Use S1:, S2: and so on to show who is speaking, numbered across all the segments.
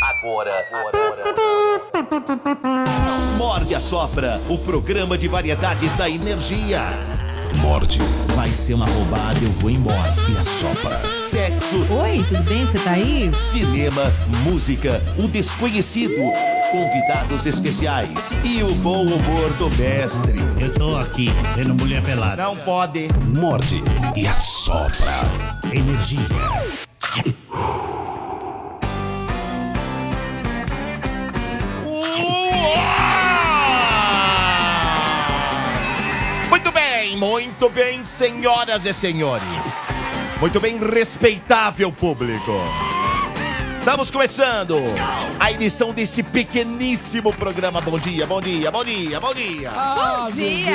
S1: Agora, agora, agora.
S2: Morde a Sopra, o programa de variedades da energia.
S3: Morde.
S2: Vai ser uma roubada, eu vou embora.
S3: E a Sopra.
S2: Sexo.
S4: Oi, tudo bem? Você tá aí?
S2: Cinema, música, o desconhecido, convidados especiais e o bom humor do mestre.
S5: Eu tô aqui, vendo mulher pelada.
S2: Não pode.
S3: Morde e a Sopra.
S5: Energia.
S2: Muito bem, muito bem, senhoras e senhores. Muito bem, respeitável público. Estamos começando a edição deste pequeníssimo programa. Bom dia, bom dia, bom dia, bom dia.
S6: Bom dia,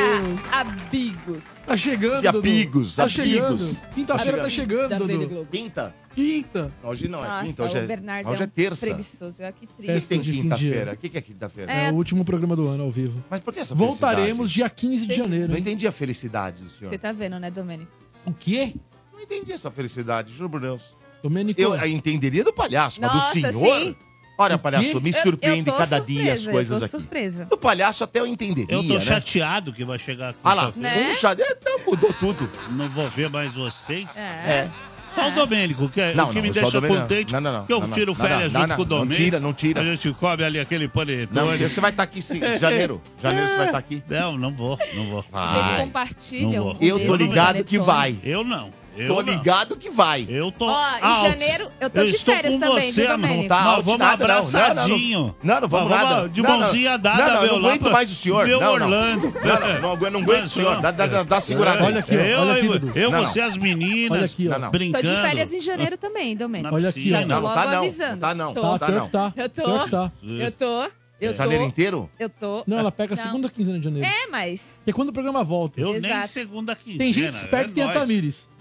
S6: amigos.
S7: Ah, Tá chegando,
S2: De amigos,
S7: Tá
S2: amigos.
S7: chegando. Quinta-feira tá
S6: Da
S7: chegando,
S6: Rede
S7: Dudu.
S6: Globo.
S2: Quinta?
S7: Quinta.
S2: Hoje não, é
S6: Nossa,
S2: quinta. Hoje
S6: o
S2: é,
S6: Bernardo
S2: hoje é
S6: um
S2: terça.
S6: preguiçoso, olha que
S2: O que
S6: triste.
S2: tem
S7: Festas de fim de
S2: quinta-feira?
S7: ano.
S2: O que que é quinta-feira?
S7: É. o último programa do ano ao vivo.
S2: Mas por que essa
S7: Voltaremos
S2: felicidade?
S7: dia 15 de janeiro.
S2: Não
S7: hein?
S2: entendi a felicidade do senhor.
S6: Você tá vendo, né, Domênico?
S7: O quê?
S2: Não entendi essa felicidade, juro por Deus.
S7: Domênico.
S2: Eu a entenderia do palhaço, mas
S6: Nossa,
S2: do senhor?
S6: sim.
S2: Olha, palhaço, me
S6: Eu- eu
S2: surpreende
S6: tô
S2: cada dia as
S6: surpresa,
S2: coisas
S6: eu
S2: aqui.
S6: tô surpresa.
S2: Do palhaço até eu entenderia,
S5: Eu tô
S2: né?
S5: chateado que vai chegar
S2: Ah lá,
S5: quinta-feira.
S6: Né?
S2: um chade... Então mudou tudo.
S5: Não vou ver mais vocês.
S6: É.
S2: É.
S5: Só o Domênico, que é
S2: Não,
S5: o que
S2: não,
S5: me
S2: só o
S5: deixa
S2: Domênico.
S5: contente.
S2: Não, não, não,
S5: que eu
S2: não, não,
S5: tiro
S2: não,
S5: férias
S2: não,
S5: junto
S2: não,
S5: com o
S2: não
S5: Domênico.
S2: tira, não tira.
S5: A gente come ali aquele
S2: Não,
S5: panetone.
S2: você vai estar aqui sim, em janeiro. Janeiro você vai estar aqui.
S5: Não, não vou, não vou.
S6: Vocês
S2: Ai.
S6: compartilham.
S5: Não vou.
S6: o
S2: Eu tô
S6: mesmo
S2: ligado
S6: panetone?
S2: que vai.
S5: Eu não. Eu
S2: Tô
S5: não.
S2: ligado que vai.
S5: Eu tô.
S6: Ó, em
S5: out.
S6: janeiro eu tô de
S5: estou
S6: férias
S5: com
S6: também,
S5: você,
S6: viu, Domênico?
S2: Tá
S5: Nós
S2: out
S5: vamos
S2: nada, não,
S5: abraçadinho.
S2: não, não, não, não vamos nada.
S5: De
S2: Não, não.
S5: mãozinha dada,
S2: Não, não, eu
S5: meu
S2: não aguento
S5: lá,
S2: mais o senhor.
S5: Ver o
S2: Não, não.
S5: Orlando.
S2: Não, não, não aguento- não aguento o senhor. Dá, dá, dá, dá segurada.
S7: Olha aqui, ó,
S5: eu,
S7: olha aqui,
S5: eu,
S7: Dudu.
S5: eu
S2: Não,
S5: você, as meninas,
S7: Olha aqui, ó.
S2: Não, não.
S6: Tô
S5: brincando.
S6: de férias em janeiro também, Domênico.
S7: Olha aqui, ó.
S5: Não,
S6: Já tô
S2: não
S6: logo
S2: tá não, não
S6: avisando.
S2: tá não,
S6: Tô.
S2: não É.
S7: tá, pior que tá.
S6: Eu tô.
S7: Pior que tá.
S6: Eu tô. Eu
S2: Janeiro
S6: tô.
S2: inteiro?
S6: Eu tô.
S7: Não, ela pega a
S6: Não.
S7: segunda quinzena de janeiro.
S6: É, mas.
S7: Que é quando o programa volta.
S5: Eu nem
S6: Exato.
S5: segunda quinzena. é
S7: Tem gente que espera
S2: É
S7: que tem a
S5: nóis.
S7: Tamires.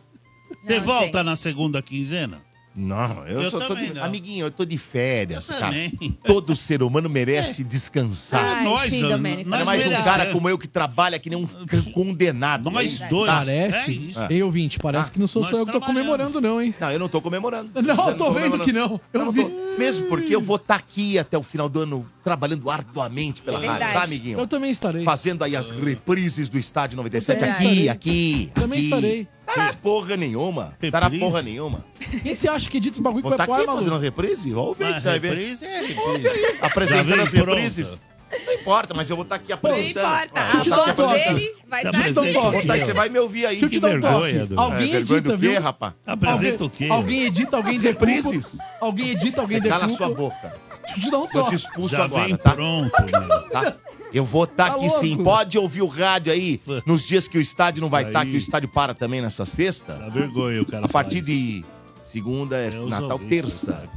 S5: Você
S6: Não,
S5: volta né?
S6: gente.
S5: na segunda quinzena?
S2: Não, eu,
S5: Eu
S2: só tô
S5: também
S2: de...
S5: não.
S2: Amiguinho, eu tô de férias, cara.
S5: Também.
S2: Todo ser humano merece descansar.
S6: Ai,
S5: nós,
S6: sim,
S5: Ana,
S6: Domênico.
S5: nós
S2: Ainda mais um
S5: merecemos.
S2: cara como eu que trabalha que nem um c- condenado.
S5: Nós
S2: Tá?
S5: dois. É
S7: Parece.
S5: isso.
S7: Ei, ouvinte, parece
S2: Ah,
S7: que não sou
S5: nós
S7: só eu que tô
S5: trabalhamos.
S7: comemorando, não, hein?
S2: Não, eu não tô comemorando.
S7: Não,
S2: Eu
S7: eu tô vendo
S2: comemorando.
S7: que não.
S2: Eu
S7: Eu
S2: não
S7: vi.
S2: tô. Mesmo porque eu vou estar aqui até o final do ano trabalhando arduamente
S5: É
S2: pela
S6: É Verdade.
S2: rádio, tá,
S7: Eu
S2: amiguinho?
S7: também estarei.
S2: Fazendo aí
S5: Hum.
S2: as reprises do estádio 97
S6: Também
S2: aqui,
S7: estarei.
S2: aqui,
S7: Também
S2: aqui.
S7: estarei.
S2: Tará porra nenhuma. Tará
S5: Reprise?
S2: porra nenhuma.
S7: Quem você acha que dita esse bagulho
S2: Vou
S7: que vai
S2: estar
S7: pro ar,
S2: aqui tá fazendo
S7: maluco?
S2: reprise? Ouve aí que
S5: Mas
S2: você vai ver.
S5: reprise é reprise. Já
S2: Apresentando
S5: vem
S2: as
S5: pronta.
S2: reprises. Não importa, mas eu vou estar aqui
S6: Não
S2: apresentando.
S6: importa.
S2: Ah, eu
S6: A
S2: vou tá aqui
S6: voz
S7: bom.
S2: apresentando.
S6: dele vai
S2: Vou
S5: Tá
S6: estar
S5: presente.
S6: aqui.
S2: botar e você vai me ouvir aí. É,
S7: Deixa eu te
S5: Que
S7: dar um
S5: vergonha,
S7: toque.
S5: Dudu.
S7: Alguém
S2: vergonha
S7: edita,
S2: do quê,
S7: viu?
S2: rapaz?
S5: Apresenta o quê?
S7: Alguém edita, alguém
S2: As
S7: decupa.
S2: reprises.
S7: Alguém edita, Tá alguém decupa.
S2: Cala sua boca.
S7: Deixa eu te dar um
S2: Eu te
S7: toque.
S2: expulso
S5: Já
S2: agora,
S5: vem
S2: tá?
S5: pronto, meu.
S2: tá? Eu vou estar
S7: Tá
S2: aqui sim.
S7: louco?
S2: Pode ouvir o rádio aí nos dias que o estádio não vai
S5: Aí.
S2: estar, que o estádio para também nessa sexta.
S5: Dá vergonha o cara.
S2: A partir de segunda, é
S5: Eu
S2: Natal,
S5: ouvi,
S2: terça.
S5: né?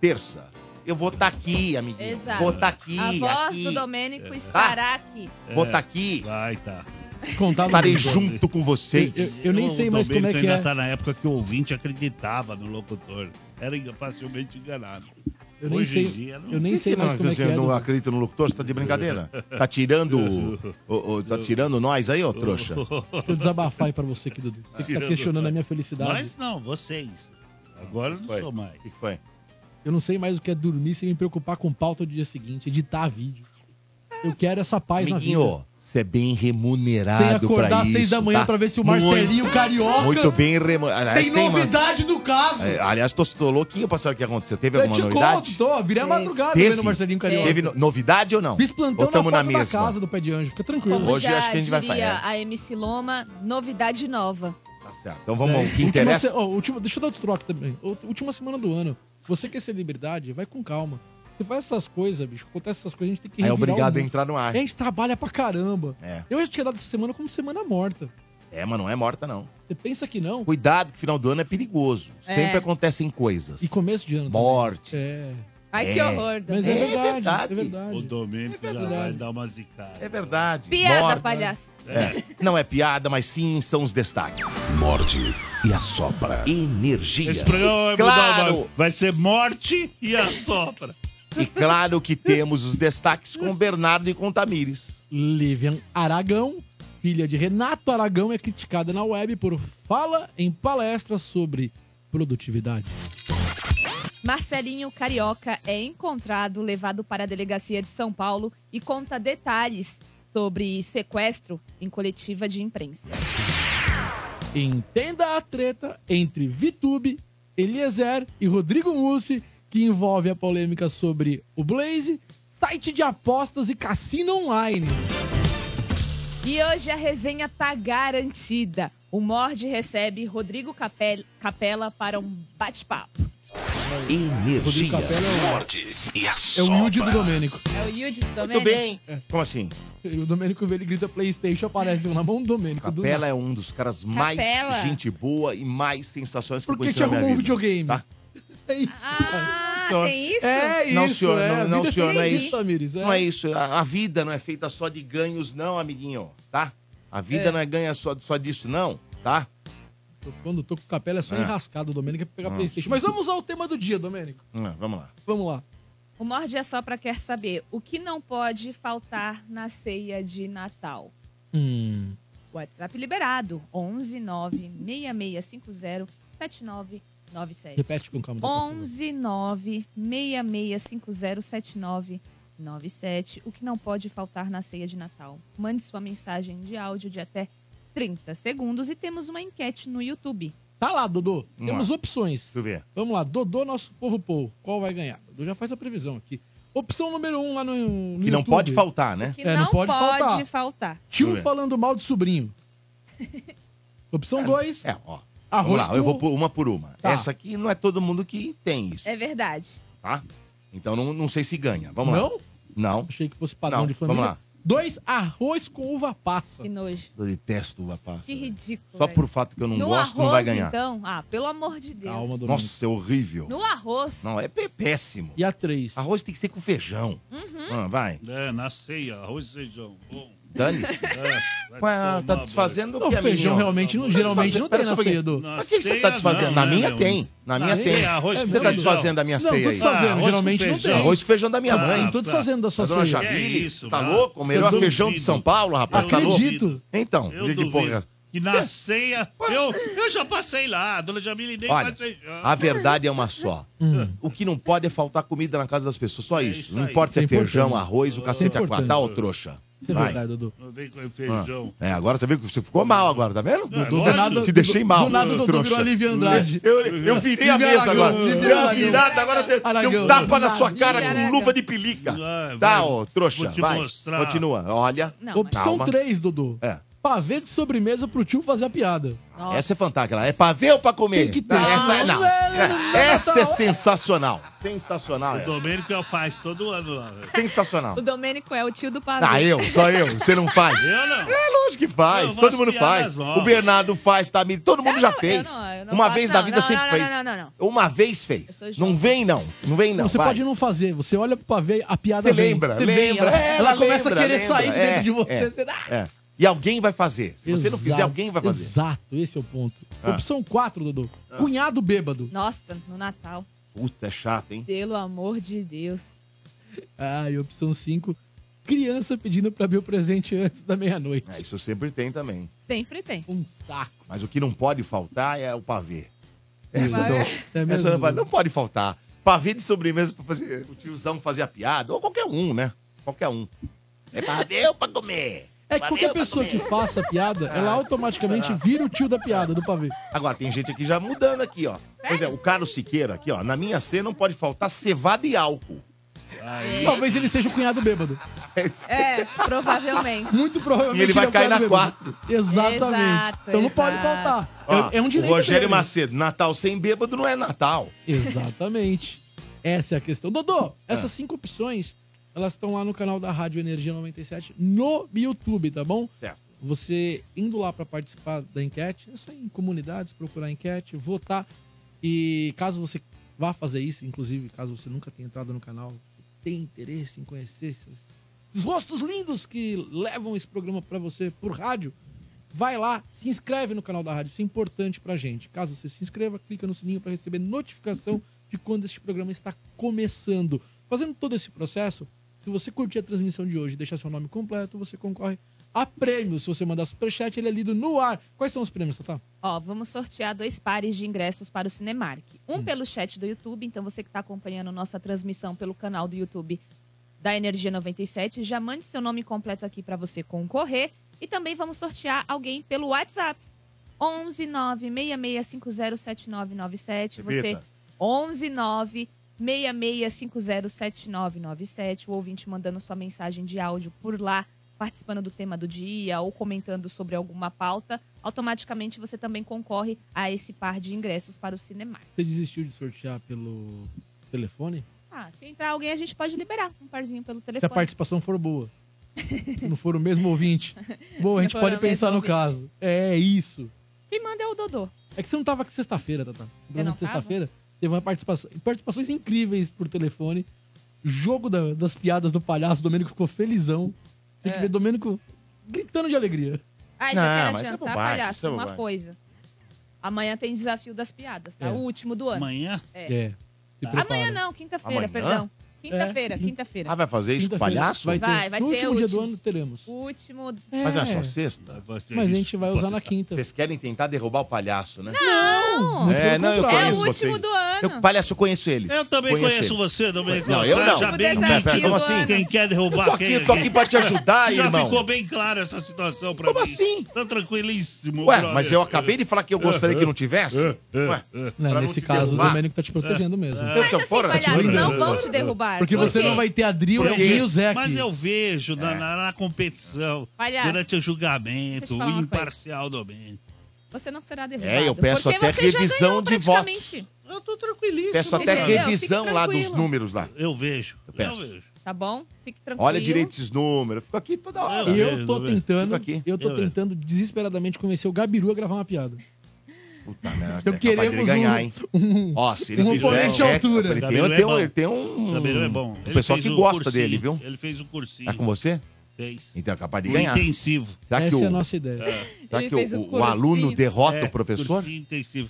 S2: Terça. Eu vou estar aqui, amiguinho.
S6: Exato.
S2: Vou estar aqui,
S6: A voz
S2: aqui. Ah.
S6: do Domênico estará aqui.
S2: Vou
S5: É.
S2: estar aqui.
S5: Vai, tá.
S7: Contar
S2: Estarei
S7: no-
S2: junto com
S7: Eu,
S2: vocês.
S7: eu- eu nem
S5: O
S7: sei mais como
S5: Domênico
S7: é que
S5: ainda
S7: é.
S5: tá na época que o ouvinte acreditava no locutor. Era engan- facilmente enganado.
S7: Eu nem
S5: Hoje em
S7: sei.
S5: dia, não.
S7: Eu nem sei mais como é que é.
S2: não
S7: Dudu.
S2: acredito no locutor, você tá de brincadeira? Tá tirando. o- o- tá tirando nós aí, ô trouxa?
S7: Deixa eu desabafar aí pra você aqui, Dudu. Você que tá
S5: Tirando-
S7: questionando a minha felicidade.
S5: Mas não, vocês. Agora eu não
S2: Foi.
S5: sou mais.
S2: O que que foi?
S7: Eu não sei mais o que é dormir sem me preocupar com pauta do dia seguinte, editar vídeo. Eu quero essa paz na vida.
S2: Amiguinho, você é bem remunerado
S7: Tem que
S2: pra
S7: acordar às
S2: isso,
S7: seis da manhã
S2: tá?
S7: pra ver se o Marcelinho Carioca
S2: Muito, muito bem remunerado. Aliás,
S7: tem
S2: tem, mano.
S7: novidade É do caso.
S2: É, Aliás, tô, tô louquinho pra saber o que aconteceu. Teve
S7: eu
S2: alguma
S7: te
S2: novidade?
S7: conto, tô. Virei a madrugada
S2: Teve?
S7: vendo o Marcelinho Carioca.
S2: Teve no- novidade ou não?
S7: Fiz plantão na
S2: Ou
S7: porta
S2: tamo na
S7: da
S2: mesma?
S7: casa do Pé de Anjo. Fica tranquilo.
S6: Como
S2: Hoje
S6: já
S2: acho que a gente vai né?
S6: diria
S2: falhar.
S6: a MC Loma, novidade nova.
S2: Tá certo. Então vamos, ao que
S7: É, Última
S2: interessa.
S7: se- ó, última- deixa eu dar outro troque também. Out- Última semana do ano. Você quer ser liberdade? Vai com calma. Você faz essas coisas, bicho. Acontece essas coisas, a gente tem que
S2: É
S7: revirar
S2: obrigado
S7: o
S2: a
S7: mundo.
S2: entrar no ar.
S7: E a gente trabalha pra caramba.
S2: É.
S7: Eu já tinha dado essa semana como semana morta.
S2: É, mas não é morta, não.
S7: Você pensa que não?
S2: Cuidado, que final do ano é perigoso.
S6: É.
S2: Sempre acontecem coisas.
S7: E começo de ano. também.
S2: Morte.
S7: É.
S6: Ai,
S2: É.
S6: que horror, Domênico.
S7: Mas é,
S2: É
S7: verdade,
S2: verdade.
S7: É verdade.
S5: O Domênico já vai dar uma zicada.
S2: É verdade.
S6: Piada,
S2: Morte.
S6: palhaço.
S2: É. Não é piada, mas sim são os destaques.
S3: Morde e a Sopra.
S2: Energia.
S5: Esse programa vai mudar
S2: Claro.
S5: o nome. Vai ser morte e assopra.
S2: E claro que temos os destaques com Bernardo e com Tamires.
S7: Livian Aragão, filha de Renato Aragão, é criticada na web por fala em palestra sobre produtividade.
S6: Marcelinho Carioca é encontrado, levado para a delegacia de São Paulo e conta detalhes sobre sequestro em coletiva de imprensa.
S7: Entenda a treta entre Vitube, Eliezer e Rodrigo Mussi, que envolve a polêmica sobre o Blaze, site de apostas e cassino online.
S6: E hoje a resenha tá garantida. O Mord recebe Rodrigo Capel- Capela para um bate-papo.
S3: Energia.
S7: Capela é o-
S3: Morde e
S7: É o Wilde do
S3: assopra.
S7: Domênico.
S6: É o Yudi
S2: Muito bem. Como assim?
S7: E o Domênico vê ele grita Playstation, aparece um na mão do Domênico. do
S2: Capela é um dos caras mais
S6: Capela.
S2: gente boa e mais sensações que eu
S7: Por que
S2: conheci
S7: te
S2: na minha
S7: arrumou um
S2: vida.
S7: videogame?
S2: Tá.
S7: É isso.
S6: Ah,
S2: Senhor.
S6: tem isso?
S7: É isso.
S2: Não, senhor,
S7: é.
S2: não,
S7: A
S2: não,
S7: vida
S2: senhor, não é
S7: feliz,
S2: isso.
S7: Tamires,
S2: Não é isso. A, a vida não é feita só de ganhos, não, amiguinho. Tá? A vida
S6: É.
S2: não é ganha só, só disso, não. Tá?
S7: Quando eu tô com capela é só
S2: É. Ah,
S7: enrascado, Domênico, é pra pegar
S2: Nossa.
S7: Playstation. Mas vamos ao tema do dia, Domênico.
S2: Hum, vamos lá.
S7: Vamos lá.
S6: O Morde é só para quer saber o que não pode faltar na ceia de Natal.
S7: Hum.
S6: WhatsApp liberado. 11 9 6650 7997.
S7: É Repete com calma.
S6: 11 9 6650 7997. O que não pode faltar na ceia de Natal. Mande sua mensagem de áudio de até 30 segundos e temos uma enquete no YouTube.
S7: Tá lá, Dodô.
S2: Vamos
S7: Temos opções.
S2: Deixa eu ver.
S7: Vamos lá. Dodô, nosso povo povo. Qual vai ganhar? Dodô já faz a previsão aqui. Opção número um lá no, no
S2: Que não
S7: YouTube.
S2: pode faltar, né?
S6: Que
S7: É,
S6: não,
S7: não
S6: pode,
S7: pode
S6: faltar.
S7: faltar. Tio
S2: Deixa eu ver.
S7: falando mal de sobrinho. Opção dois
S2: É, ó.
S7: Arroz
S2: Vamos lá, eu
S7: com-
S2: vou por uma por uma.
S7: Tá.
S2: Essa aqui não é todo mundo que tem isso,
S6: É verdade.
S2: tá? Então não, não sei se ganha. Vamos lá.
S7: Não?
S2: Não.
S7: Achei que fosse padrão
S2: Não,
S7: de família.
S2: vamos lá.
S7: Dois, arroz com uva passa.
S6: Que nojo.
S2: Eu detesto uva passa.
S6: Que ridículo.
S2: Só
S6: velho.
S2: por fato que eu não
S6: no
S2: gosto,
S6: arroz,
S2: não vai ganhar.
S6: então? Ah, pelo amor de Deus.
S7: Calma, Domênico.
S2: Nossa, é horrível.
S6: No arroz.
S2: Não, é pé- péssimo.
S7: E Uhum. a três.
S2: Arroz tem que ser com feijão. Ah, vai.
S5: É, na ceia, arroz e feijão. Bom.
S2: Dane-se.
S5: É, vai
S2: Ué,
S5: tomar
S2: tá
S5: banho.
S2: desfazendo o
S7: Não,
S2: que,
S7: feijão
S2: amiguinho?
S7: realmente, não,
S5: Tá
S7: geralmente
S2: desfazendo.
S7: não
S2: Pera
S7: tem na
S2: só um pouquinho.
S7: ceia do...
S5: Na
S2: Mas o que, que você
S5: ceia,
S2: tá desfazendo?
S5: não,
S2: na
S5: né,
S2: minha
S5: meu?
S2: tem. Na minha
S5: ceia,
S2: tem.
S5: arroz
S2: Você
S5: com
S2: tá
S5: feijão.
S2: desfazendo a minha
S7: Não,
S2: ceia
S7: tô
S2: aí.
S5: Ah,
S7: desfazendo.
S5: arroz
S7: geralmente
S5: com
S7: não tem. então
S5: feijão.
S2: Arroz com feijão da minha
S5: Ah,
S2: mãe.
S7: Tô
S5: tá.
S7: desfazendo da
S2: A
S7: sua
S2: dona
S7: ceia.
S5: Que
S2: Jamile.
S5: isso,
S2: tá
S5: mano.
S2: louco? Melhor
S5: Eu
S2: feijão de
S5: duvido.
S2: São Paulo, rapaz. Tá louco?
S7: Acredito.
S2: Então,
S5: Eu
S2: liga que
S5: duvido.
S2: porra.
S5: Que na ceia, eu, eu já passei lá. A dona Jamile nem
S2: Olha,
S5: faz feijão.
S2: a verdade é uma só. O que não pode é faltar comida na casa das pessoas, só isso.
S5: isso
S2: não
S5: aí.
S2: importa se é
S7: É importante.
S2: feijão, arroz, o cacete
S7: É
S2: a
S7: importante.
S2: quatro, tá, ô trouxa?
S7: Isso é
S2: Vai.
S7: verdade, Dudu.
S5: Não vem com feijão.
S2: É, agora você viu que você ficou mal agora, tá vendo?
S5: É,
S7: Do, do
S5: lógico.
S7: nada,
S2: Te deixei mal,
S7: Do, do nada, o Dudu
S2: trouxa.
S7: virou a Lívia Andrade.
S2: Eu, eu virei a
S7: Lívia
S2: mesa
S7: Aragão,
S2: agora.
S7: Lívia
S2: Deu uma
S7: Aragão.
S2: virada, agora deu deu um
S7: Aragão.
S2: tapa na sua
S6: Lívia
S2: cara com
S6: Aragão.
S2: luva de pelica.
S5: Ah,
S2: Tá,
S5: vai.
S2: ô trouxa,
S5: Vou te
S2: vai.
S5: mostrar.
S2: Continua, olha.
S6: Não, mas-
S7: Opção
S2: Calma.
S7: 3, Dudu.
S2: É.
S7: Pavê de sobremesa pro tio fazer a piada.
S6: Nossa.
S2: Essa é fantástica. É pra ver ou pra comer?
S7: Tem que ter.
S2: Não, essa é, não.
S7: Nossa,
S2: É, Essa é sensacional.
S7: Ah.
S2: Sensacional,
S5: O
S2: é.
S5: Domênico eu faço todo ano lá. né? velho.
S2: Sensacional.
S6: O Domênico é o tio do pavê.
S2: Ah, eu, só eu. Você não faz.
S5: Eu não.
S2: É lógico que
S5: Eu
S2: faz,
S5: faço
S2: todo mundo
S5: piadas
S2: faz.
S5: novas.
S2: O Bernardo faz, tá? Todo mundo já
S6: não,
S2: fez.
S6: eu não, eu não
S2: Uma
S6: faço,
S2: vez
S6: não,
S2: na vida
S6: não,
S2: sempre
S6: não,
S2: fez.
S6: não, não, não,
S2: Uma vez
S6: Eu
S2: fez.
S6: sou jovem.
S2: Não vem, não. Não vem, não.
S7: você
S2: vai.
S7: pode não fazer. Você olha pro pavê, a piada
S2: Você
S7: vem.
S2: lembra,
S7: Você vem,
S2: lembra.
S7: ela
S2: É,
S7: ela começa
S2: lembra,
S7: a querer
S2: lembra.
S7: sair de
S2: É,
S7: dentro de você.
S2: é.
S7: você dá-
S2: É. E alguém vai fazer. Se você não fizer,
S7: Exato,
S2: alguém vai fazer.
S7: Exato, esse é o ponto.
S2: Ah.
S7: Opção 4, Dudu. Cunhado bêbado.
S6: Nossa, no Natal.
S2: Puta, é chato, hein?
S6: Pelo amor de Deus.
S7: Ah, e opção 5, criança tá pedindo pra abrir o presente antes da meia-noite.
S2: É, isso sempre tem também.
S6: Sempre tem.
S7: Um saco.
S2: Mas o que não pode faltar é o pavê. Essa
S7: Meu
S2: não,
S7: Deus. É mesmo,
S2: essa não, pode,
S7: Dudu?
S2: não pode faltar. Pavê de sobremesa pra fazer o tiozão fazer a piada. Ou qualquer um, né? Qualquer um. É pavê ou pra comer?
S7: É que qualquer pessoa que faça a piada,
S2: Ah.
S7: ela automaticamente vira o tio da piada do pavê.
S2: Agora, tem gente aqui já mudando aqui, ó. Pois é, o Carlos Siqueira aqui, ó. Na minha C não pode faltar cevada e álcool.
S7: Talvez ele seja o cunhado bêbado.
S6: É, provavelmente.
S7: Muito provavelmente.
S2: E ele vai
S7: é o
S2: cair
S7: cunhado
S2: na
S7: bêbado.
S2: quatro.
S7: Exatamente.
S6: Exato,
S7: então não pode
S6: exato.
S7: faltar.
S2: Ó,
S7: é, é um direito.
S2: O Rogério
S7: dele.
S2: Macedo, Natal sem bêbado não é Natal.
S7: Exatamente. Essa é a questão. Dodô, essas cinco opções, elas estão lá no canal da Rádio Energia 97 no YouTube, tá bom?
S2: Certo.
S7: Você indo lá para participar da enquete, é só ir em comunidades, procurar a enquete, votar. E caso você vá fazer isso, inclusive caso você nunca tenha entrado no canal, você tem interesse em conhecer esses, esses rostos lindos que levam esse programa para você por rádio, vai lá, se inscreve no canal da rádio, isso é importante pra gente. Caso você se inscreva, clica no sininho para receber notificação de quando este programa está começando. Fazendo todo esse processo, se você curtir a transmissão de hoje e deixar seu nome completo, você concorre a prêmio. Se você mandar superchat, ele é lido no ar. Quais são os prêmios, Tatá?
S6: Ó, vamos sortear dois pares de ingressos para o Cinemark. Um pelo chat do YouTube, então você que está acompanhando nossa transmissão pelo canal do YouTube da Energia 97, já mande seu nome completo aqui para você concorrer. E também vamos sortear alguém pelo WhatsApp. 11 966507997. Você
S2: Repita.
S6: 11 966507997. O ouvinte mandando sua mensagem de áudio por lá, participando do tema do dia ou comentando sobre alguma pauta. Automaticamente você também concorre a esse par de ingressos para o cinema.
S7: Você desistiu de sortear pelo telefone?
S6: Ah, se entrar alguém, a gente pode liberar um parzinho pelo
S7: Se a
S6: telefone.
S7: participação for boa. Se não for o mesmo ouvinte. Boa,
S6: Se
S7: a gente
S6: não for
S7: pode
S6: o
S7: pensar no
S6: mesmo ouvinte.
S7: caso. É isso.
S6: Quem manda é o Dodô.
S7: É que você não tava aqui sexta-feira, Tatá.
S6: não
S7: Durante
S6: tava?
S7: sexta-feira, teve uma participação. Participações incríveis por telefone. Jogo da- das piadas do palhaço, o Domênico ficou felizão. Tem que
S6: É.
S7: ver o Domênico gritando de alegria.
S6: Ai,
S2: Não,
S6: Ah, já quero
S2: mas isso é
S6: adiantar,
S2: bobagem, isso
S6: palhaço,
S2: é
S6: uma
S2: bobagem.
S6: coisa. Amanhã tem desafio das piadas, tá?
S7: É.
S6: O último do ano.
S5: Amanhã?
S6: É.
S7: É. Se prepara.
S6: Amanhã não, quinta-feira,
S2: Amanhã?
S6: perdão. Quinta-feira,
S7: É.
S6: quinta-feira.
S2: Ah, vai fazer isso com o
S7: Quinta-feira
S2: palhaço?
S7: Vai,
S6: Vai,
S7: ter.
S6: vai
S7: no
S6: ter
S7: último
S6: o
S7: dia
S6: último.
S7: do ano teremos.
S6: O último.
S2: Mas não é
S7: É.
S2: só sexta?
S7: Mas a gente vai usar na quinta.
S2: Vocês querem tentar derrubar o palhaço, né?
S6: Não!
S7: muito
S2: É,
S7: pelo
S2: não,
S7: contrário.
S2: eu
S6: É o
S2: conheço
S6: último
S2: vocês.
S6: do ano.
S2: Eu, palhaço, eu conheço eles.
S5: Eu também conheço,
S2: eles.
S5: você, Domenico.
S2: Não, eu
S5: Já-
S2: não.
S5: Já
S6: O
S2: Não,
S5: bem
S2: pera,
S5: claro.
S6: desafio
S2: como
S6: do
S2: assim?
S6: ano.
S5: Quem quer
S2: Eu
S5: derrubar
S2: tô aqui,
S5: quem?
S2: eu tô aqui pra te ajudar,
S5: Já
S2: irmão.
S5: ficou bem clara essa situação pra
S2: Como
S5: mim.
S2: assim?
S5: Tá tranquilíssimo.
S2: Ué,
S5: brother.
S2: mas eu acabei de falar que eu gostaria que não tivesse?
S5: É, é,
S2: Ué,
S5: é.
S7: Não,
S2: Pra não
S7: nesse
S2: te
S7: caso,
S2: derrubar. É.
S7: o Domênico tá te protegendo mesmo.
S2: eu
S6: Mas
S2: tô
S6: assim,
S2: fora.
S6: palhaço,
S5: Por
S6: não
S5: quê?
S6: vão te derrubar.
S7: Porque você
S6: Por quê?
S7: não vai ter a Drill,
S2: Por
S7: a
S2: quê? É.
S7: Gui e o Zé
S5: Mas
S7: aqui.
S5: eu vejo na, na- na competição,
S6: Palhaço.
S5: durante o
S6: Deixa
S5: julgamento,
S6: eu te
S5: o
S6: falar uma coisa.
S5: imparcial Domênico.
S6: Você não será derrubado.
S2: É, eu peço
S6: porque
S2: até
S6: você
S2: revisão
S6: já ganhou,
S2: de
S6: praticamente.
S5: Eu tô tranquilíssimo.
S2: Peço até
S6: Entendeu?
S2: revisão
S6: Fique
S2: lá
S6: tranquilo.
S2: dos números lá.
S5: Eu vejo. Eu,
S2: peço.
S5: vejo.
S6: Tá bom? Fique tranquilo.
S2: Olha direito esses números. Fico aqui toda hora.
S5: Eu
S7: Eu
S5: vejo,
S7: tô
S5: eu vejo.
S7: tentando,
S2: Fica aqui.
S7: eu tô
S5: Eu vejo.
S7: tentando desesperadamente convencer o Gabiru a gravar uma piada.
S2: Puta merda.
S7: Então
S2: é capaz dele
S7: queremos
S2: ganhar,
S7: um-
S2: hein? Ó, se ele
S7: um
S2: fizer...
S7: oponente à
S2: é,
S7: altura.
S2: Ele tem,
S5: Gabriel é
S2: tem um,
S5: bom.
S2: ele tem um...
S5: Gabriel é bom.
S2: O pessoal
S5: Ele
S2: que
S5: fez
S2: gosta
S5: cursinho.
S2: dele, viu?
S5: Ele fez o cursinho.
S2: Tá com você?
S5: Fez.
S2: Então é capaz de
S5: O
S2: ganhar.
S5: intensivo.
S2: Será que
S7: Essa é a
S2: o,
S7: nossa ideia.
S2: será
S6: Ele
S2: que
S6: fez
S2: o,
S6: o
S2: o
S6: cursinho.
S2: aluno derrota
S5: É,
S2: o professor?
S5: Cursinho intensivo.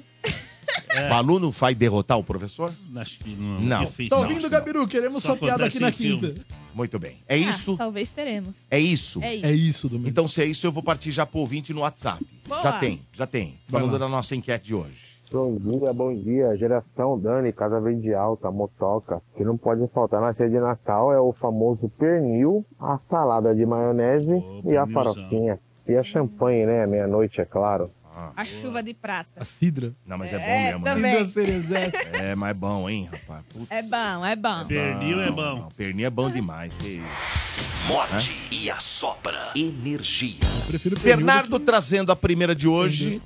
S2: O aluno vai derrotar o professor?
S5: Acho que não. é
S2: Não.
S5: Difícil.
S7: Tá
S5: Não,
S7: ouvindo,
S5: acho
S7: Gabiru? Queremos
S5: Só
S7: sua piada
S5: acontece
S7: aqui na
S5: em filme.
S7: quinta.
S2: Muito bem. É
S6: Ah,
S2: isso?
S6: talvez teremos.
S2: É isso?
S6: É isso.
S7: É isso, Domingo.
S2: Então, se é isso, eu vou partir já pro ouvinte no WhatsApp.
S6: Boa.
S2: Já tem, já tem.
S7: Vai
S2: Falando
S7: lá.
S2: da nossa enquete de hoje.
S1: Bom dia, bom dia. Geração Dani, Casa Verde Alta, Motoca. O que não pode faltar na ceia de Natal é o famoso pernil, a salada de maionese
S5: Ô,
S1: e a
S5: pernilzão.
S1: farofinha. E a champanhe, né? Meia-noite, é claro.
S2: Ah,
S6: A chuva de prata.
S7: A Sidra.
S2: não, mas é,
S6: É,
S2: bom mesmo,
S6: também.
S2: né?
S7: Sidra Cerezer.
S2: É, mas é bom, hein, rapaz? Putz,
S6: É bom, é bom.
S5: Pernil é bom.
S2: Não, pernil é bom demais. que isso.
S3: Morde e assopra. Energia.
S7: Eu prefiro o pernil
S2: Bernardo trazendo a primeira de hoje,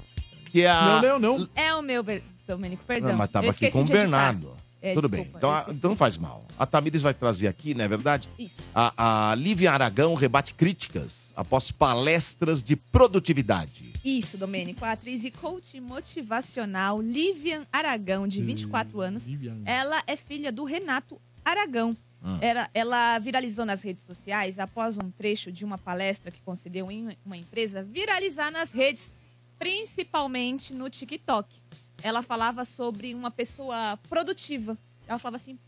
S2: que
S7: do-
S2: é a...
S7: Não, não, não.
S6: É o meu, Ber- Domênico, perdão.
S2: Não, Ah, mas
S6: Eu
S2: tava aqui
S6: esqueci
S2: com o
S6: de editar.
S2: Bernardo.
S6: É,
S2: Tudo
S6: desculpa,
S2: bem, então,
S6: eu
S2: a-
S6: esqueci.
S2: então não faz mal. A Tamires vai trazer aqui, não é verdade?
S6: Isso.
S2: A, a Lívia Aragão rebate críticas após palestras de produtividade.
S6: Isso, Domênico. A atriz e coach motivacional Livian Aragão, de
S5: Hum,
S6: 24 anos,
S7: Livian.
S6: ela é filha do Renato Aragão.
S2: Hum.
S6: Era- ela viralizou nas redes sociais após um trecho de uma palestra que concedeu em uma empresa viralizar nas redes, principalmente no TikTok. Ela falava sobre uma pessoa produtiva. Ela falava assim.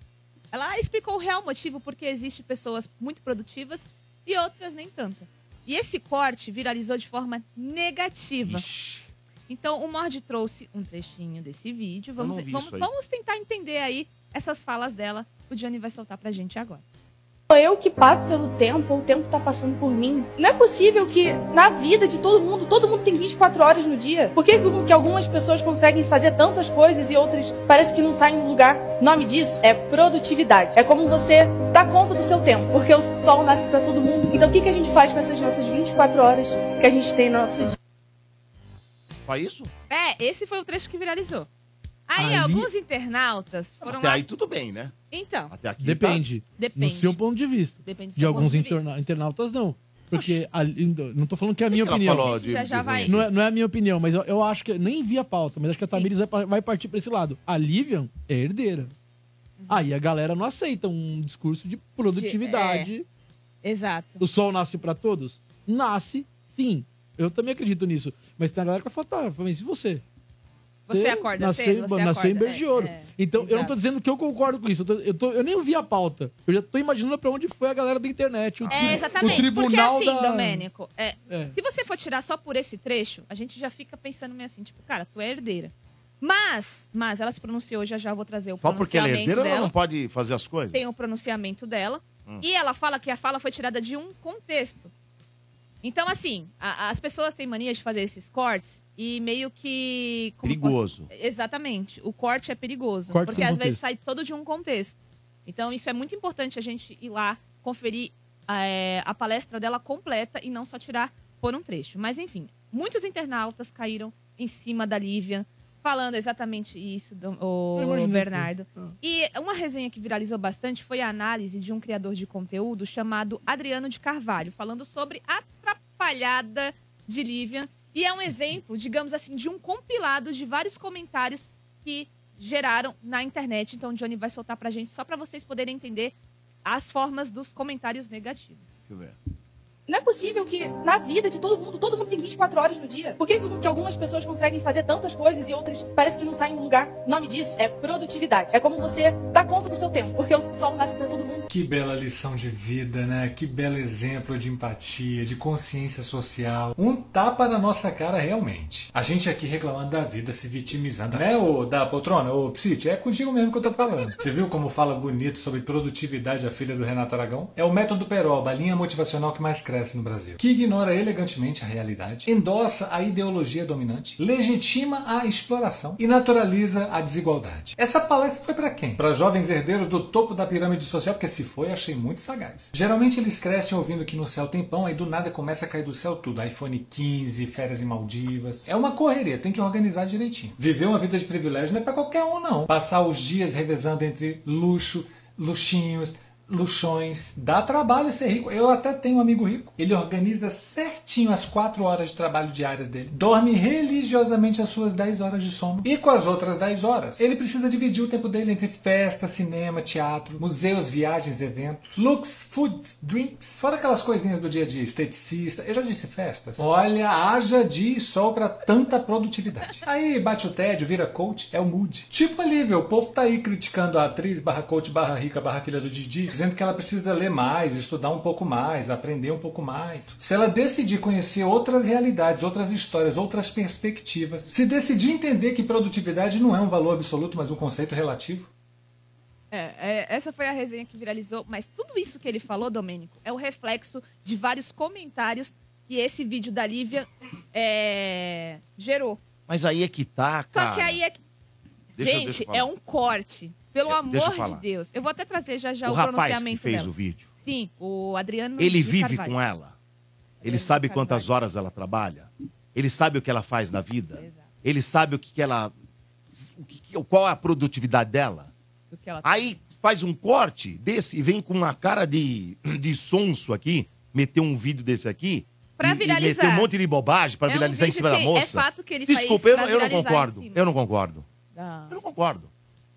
S6: Ela explicou o real motivo porque existe pessoas muito produtivas e outras nem tanto. E esse corte viralizou de forma negativa.
S2: Ixi,
S6: Então, o Mord trouxe um trechinho desse vídeo. Vamos,
S2: não vi
S6: vamos,
S2: isso aí.
S6: vamos tentar entender aí essas falas dela. O Johnny vai soltar pra gente agora.
S8: Sou eu que passo pelo tempo, ou o tempo tá passando por mim. Não é possível que, na vida de todo mundo, todo mundo tem 24 horas no dia. Por que, que algumas pessoas conseguem fazer tantas coisas e outras parece que não saem do lugar? O nome disso é produtividade. É como você dar conta do seu tempo, porque o sol nasce pra todo mundo. Então o que, que a gente faz com essas nossas 24 horas que a gente tem no nosso dia?
S2: Só isso?
S6: É, esse foi o trecho que viralizou. Aí,
S7: Ali-
S6: alguns internautas foram
S2: Até
S6: lá.
S2: aí tudo bem, né?
S6: Então,
S2: Até aqui.
S7: Depende. No
S6: depende.
S7: seu ponto de vista.
S6: Depende do
S7: De
S6: seu
S7: alguns
S6: ponto de vista.
S7: interna- internautas, não. Porque ali- não tô falando que é a minha
S2: que ela
S7: opinião.
S2: falou?
S6: A gente já,
S2: de-
S6: já
S2: de-
S6: vai.
S7: Não é, não é a minha opinião, mas eu, eu acho que. Nem vi a pauta, mas acho que a
S6: Sim.
S7: Tamires vai, pa- vai partir pra esse lado. A Livian é herdeira.
S6: Uhum.
S7: Aí a galera não aceita um discurso de produtividade.
S6: É, Exato.
S7: O sol nasce pra todos? Nasce, sim. Eu também acredito nisso. Mas tem a galera que vai falar, tá, mas e você?
S6: Você acorda
S7: nasceu,
S6: cedo, você
S7: nasceu em
S6: acorda,
S7: Bergiouro.
S6: é, é,
S7: então, eu não tô
S6: exato.
S7: dizendo que eu concordo com isso. Eu, tô- eu tô- eu nem ouvi a pauta. Eu já tô imaginando pra onde foi a galera da internet. O, tri-
S6: É, exatamente.
S7: O tribunal
S6: Porque assim,
S7: da...
S6: Domênico, é,
S7: É.
S6: se você for tirar só por esse trecho, a gente já fica pensando meio assim, tipo, cara, tu é herdeira. Mas, mas ela se pronunciou, já já eu vou trazer o
S2: Só porque ela
S6: pronunciamento
S2: é herdeira, ela
S6: dela.
S2: não pode Hum. fazer as coisas?
S6: Tem um o pronunciamento dela. E ela fala que a fala foi tirada de um contexto. Então, assim, a- as pessoas têm mania de fazer esses cortes e meio que... como eu posso-
S2: Perigoso.
S6: Exatamente. O corte é perigoso.
S7: Corte
S6: porque
S7: sem
S6: às
S7: contexto.
S6: vezes sai todo de um contexto. Então, isso é muito importante a gente ir lá, conferir é, a palestra dela completa e não só tirar por um trecho. Mas, enfim, muitos internautas caíram em cima da Lívia, falando exatamente isso, do,
S7: Eu
S6: o
S7: imaginei.
S6: Bernardo. E uma resenha que viralizou bastante foi a análise de um criador de conteúdo chamado Adriano de Carvalho, falando sobre a atrapalhada de Lívia. E é um exemplo, digamos assim, de um compilado de vários comentários que geraram na internet. Então, o Johnny vai soltar pra gente só pra vocês poderem entender as formas dos comentários negativos.
S2: Deixa eu ver.
S8: Não é possível que na vida de todo mundo, todo mundo tem 24 horas no dia. Por que, que algumas pessoas conseguem fazer tantas coisas e outras parece que não saem do lugar? O nome disso é produtividade. É como você dar conta do seu tempo, porque o sol nasce pra todo mundo.
S9: Que bela lição de vida, né? Que belo exemplo de empatia, de consciência social. Um tapa na nossa cara, realmente. A gente aqui reclamando da vida, se vitimizando. Né, ô da poltrona, ô Psit? É contigo mesmo que eu tô falando. Você viu como fala bonito sobre produtividade a filha do Renato Aragão? É o método Peroba, a linha motivacional que mais cresce no Brasil. Que ignora elegantemente a realidade, endossa a ideologia dominante, legitima a exploração e naturaliza a desigualdade. Essa palestra foi pra quem? Pra jovens herdeiros do topo da pirâmide social, porque se foi, achei muito sagaz. Geralmente eles crescem ouvindo que no céu tem pão, aí do nada começa a cair do céu tudo. iPhone 15, férias em Maldivas. É uma correria, tem que organizar direitinho. Viver uma vida de privilégio não é pra qualquer um, não. Passar os dias revezando entre luxo, luxinhos, luxões. Dá trabalho ser rico. Eu até tenho um amigo rico. Ele organiza certinho as 4 horas de trabalho diárias dele. Dorme religiosamente as suas 10 horas de sono. E com as outras 10 horas, ele precisa dividir o tempo dele entre festa, cinema, teatro, museus, viagens, eventos, looks, foods, drinks. Fora aquelas coisinhas do dia a dia, esteticista. Eu já disse festas. Olha, haja de sol pra tanta produtividade. Aí bate o tédio, vira coach, é o mood. Tipo alívio, o povo tá aí criticando a atriz barra coach barra rica barra filha do Didi, dizendo que ela precisa ler mais, estudar um pouco mais, aprender um pouco mais. Se ela decidir conhecer outras realidades, outras histórias, outras perspectivas, se decidir entender que produtividade não é um valor absoluto, mas um conceito relativo,
S6: É, é, essa foi a resenha que viralizou, mas tudo isso que ele falou, Domênico, é o reflexo de vários comentários que esse vídeo da Lívia é, gerou.
S2: Mas aí é que tá,
S6: Só
S2: cara.
S6: que aí é que.
S2: Deixa eu- deixa
S6: Gente,
S2: eu falar.
S6: é um corte. Pelo
S2: Eu- deixa eu
S6: amor de
S2: falar.
S6: Deus. Eu vou até trazer já já
S2: o
S6: o,
S2: rapaz que
S6: pronunciamento
S2: fez
S6: dela.
S2: o vídeo,
S6: Sim, o Adriano.
S2: ele
S6: de
S2: vive
S6: Carvalho.
S2: com ela. Ele
S6: Adriano
S2: sabe
S6: de
S2: quantas horas ela trabalha. Ele sabe o que ela faz na vida.
S6: Exato.
S2: Ele sabe o que, que ela. O que, que- qual é a produtividade dela.
S6: Do que ela
S2: Aí faz um corte desse e vem com uma cara de, de sonso aqui, meter um vídeo desse aqui.
S6: Pra
S2: e,
S6: viralizar.
S2: E meter um monte de bobagem pra
S6: É um
S2: viralizar em
S6: vídeo
S2: cima da
S6: que é
S2: moça.
S6: fato que ele faz
S2: Desculpa,
S6: isso
S2: eu,
S6: pra
S2: eu não
S6: viralizar em
S2: concordo.
S6: cima.
S2: Eu não concordo.
S6: dá.
S2: Eu não concordo.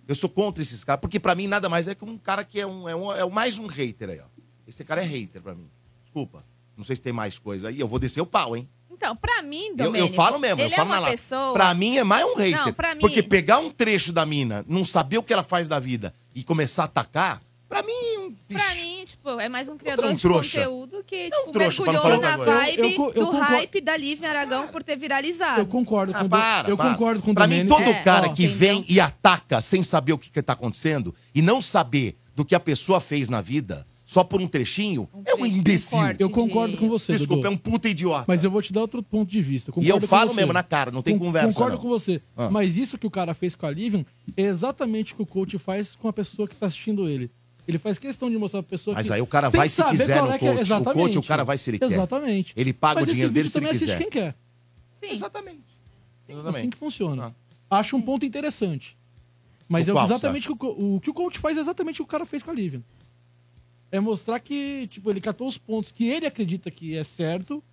S2: Eu sou contra esses caras, porque pra mim nada mais é que um cara que é um é, um, é mais um hater aí, ó. Esse cara é hater pra mim. Desculpa. Não sei se tem mais coisa aí, eu vou descer o pau, hein?
S6: Então, pra mim,
S2: Eu, eu
S6: Domênico.
S2: falo mesmo,
S6: ele
S2: eu falo
S6: é
S2: na
S6: uma
S2: lata.
S6: pessoa.
S2: Pra mim é mais um hater.
S6: Não, pra mim-
S2: Porque pegar um trecho da mina, não saber o que ela faz da vida e começar a atacar, pra mim.
S6: Pra
S2: bicho,
S6: mim, tipo, é mais um criador de
S2: trouxa.
S6: conteúdo que
S2: É um
S6: tipo,
S2: trouxa, pra não
S6: mergulhou
S2: falar
S6: na
S2: outra
S7: coisa.
S6: vibe
S7: Eu- eu co- eu
S6: do
S7: concor-
S6: hype da Lívia Aragão por ter viralizado.
S7: Eu concordo
S2: ah,
S7: com o Do-
S2: para,
S7: Eu
S2: para.
S7: concordo com o
S2: Pra mim,
S7: Domênico.
S2: todo
S6: É,
S2: cara
S6: ó,
S2: que
S6: entendeu?
S2: vem e ataca sem saber o que, que tá acontecendo e não saber do que a pessoa fez na vida, só por um trechinho, é um
S6: trecho, um
S2: imbecil.
S6: corte.
S7: Eu concordo com você,
S2: Desculpa, é
S7: Dudu.
S2: um puta idiota.
S7: Mas eu vou te dar outro ponto de vista.
S2: E eu
S7: Concordo com
S2: falo
S7: você.
S2: mesmo na cara, não tem
S7: Con-
S2: conversa.
S7: Concordo
S2: não.
S7: com você.
S2: Ah.
S7: Mas isso que o cara fez com a Livian é exatamente o que o coach faz com a pessoa que tá assistindo ele. Ele faz questão de mostrar pra pessoa
S2: Mas
S7: que...
S2: aí o cara
S7: sem
S2: vai se
S7: saber
S2: quiser
S7: qual
S2: no
S7: é que
S2: coach. O
S7: exatamente.
S2: coach, o cara vai se ele quer.
S7: Exatamente.
S2: Ele paga o
S7: esse
S2: dinheiro dele
S7: vídeo
S2: se ele
S7: também assiste
S2: quiser.
S7: quem quer.
S6: Sim.
S2: Exatamente.
S7: Assim
S2: Exatamente. Tá.
S7: que funciona. Acho um ponto interessante. Mas
S2: O
S7: é
S2: qual,
S7: exatamente o, que o, o que o coach faz é exatamente o que o cara fez com a Livian. É mostrar que, tipo, ele catou os pontos que ele acredita que é certo,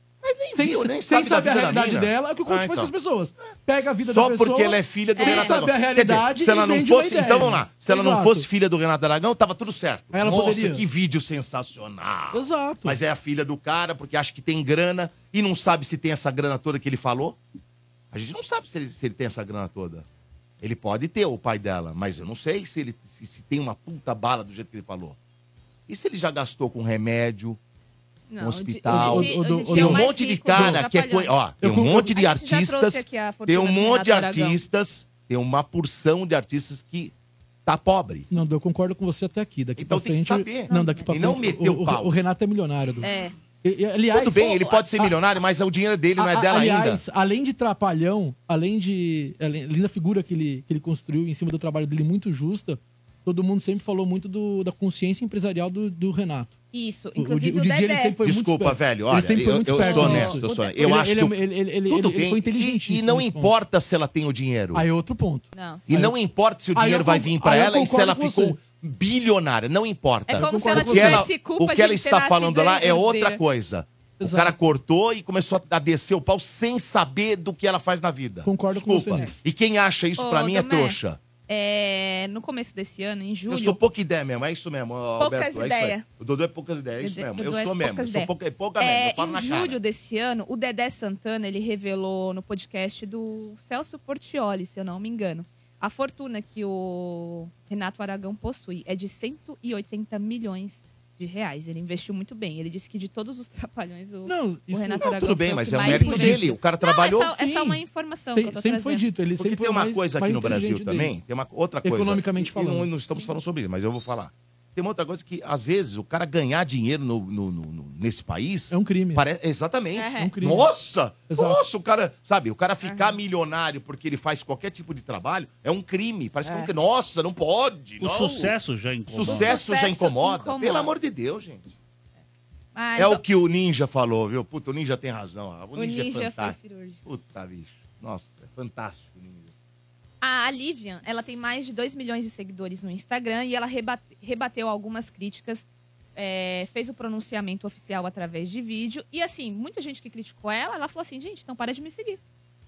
S7: sem,
S2: viu, nem
S7: sem
S2: sabe da
S7: saber a
S2: vida da
S7: realidade
S2: mina.
S7: dela, é o que o coach
S2: Ah,
S7: faz
S2: então.
S7: com as pessoas. Pega a vida da
S2: Só
S7: pessoa...
S2: porque ela é filha do
S7: sem
S2: Renato
S7: saber a
S2: Aragão. Quer
S7: realidade
S2: dizer, se ela
S7: e
S2: não
S7: vende uma
S2: fosse,
S7: ideia.
S2: então vamos lá. Se ela não
S7: Exato.
S2: fosse filha do Renato Aragão, tava tudo certo.
S7: Aí ela
S2: Nossa,
S7: poderia.
S2: que vídeo sensacional.
S7: Exato.
S2: Mas é a filha do cara, porque acha que tem grana e não sabe se tem essa grana toda que ele falou. A gente não sabe se ele, se ele tem essa grana toda. Ele pode ter, o pai dela, mas eu não sei se ele se, se tem uma puta bala do jeito que ele falou. E se ele já gastou com remédio,
S6: Não,
S2: com
S6: o
S2: hospital?
S6: Di- o Di- o Didi
S2: tem
S6: é o
S2: um
S6: mais
S2: monte de
S6: rico
S2: cara
S6: dos
S2: que é.
S6: trapalhões.
S2: coi- Ó, tem um monte de
S6: A gente já trouxe
S2: artistas.
S6: aqui a fortuna
S2: Tem um
S6: do
S2: monte de
S6: Renato Aragão.
S2: artistas. Tem uma porção de artistas que tá pobre.
S7: Não, eu concordo com você até aqui. Daqui
S2: Então
S7: pra
S2: tem que
S7: frente.
S2: saber.
S7: Não, daqui pra
S2: E
S7: frente.
S2: não meter o
S7: o,
S2: pau.
S7: o Renato é milionário. Du.
S6: É.
S7: E- e, aliás,
S2: Tudo bem, ele
S7: oh,
S2: pode ser
S7: a-
S2: milionário, mas o dinheiro dele não
S7: a-
S2: é
S7: a-
S2: dela ainda.
S7: aliás, Além de trapalhão, além de. Além, além da figura que ele, que ele construiu em cima do trabalho dele muito justa, todo mundo sempre falou muito do- da consciência empresarial do, do Renato.
S6: Isso,
S7: O- o
S6: inclusive
S7: Di-
S6: o,
S7: o DJ, ele
S6: Dedé.
S7: sempre foi muito
S2: Desculpa,
S7: esperto.
S2: velho.
S7: é. Ele
S2: Olha,
S7: sempre foi
S2: eu,
S7: muito
S2: eu
S7: esperto
S2: sou
S7: no-
S2: honesto, eu sou honesto. Eu
S7: Ele-
S2: acho
S7: ele,
S2: que.
S7: é- ele, ele, ele,
S2: Tudo
S7: ele
S2: bem.
S7: foi
S2: e,
S7: inteligentíssimo.
S2: e não
S7: nesse ponto.
S2: importa se ela tem o dinheiro.
S7: é Aí é outro ponto.
S6: tá- Não.
S2: E
S7: Aí eu-
S2: não importa se o
S7: aí eu
S2: dinheiro vai
S7: con-
S2: vir pra
S7: aí eu
S2: ela e se
S7: concordo
S2: ela
S7: com
S2: ficou
S7: você.
S2: bilionária. Não importa.
S6: É como se
S7: concordo
S6: ela
S7: com
S2: o que ela,
S6: tivesse culpa
S2: o que ela
S6: de ter
S2: está
S6: nascido
S2: falando lá é outra
S6: herdeira.
S2: coisa. O
S7: Exato.
S2: cara cortou e começou a descer o pau sem saber do que ela faz na vida.
S7: Concordo com
S2: Desculpa.
S7: você, Nick.
S2: E quem acha isso
S6: Ô,
S2: pra mim é
S6: Domé,
S2: trouxa.
S6: É, no começo desse ano, em julho,
S2: Eu sou pouca ideia mesmo, é isso mesmo, ó,
S6: Poucas
S2: Alberto. É isso aí.
S6: ideia.
S2: O Dodô é poucas ideias, é isso
S6: Dodô-
S2: mesmo.
S6: Dodô
S2: Eu
S6: é
S2: sou mesmo.
S6: poucas
S2: Eu sou
S6: ideia.
S2: pouca, pouca mesmo,
S6: é,
S2: eu falo na
S6: em
S2: cara.
S6: julho desse ano, o Dedé Santana ele revelou no podcast do Celso Portioli, se eu não me engano, a fortuna que o Renato Aragão possui é de 180 milhões de reais. Ele investiu muito bem. Ele disse que de todos os trapalhões, o,
S7: Não,
S6: o
S7: isso-
S6: Renato
S2: Não,
S6: Aragão
S2: tudo bem,
S6: foi o
S2: mas
S6: que
S2: é o
S6: mais
S2: mérito
S6: investiu.
S2: dele. O cara
S6: Não,
S2: trabalhou.
S6: é só, é só uma informação que eu
S7: Sempre,
S6: tô
S7: sempre
S6: trazendo.
S7: foi dito, ele
S2: Porque
S7: sempre foi
S2: tem uma
S7: mais-
S2: coisa aqui
S7: mais
S2: no Brasil
S7: inteligente dele.
S2: também, tem uma outra coisa.
S7: Economicamente
S2: E- e
S7: falando.
S2: não, não estamos falando sobre isso, mas eu vou falar. Tem uma outra coisa que, às vezes, o cara ganhar dinheiro no- no- no- no- nesse país.
S7: É um crime.
S2: Pare- Exatamente.
S6: É. É um
S7: crime.
S2: Nossa!
S7: Exato.
S2: Nossa, o cara, sabe, o cara ficar milionário porque ele faz qualquer tipo de trabalho é um crime. Parece que é um crime. Nossa, não pode.
S5: O
S2: não.
S5: sucesso já
S2: O
S5: incomoda.
S2: Sucesso já
S6: Sucesso
S2: incomoda.
S6: incomoda.
S2: Pelo amor de Deus, gente. É
S6: Ah, então,
S2: o que o Ninja falou, viu? Puta, o Ninja tem razão. ah, O
S6: o
S2: Ninja, é
S6: ninja foi
S2: fantástico.
S6: cirúrgico.
S2: Puta, bicho. Nossa, é fantástico o Ninja.
S6: A Livian, ela tem mais de 2 milhões de seguidores no Instagram e ela rebate- rebateu algumas críticas, é, fez o pronunciamento oficial através de vídeo. E assim, muita gente que criticou ela, ela falou assim, gente, então para de me seguir.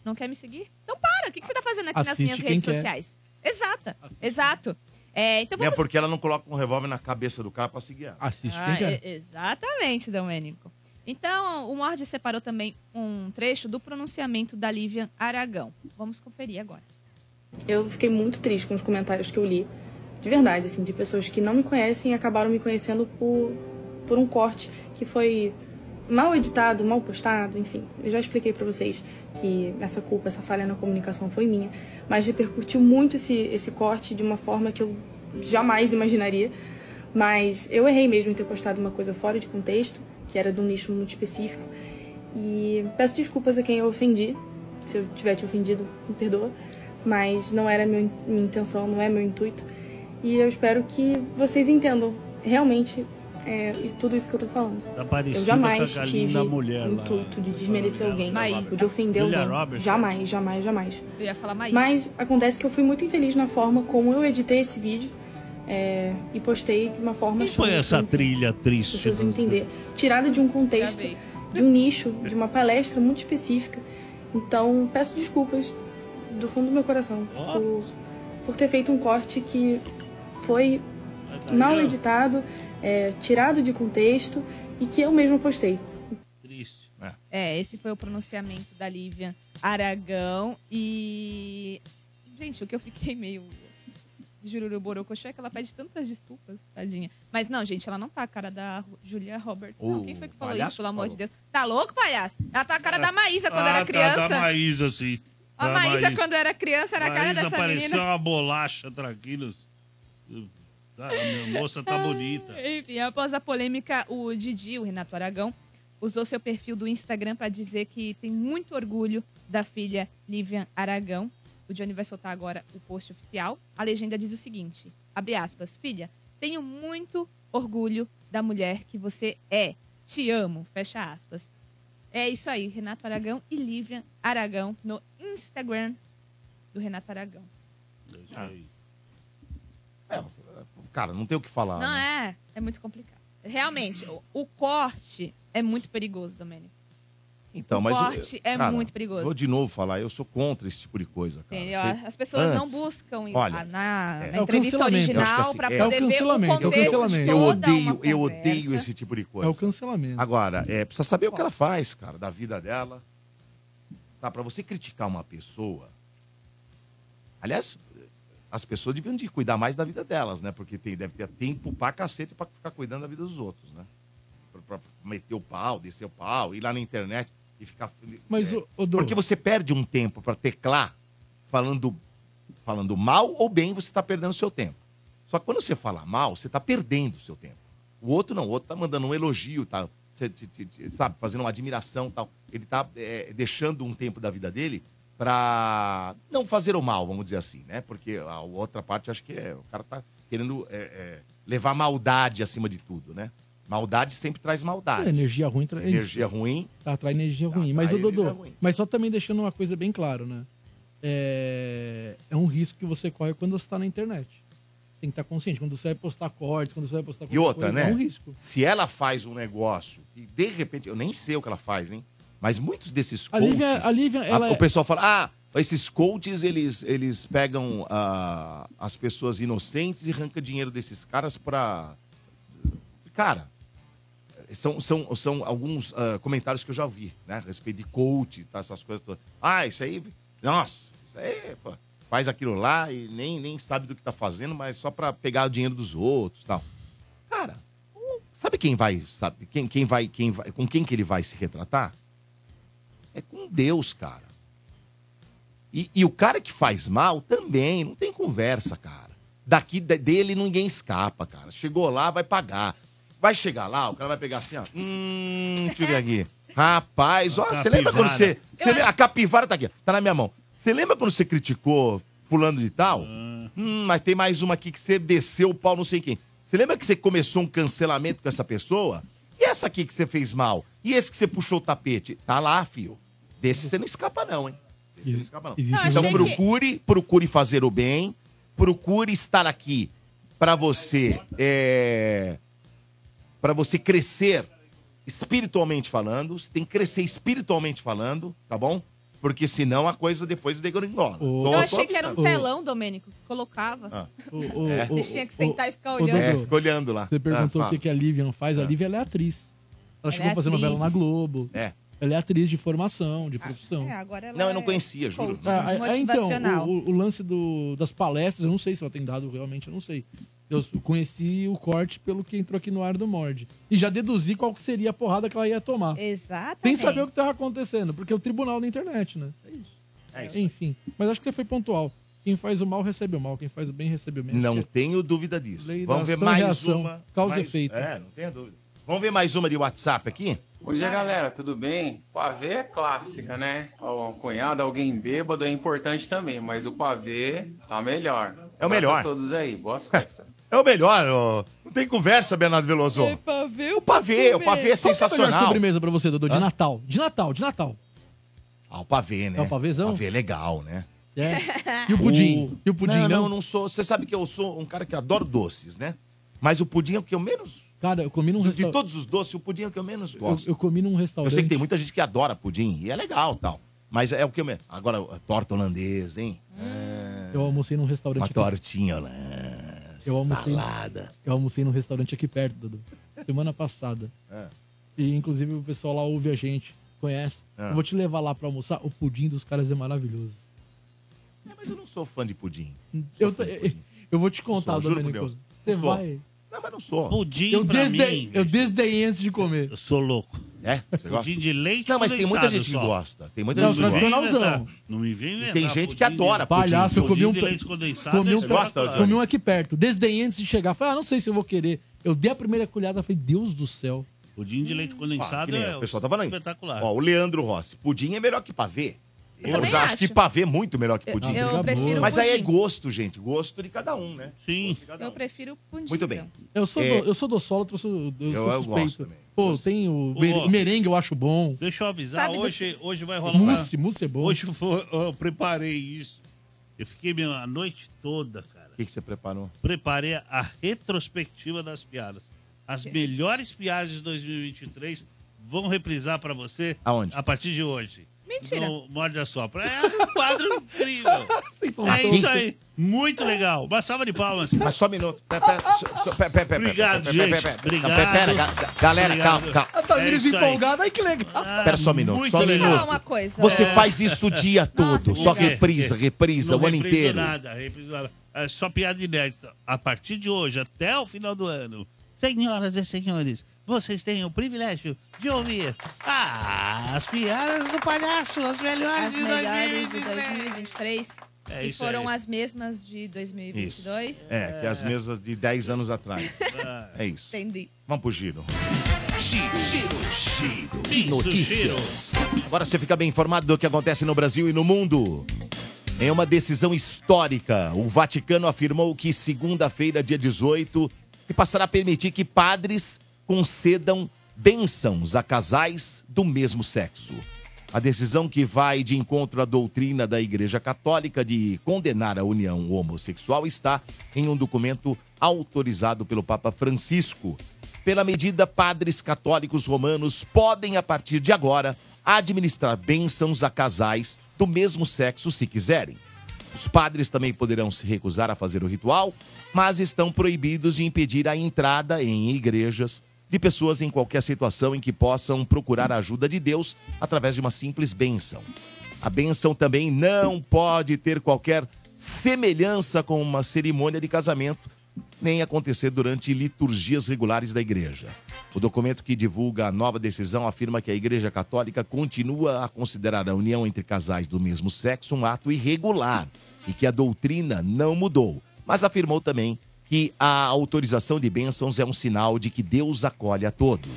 S6: Não quer me seguir? Então para, o que, que você tá fazendo aqui nas
S7: Assiste
S6: minhas
S7: quem
S6: redes
S7: quer.
S6: sociais? Exata, exato. É, então
S2: É
S6: vamos...
S2: porque ela não coloca um revólver na cabeça do cara pra seguir ela.
S7: Assiste
S6: Ah,
S7: quem quer.
S6: e- exatamente, Domênico. Então, o Mord separou também um trecho do pronunciamento da Livian Aragão. Vamos conferir agora.
S10: Eu fiquei muito triste com os comentários que eu li. De verdade, assim, de pessoas que não me conhecem e acabaram me conhecendo por, por um corte que foi mal editado, mal postado, enfim. Eu já expliquei pra vocês que essa culpa, essa falha na comunicação foi minha, mas repercutiu muito esse, esse corte de uma forma que eu jamais imaginaria. Mas eu errei mesmo em ter postado uma coisa fora de contexto, que era de um nicho muito específico. E peço desculpas a quem eu ofendi. Se eu tiver te ofendido, me perdoa. Mas não era meu, minha intenção, não é meu intuito. E eu espero que vocês entendam realmente é, isso- tudo isso que eu tô falando.
S5: Tá
S10: Eu
S5: parecida
S10: jamais
S5: com a
S10: tive
S5: linda
S10: o
S5: mulher lá. né?
S10: intuito de desmerecer alguém,
S6: Mas-
S10: ou de ofender
S5: Julia
S10: alguém.
S5: Roberts. né?
S10: Jamais, jamais, jamais.
S6: Eu ia falar mais.
S10: Mas acontece que eu fui muito infeliz na forma como eu editei esse vídeo é, e postei de uma forma
S5: E põe
S10: achando
S5: essa
S10: que
S5: trilha
S10: as
S5: triste.
S10: pessoas
S5: do-
S10: iam entender. Tirada de um contexto,
S6: Gravei.
S10: de um nicho, de uma palestra muito específica. Então, peço desculpas do fundo do meu coração
S5: Ó.
S10: por, por ter feito um corte que foi
S6: Tá
S10: mal editado, é, tirado de contexto e que eu mesma postei.
S5: Triste.
S6: É, esse foi o pronunciamento da Lívia Aragão. E. Gente, o que eu fiquei meio. Jururuborocochô é que ela pede tantas desculpas, tadinha. Mas não, gente, ela não tá a cara da Ru- Julia Roberts. não.
S2: Ô,
S6: Quem foi que falou
S2: palhaço
S6: isso, pelo amor
S2: falou.
S6: de Deus? Tá louco, palhaço? Ela tá a cara da Maísa quando
S5: Ah,
S6: era
S5: tá,
S6: criança.
S5: da Maísa, sim.
S6: a
S5: Da
S6: Maísa, quando era criança era a cara
S5: Maísa
S6: dessa
S5: parecia
S6: menina.
S5: uma bolacha, tranquilos. Ah, minha moça tá bonita.
S6: Enfim, após a polêmica, o Didi, o Renato Aragão, usou seu perfil do Instagram para dizer que tem muito orgulho da filha Livian Aragão. O Johnny vai soltar agora o post oficial. A legenda diz o seguinte: abre aspas, filha, tenho muito orgulho da mulher que você é. Te amo, fecha aspas. É isso aí, Renato Aragão e Livian Aragão no Instagram do Renato Aragão. é.
S2: É, Cara, não tem o que falar.
S6: Não,
S2: né?
S6: é. É muito complicado. Realmente, o, o corte é muito perigoso, Domênico.
S2: Então,
S6: O
S2: mas eu-
S6: corte é muito perigoso.
S2: Vou de novo falar, eu sou contra esse tipo de coisa, cara.
S6: Entendeu?
S2: Você-
S6: As pessoas não
S2: antes,
S6: buscam i-
S2: olha,
S6: a- na,
S2: é.
S6: na
S7: É o
S6: entrevista
S7: cancelamento,
S2: eu acho que assim,
S6: original para
S2: é.
S6: poder
S7: É o
S6: ver o
S7: cancelamento,
S6: contexto
S7: é o cancelamento.
S6: de
S2: Eu
S6: toda uma
S2: odeio, eu
S6: conversa.
S2: odeio esse tipo de
S7: É
S2: coisa.
S7: o cancelamento.
S2: Agora, é, precisa saber o que ela faz, cara, da vida dela. tá? Para você criticar uma pessoa. Aliás, as pessoas deviam de cuidar mais da vida delas, né? Porque tem, deve ter tempo pra cacete pra ficar cuidando da vida dos outros, né? Pra, pra meter o pau, descer o pau, ir lá na internet e ficar.
S7: Mas, o, o
S2: É. Porque você perde um tempo pra teclar falando, falando mal ou bem, você tá perdendo o seu tempo. Só que quando você fala mal, você tá perdendo o seu tempo. O outro não, o outro tá mandando um elogio, tá? te- te- te- te- Sabe, fazendo uma admiração tal. Ele tá é, deixando um tempo da vida dele pra não fazer o mal, vamos dizer assim, né? Porque a outra parte, acho que é, o cara tá querendo é, é, levar maldade acima de tudo, né? Maldade sempre traz
S7: É,
S2: maldade.
S7: energia ruim tra...
S2: Energia ruim.
S7: Tá, atrai energia ruim. Mas,
S2: atrai
S7: o Dodô,
S2: energia ruim.
S7: mas só também deixando uma coisa bem claro, né? É, é um risco que você corre quando você tá na internet. Tem que estar consciente. Quando você vai postar cortes, quando você vai postar
S2: E
S7: qualquer
S2: outra,
S7: coisa,
S2: né?
S7: É um risco.
S2: Se ela faz um negócio e de repente, eu nem sei o que ela faz, hein? Mas muitos desses
S7: A
S2: coaches,
S7: Lívia- a Lívia, ela é-
S2: Ah, o pessoal fala, ah, esses coaches eles eles pegam ah, as pessoas inocentes e arranca dinheiro desses caras pra... cara, são, são, são alguns ah, comentários que eu já vi, né? A respeito de coach, tá? essas coisas todas. Ah, isso aí, nossa, isso aí, pô, faz aquilo lá e nem, nem sabe do que tá fazendo, mas só pra pegar o dinheiro dos outros tal. Cara, o- sabe quem vai, sabe? Quem, quem vai, quem vai, com quem que ele vai se retratar? É com Deus, cara. E, e o cara que faz mal também, não tem conversa, cara. Daqui de- dele ninguém escapa, cara. Chegou lá, vai pagar. Vai chegar lá, o cara vai pegar assim, ó. Hum, deixa eu ver aqui. Rapaz, ó,
S11: A
S2: você lembra quando você.
S11: capivara.
S2: você lembra- a capivara tá aqui, ó, tá na minha mão. Você lembra quando você criticou fulano de tal? Hum, mas tem mais uma aqui que você desceu o pau não sei quem. Você lembra que você começou um cancelamento com essa pessoa? E essa aqui que você fez mal? E esse que você puxou o tapete? Tá lá, fio. Desse você não escapa, não, hein? Desse você não escapa, não.
S11: Existe
S2: Então
S11: um-
S2: procure, procure fazer o bem, procure estar aqui para você, é, para você crescer espiritualmente falando. Você tem que crescer espiritualmente falando, tá bom? Porque senão a coisa depois degringola. Tô-
S6: Eu
S2: tô
S6: achei que era um
S2: avisando.
S6: telão, Domênico, que colocava.
S2: é. Ah.
S7: o-
S2: É.
S6: Eles tinham que
S7: o-
S6: sentar e ficar
S7: o
S6: olhando.
S2: É,
S7: Dodô,
S2: fica olhando lá.
S7: Você perguntou
S2: Ah,
S7: o que, que a Lívia faz. A Lívia ela é atriz. Ela
S6: Ela
S7: chegou
S6: é
S7: a fazer novela
S6: atriz.
S7: na Globo.
S2: É.
S7: Ela é atriz de formação, de profissão.
S6: É, agora ela
S2: Não, eu não
S6: é
S2: conhecia, juro.
S6: coach
S7: Ah, é- é, então,
S6: motivacional.
S7: o, o- o lance do- das palestras, eu não sei se ela tem dado realmente, eu não sei. Eu conheci o corte pelo que entrou aqui no ar do Mord. E já deduzi qual que seria a porrada que ela ia tomar.
S12: Exatamente.
S7: Sem saber o que tá estava acontecendo, porque é o tribunal da internet, né? É isso. Enfim, mas acho que você foi pontual. Quem faz o mal recebe o mal, quem faz o bem recebe o bem.
S2: Não tenho dúvida disso.
S7: Lei da
S2: Vamos ver
S7: ação e
S2: mais
S7: reação,
S2: uma.
S7: causa e
S2: mais-
S7: efeito.
S2: É, não tenha dúvida. Vamos ver mais uma de WhatsApp aqui?
S13: Bom dia, galera, tudo bem? Pavê é clássica, né? O cunhado, alguém bêbado é importante também, mas o pavê tá melhor.
S2: É o
S13: Abraço
S2: melhor.
S13: a todos aí, boas festas.
S2: É o melhor, ô. não tem conversa, Bernardo Veloso.
S13: pavê,
S2: o pavê, o pavê é
S7: Qual que É a melhor
S2: sensacional.
S7: sobremesa pra você, Dodô? De Natal. De Natal, de Natal.
S2: Ah, o pavê, né?
S7: É o pavêzão?
S2: O pavê é legal, né?
S7: É. E o pudim? E o pudim,
S2: não,
S7: não?
S2: não, não sou. Você sabe que eu sou um cara que adoro doces, né? Mas o pudim é o que eu menos.
S7: Cara, eu comi num
S2: De
S7: restaurante.
S2: todos os doces, o pudim é o que eu menos
S7: Eu,
S2: gosto.
S7: eu comi num
S2: Eu
S7: restaurante.
S2: sei que tem muita gente que adora pudim e é legal tal. Mas é o que eu mesmo. Agora, a torta holandesa, hein? Ah,
S7: Eu almocei num restaurante
S2: né? Uma
S7: aqui.
S2: tortinha holandesa.
S7: Ah. Eu almocei,
S2: Salada.
S7: eu almocei num restaurante aqui perto, Dudu. Semana passada.
S2: É.
S7: E inclusive o pessoal lá ouve a gente, conhece.
S2: É.
S7: Eu vou te levar lá pra almoçar. O pudim dos caras é maravilhoso.
S2: É, Mas eu não sou fã de pudim.
S7: Eu, eu vou te contar,
S2: Sou, juro por
S7: Domenico.
S2: Deus.
S7: Você
S2: Não sou.
S7: vai.
S2: Não, mas não sou.
S5: Pudim
S7: eu
S5: pra
S7: desdei,
S5: mim.
S7: eu desdenhei antes de comer.
S5: Eu sou louco.
S2: É? Você gosta?
S5: Pudim de leite
S2: Não, mas tem muita
S5: condensado
S2: gente que
S5: só.
S2: gosta. Tem muita Não, gente que gosta. tradicionalzão.
S5: Não me vem
S2: E
S5: inventar.
S2: tem gente que
S5: pudim de-
S2: adora pudim.
S7: Palhaço, eu comi um,
S5: de
S7: pe-
S5: leite condensado. é
S7: comi, um,
S5: Você
S7: pe-
S5: gosta,
S7: comi um aqui perto. Desdenhei antes de chegar. Falei, ah, não sei se eu vou querer. Eu dei a primeira colhada, falei, Deus do céu.
S5: Pudim de leite
S2: Ah, que
S5: condensado
S2: nem
S5: é
S2: o pessoal tá falando aí.
S5: espetacular.
S2: Ó, o Leandro Rossi. Pudim é melhor que pavê.
S5: Eu
S2: Eu,
S5: também
S2: já acho que
S6: acho.
S2: pavê é muito melhor que
S6: Eu-
S2: pudim.
S6: eu prefiro
S2: Mas aí é
S6: pudim.
S2: gosto, gente. Gosto de cada um, né?
S5: Sim.
S6: Eu prefiro pudim.
S2: Muito bem.
S7: Eu sou,
S2: É.
S7: do, eu sou dossólatro, eu sou, eu
S2: Eu-
S7: sou
S2: eu
S7: suspeito.
S2: gosto também.
S7: Pô, tem o mer-
S5: Ó.
S7: merengue, eu acho bom.
S5: Deixa eu avisar,
S7: Sabe do
S5: hoje, hoje vai rolar.
S7: Mousse, mousse é bom.
S5: Hoje eu, vou- eu preparei isso. Eu fiquei meu, a noite toda, cara.
S2: O que, que você preparou?
S5: Preparei a retrospectiva das piadas. As melhores piadas de 2023 vão reprisar pra você
S2: Aonde?
S5: a partir de hoje.
S6: Mentira.
S5: No Morde a Sopra. É um quadro incrível. é isso aí. Muito legal. Uma salva de palmas.
S2: Mas só um minuto. Pera, pera, só- só- pera, pera, pera,
S5: Obrigado,
S2: pera,
S5: gente.
S2: pera, pera, pera.
S5: Obrigado.
S2: Não, pera, pera, ga- galera, calma, calma.
S5: A Tamires
S2: É isso aí.
S5: empolgada,
S7: ai que legal.
S2: Pera só um minuto,
S5: muito
S2: só um
S5: legal.
S2: minuto.
S5: Falar uma coisa.
S2: Você
S5: É.
S2: faz isso o dia todo,
S5: Nossa,
S2: só
S5: que legal. É.
S2: reprisa, reprisa,
S5: Não
S2: o ano
S5: reprisa
S2: inteiro.
S5: Nada, reprisa nada. É só piada inédita. A partir de hoje, até o final do ano, senhoras e senhores, vocês têm o privilégio de ouvir as piadas do palhaço, as melhores
S6: As
S5: de
S6: melhores de
S5: 2023.
S6: 2023.
S2: É
S6: e
S2: isso
S6: foram
S2: aí.
S6: as mesmas de 2022.
S2: É, que as mesas de 10 anos atrás. É isso.
S6: Entendi.
S2: Vamos pro giro. Giro, giro, giro de notícias. Agora você fica bem informado do que acontece no Brasil e no mundo. Em uma decisão histórica, o Vaticano afirmou que segunda-feira, dia 18, que passará a permitir que padres concedam bênçãos a casais do mesmo sexo. A decisão que vai de encontro à doutrina da Igreja Católica de condenar a união homossexual está em um documento autorizado pelo Papa Francisco. Pela medida, padres católicos romanos podem, a partir de agora, administrar bênçãos a casais do mesmo sexo se quiserem. Os padres também poderão se recusar a fazer o ritual, mas estão proibidos de impedir a entrada em igrejas de pessoas em qualquer situação em que possam procurar a ajuda de Deus através de uma simples bênção. A bênção também não pode ter qualquer semelhança com uma cerimônia de casamento nem acontecer durante liturgias regulares da igreja. O documento que divulga a nova decisão afirma que a Igreja Católica continua a considerar a união entre casais do mesmo sexo um ato irregular e que a doutrina não mudou, mas afirmou também que a autorização de bênçãos é um sinal de que Deus acolhe a todos.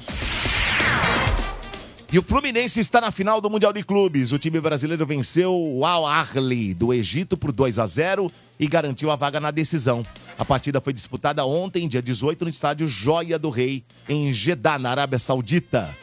S2: E o Fluminense está na final do Mundial de Clubes. O time brasileiro venceu o Al-Ahli do Egito por 2 a 0 e garantiu a vaga na decisão. A partida foi disputada ontem, dia 18, no estádio Joia do Rei, em Jeddah, na Arábia Saudita.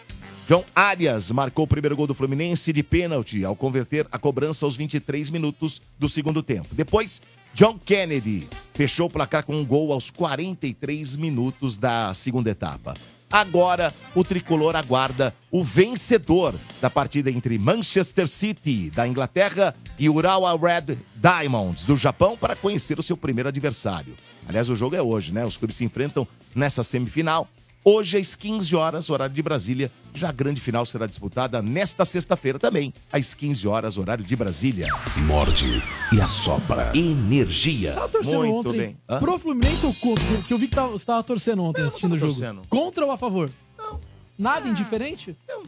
S2: João Arias marcou o primeiro gol do Fluminense de pênalti ao converter a cobrança aos 23 minutos do segundo tempo. Depois, John Kennedy fechou o placar com um gol aos 43 minutos da segunda etapa. Agora, o tricolor aguarda o vencedor da partida entre Manchester City, da Inglaterra, e Urawa Red Diamonds, do Japão, para conhecer o seu primeiro adversário. Aliás, o jogo é hoje, né? Os clubes se enfrentam nessa semifinal. Hoje, às 15 horas, horário de Brasília. Já a grande final será disputada nesta sexta-feira também, às 15 horas, horário de Brasília.
S3: Morde e assopra.
S2: Energia.
S7: Tava torcendo
S2: Muito
S7: ontem
S2: bem. Hã?
S7: pro Fluminense ou contra? Porque eu vi que tava, você tava torcendo ontem assistindo o jogo.
S2: torcendo. Ah,
S7: Contra ou a favor? Não. Nada indiferente?
S2: Não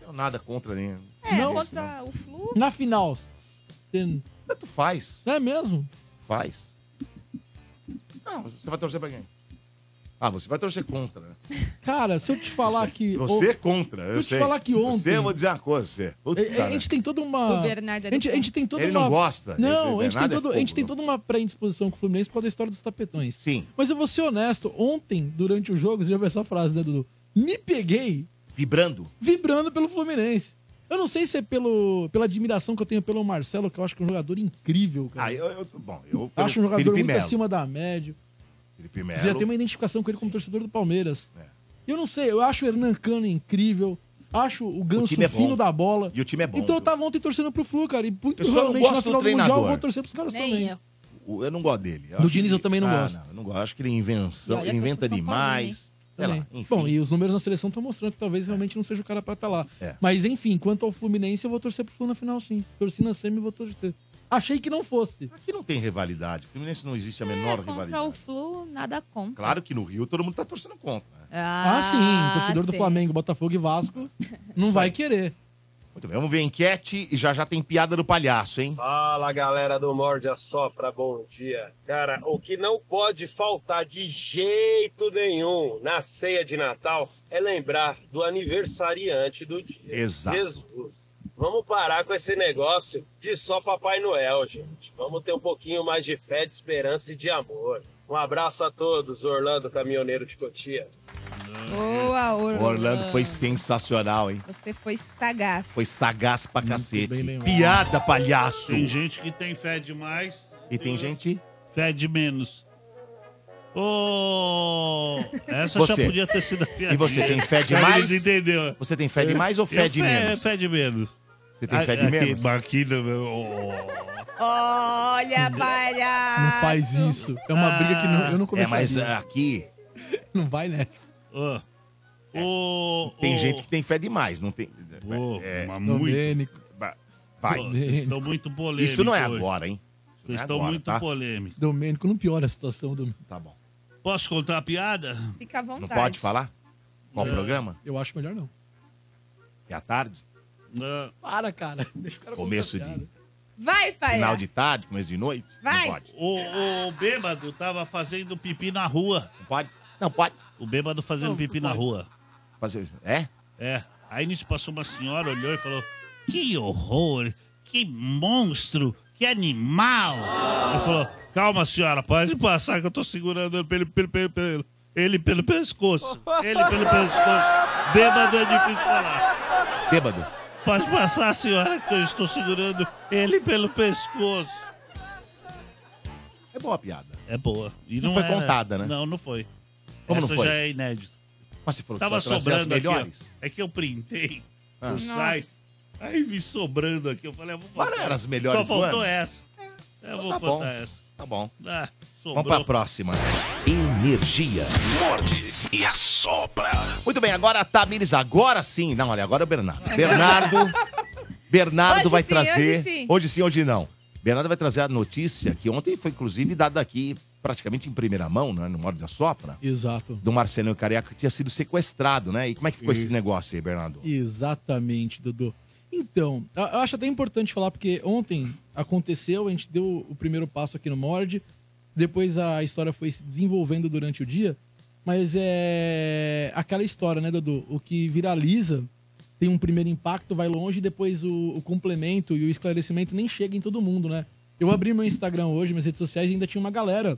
S2: tenho nada contra nem.
S6: É,
S7: Não.
S6: contra o Flu.
S7: Na final.
S2: Tanto faz.
S7: É mesmo?
S2: Faz. Não, você vai torcer pra quem? Ah, você vai torcer contra, né?
S7: Cara, se eu te falar que.
S2: Você é contra, eu
S7: Deixa eu te
S2: sei.
S7: falar que ontem- É,
S2: Você, eu vou dizer uma coisa, você. Puta,
S7: A- a- A
S2: cara.
S7: gente tem toda uma.
S6: O Bernardo é
S7: a gente,
S6: do
S7: a gente tem toda
S2: Ele
S7: uma.
S2: não gosta. Esse
S7: Não, a gente, tem
S2: Bernardo é
S7: todo, a gente
S2: fogo,
S7: tem
S2: não.
S7: toda uma predisposição com o Fluminense por causa da história dos tapetões.
S2: Sim.
S7: Mas eu vou ser honesto, ontem, durante o jogo, você já ouviu essa frase, né, Dudu? Me peguei
S2: Vibrando.
S7: vibrando pelo Fluminense. Eu não sei se é pelo, pela admiração que eu tenho pelo Marcelo, que eu acho que é um jogador incrível, cara.
S2: Ah, eu, eu- bom, eu
S7: Eu acho um jogador
S2: Felipe
S7: muito
S2: Melo.
S7: acima da média.
S2: Felipe
S7: Você já tem um
S2: Melo. É.
S7: uma identificação com ele como torcedor do Palmeiras. Eu não sei, eu acho o Hernan Cano incrível. Acho o Ganso
S2: time é bom.
S7: fino da bola.
S2: E o time é bom.
S7: Então eu tava ontem torcendo pro Flu, cara. E muito
S2: Eu só não
S7: provavelmente
S2: gosto
S7: na final
S2: do
S7: do, Mundial
S2: treinador.
S7: eu vou torcer pros caras
S6: Nem
S7: também.
S6: eu.
S2: O- Eu não gosto dele.
S7: Do
S2: acho
S7: Diniz eu também não
S2: Ah,
S7: gosto.
S2: Não, eu não gosto. Acho que ele invenção,
S6: E olha que eu
S2: inventa
S6: sou São
S2: demais. Sei
S7: Também.
S2: lá, enfim.
S7: Bom, e os números na seleção estão mostrando que talvez realmente não seja o cara pra estar lá.
S2: É.
S7: Mas enfim, quanto ao Fluminense, eu vou torcer pro Flu na final sim. Torci na semi e vou torcer. Achei que não fosse.
S2: Aqui não tem rivalidade. O Fluminense não existe a
S6: É,
S2: menor
S6: Contra o
S2: rivalidade.
S6: Flu, nada contra.
S2: Claro que no Rio todo mundo tá torcendo contra. né?
S7: Ah, sim, torcedor do
S6: sim.
S7: Flamengo, Botafogo e Vasco não vai querer.
S2: Muito bem, vamos ver a enquete e já já tem piada do palhaço, hein?
S11: Fala galera do Morde a Sopra, bom dia. Cara, o que não pode faltar de jeito nenhum na ceia de Natal é lembrar do aniversariante do dia.
S2: Exato.
S11: Jesus. Vamos parar com esse negócio de só Papai Noel, gente. Vamos ter um pouquinho mais de fé, de esperança e de amor. Um abraço a todos, Orlando Caminhoneiro de Cotia.
S6: Boa, Orlando.
S2: Orlando foi sensacional, hein?
S6: Você foi sagaz.
S2: Foi sagaz pra cacete.
S5: bem lembrado.
S2: Piada, palhaço.
S5: Tem gente que tem fé demais.
S2: E tem gente.
S5: Fé de menos. Ô, essa
S2: Você.
S5: já podia ter sido a piadinha.
S2: E você tem fé
S5: Já
S2: demais?
S5: eles entenderam.
S2: Você tem fé demais ou fé
S5: Eu
S2: de
S5: fé,
S2: menos?
S5: Fé de menos. Ah,
S2: Você tem fé de
S5: Aqui-
S2: menos?
S5: Aqui no meu. oh.
S12: Olha, palhaço.
S7: Não faz isso. É uma briga que não- eu não
S2: É, mas
S7: começaria.
S2: aqui
S7: Não vai nessa.
S2: tem
S5: ô.
S2: gente que tem fé demais, não tem. é,
S5: Domênico.
S2: Ba- Vai.
S5: Ô, vocês estão muito polêmicos.
S2: Isso não é
S5: hoje.
S2: agora, hein? Isso não
S5: Vocês
S2: é
S5: estão
S2: agora,
S5: muito
S2: tá?
S5: polêmicos.
S7: Domênico, não piora a situação, Domênico.
S2: Tá bom.
S5: Posso contar a piada?
S12: Fica à vontade.
S2: Não pode falar? Qual
S5: Não.
S2: programa?
S7: É, Eu acho melhor não.
S2: É à tarde?
S7: Para, cara. Deixa o cara
S2: Começo de.
S12: Vai,
S2: Final
S12: palhaço.
S2: de tarde, começo de noite?
S12: Vai.
S2: Não pode.
S5: O, o bêbado tava fazendo pipi na rua. Não
S2: pode. Não pode.
S5: O bêbado fazendo
S2: Não, não
S5: pipi na
S2: pode.
S5: rua.
S2: Fazer... É?
S5: É. Aí nisso passou uma senhora, olhou e falou: Que horror! Que monstro! Que animal! Ele falou: Calma, senhora, pode passar que eu tô segurando ele pelo, pelo, pelo, pelo- ele pelo pescoço. Ele pelo pescoço. Bêbado é difícil falar.
S2: Bêbado.
S5: Pode passar, senhora, que eu estou segurando ele pelo pescoço.
S2: É boa a piada.
S5: É boa. E
S2: Não
S5: não,
S2: foi
S5: era-
S2: contada, né?
S5: Não, não foi.
S2: Como
S5: Essa
S2: não foi?
S5: já é inédita.
S2: Mas você falou que
S5: Tava
S2: só trazer as
S5: sobrando aqui, ó.
S2: melhores.
S5: É que eu printei
S2: Ah.
S5: o
S2: Nossa.
S5: site. Aí vi sobrando aqui. Eu falei, eu vou
S2: Mas não eram as melhores
S5: Só
S2: do
S5: faltou
S2: ano?
S5: essa. Eu vou
S2: tá
S5: botar
S2: bom.
S5: essa.
S2: Tá bom.
S5: Ah, sobrou.
S2: Vamos pra próxima. Energia.
S3: Morde e assopra.
S2: Muito bem, agora a Tamires, agora sim. Não, olha, agora é o Bernardo. Bernardo. Bernardo
S12: Hoje
S2: vai
S12: sim,
S2: trazer.
S12: hoje sim.
S2: sim, hoje não. Bernardo vai trazer a notícia que ontem foi, inclusive, dada aqui praticamente em primeira mão, né, no Morde da Sopra,
S7: Exato.
S2: do Marcelinho Carioca, que tinha sido sequestrado, né? E como é que ficou
S7: Sim.
S2: esse negócio aí, Bernardo?
S7: Exatamente, Dudu. Então, eu eu acho até importante falar, porque ontem aconteceu, a gente deu o primeiro passo aqui no Mord, depois a história foi se desenvolvendo durante o dia, mas é aquela história, né, Dudu? O que viraliza tem um primeiro impacto, vai longe, e depois o, o complemento e o esclarecimento nem chega em todo mundo, né? Eu abri meu Instagram hoje, minhas redes sociais, e ainda tinha uma galera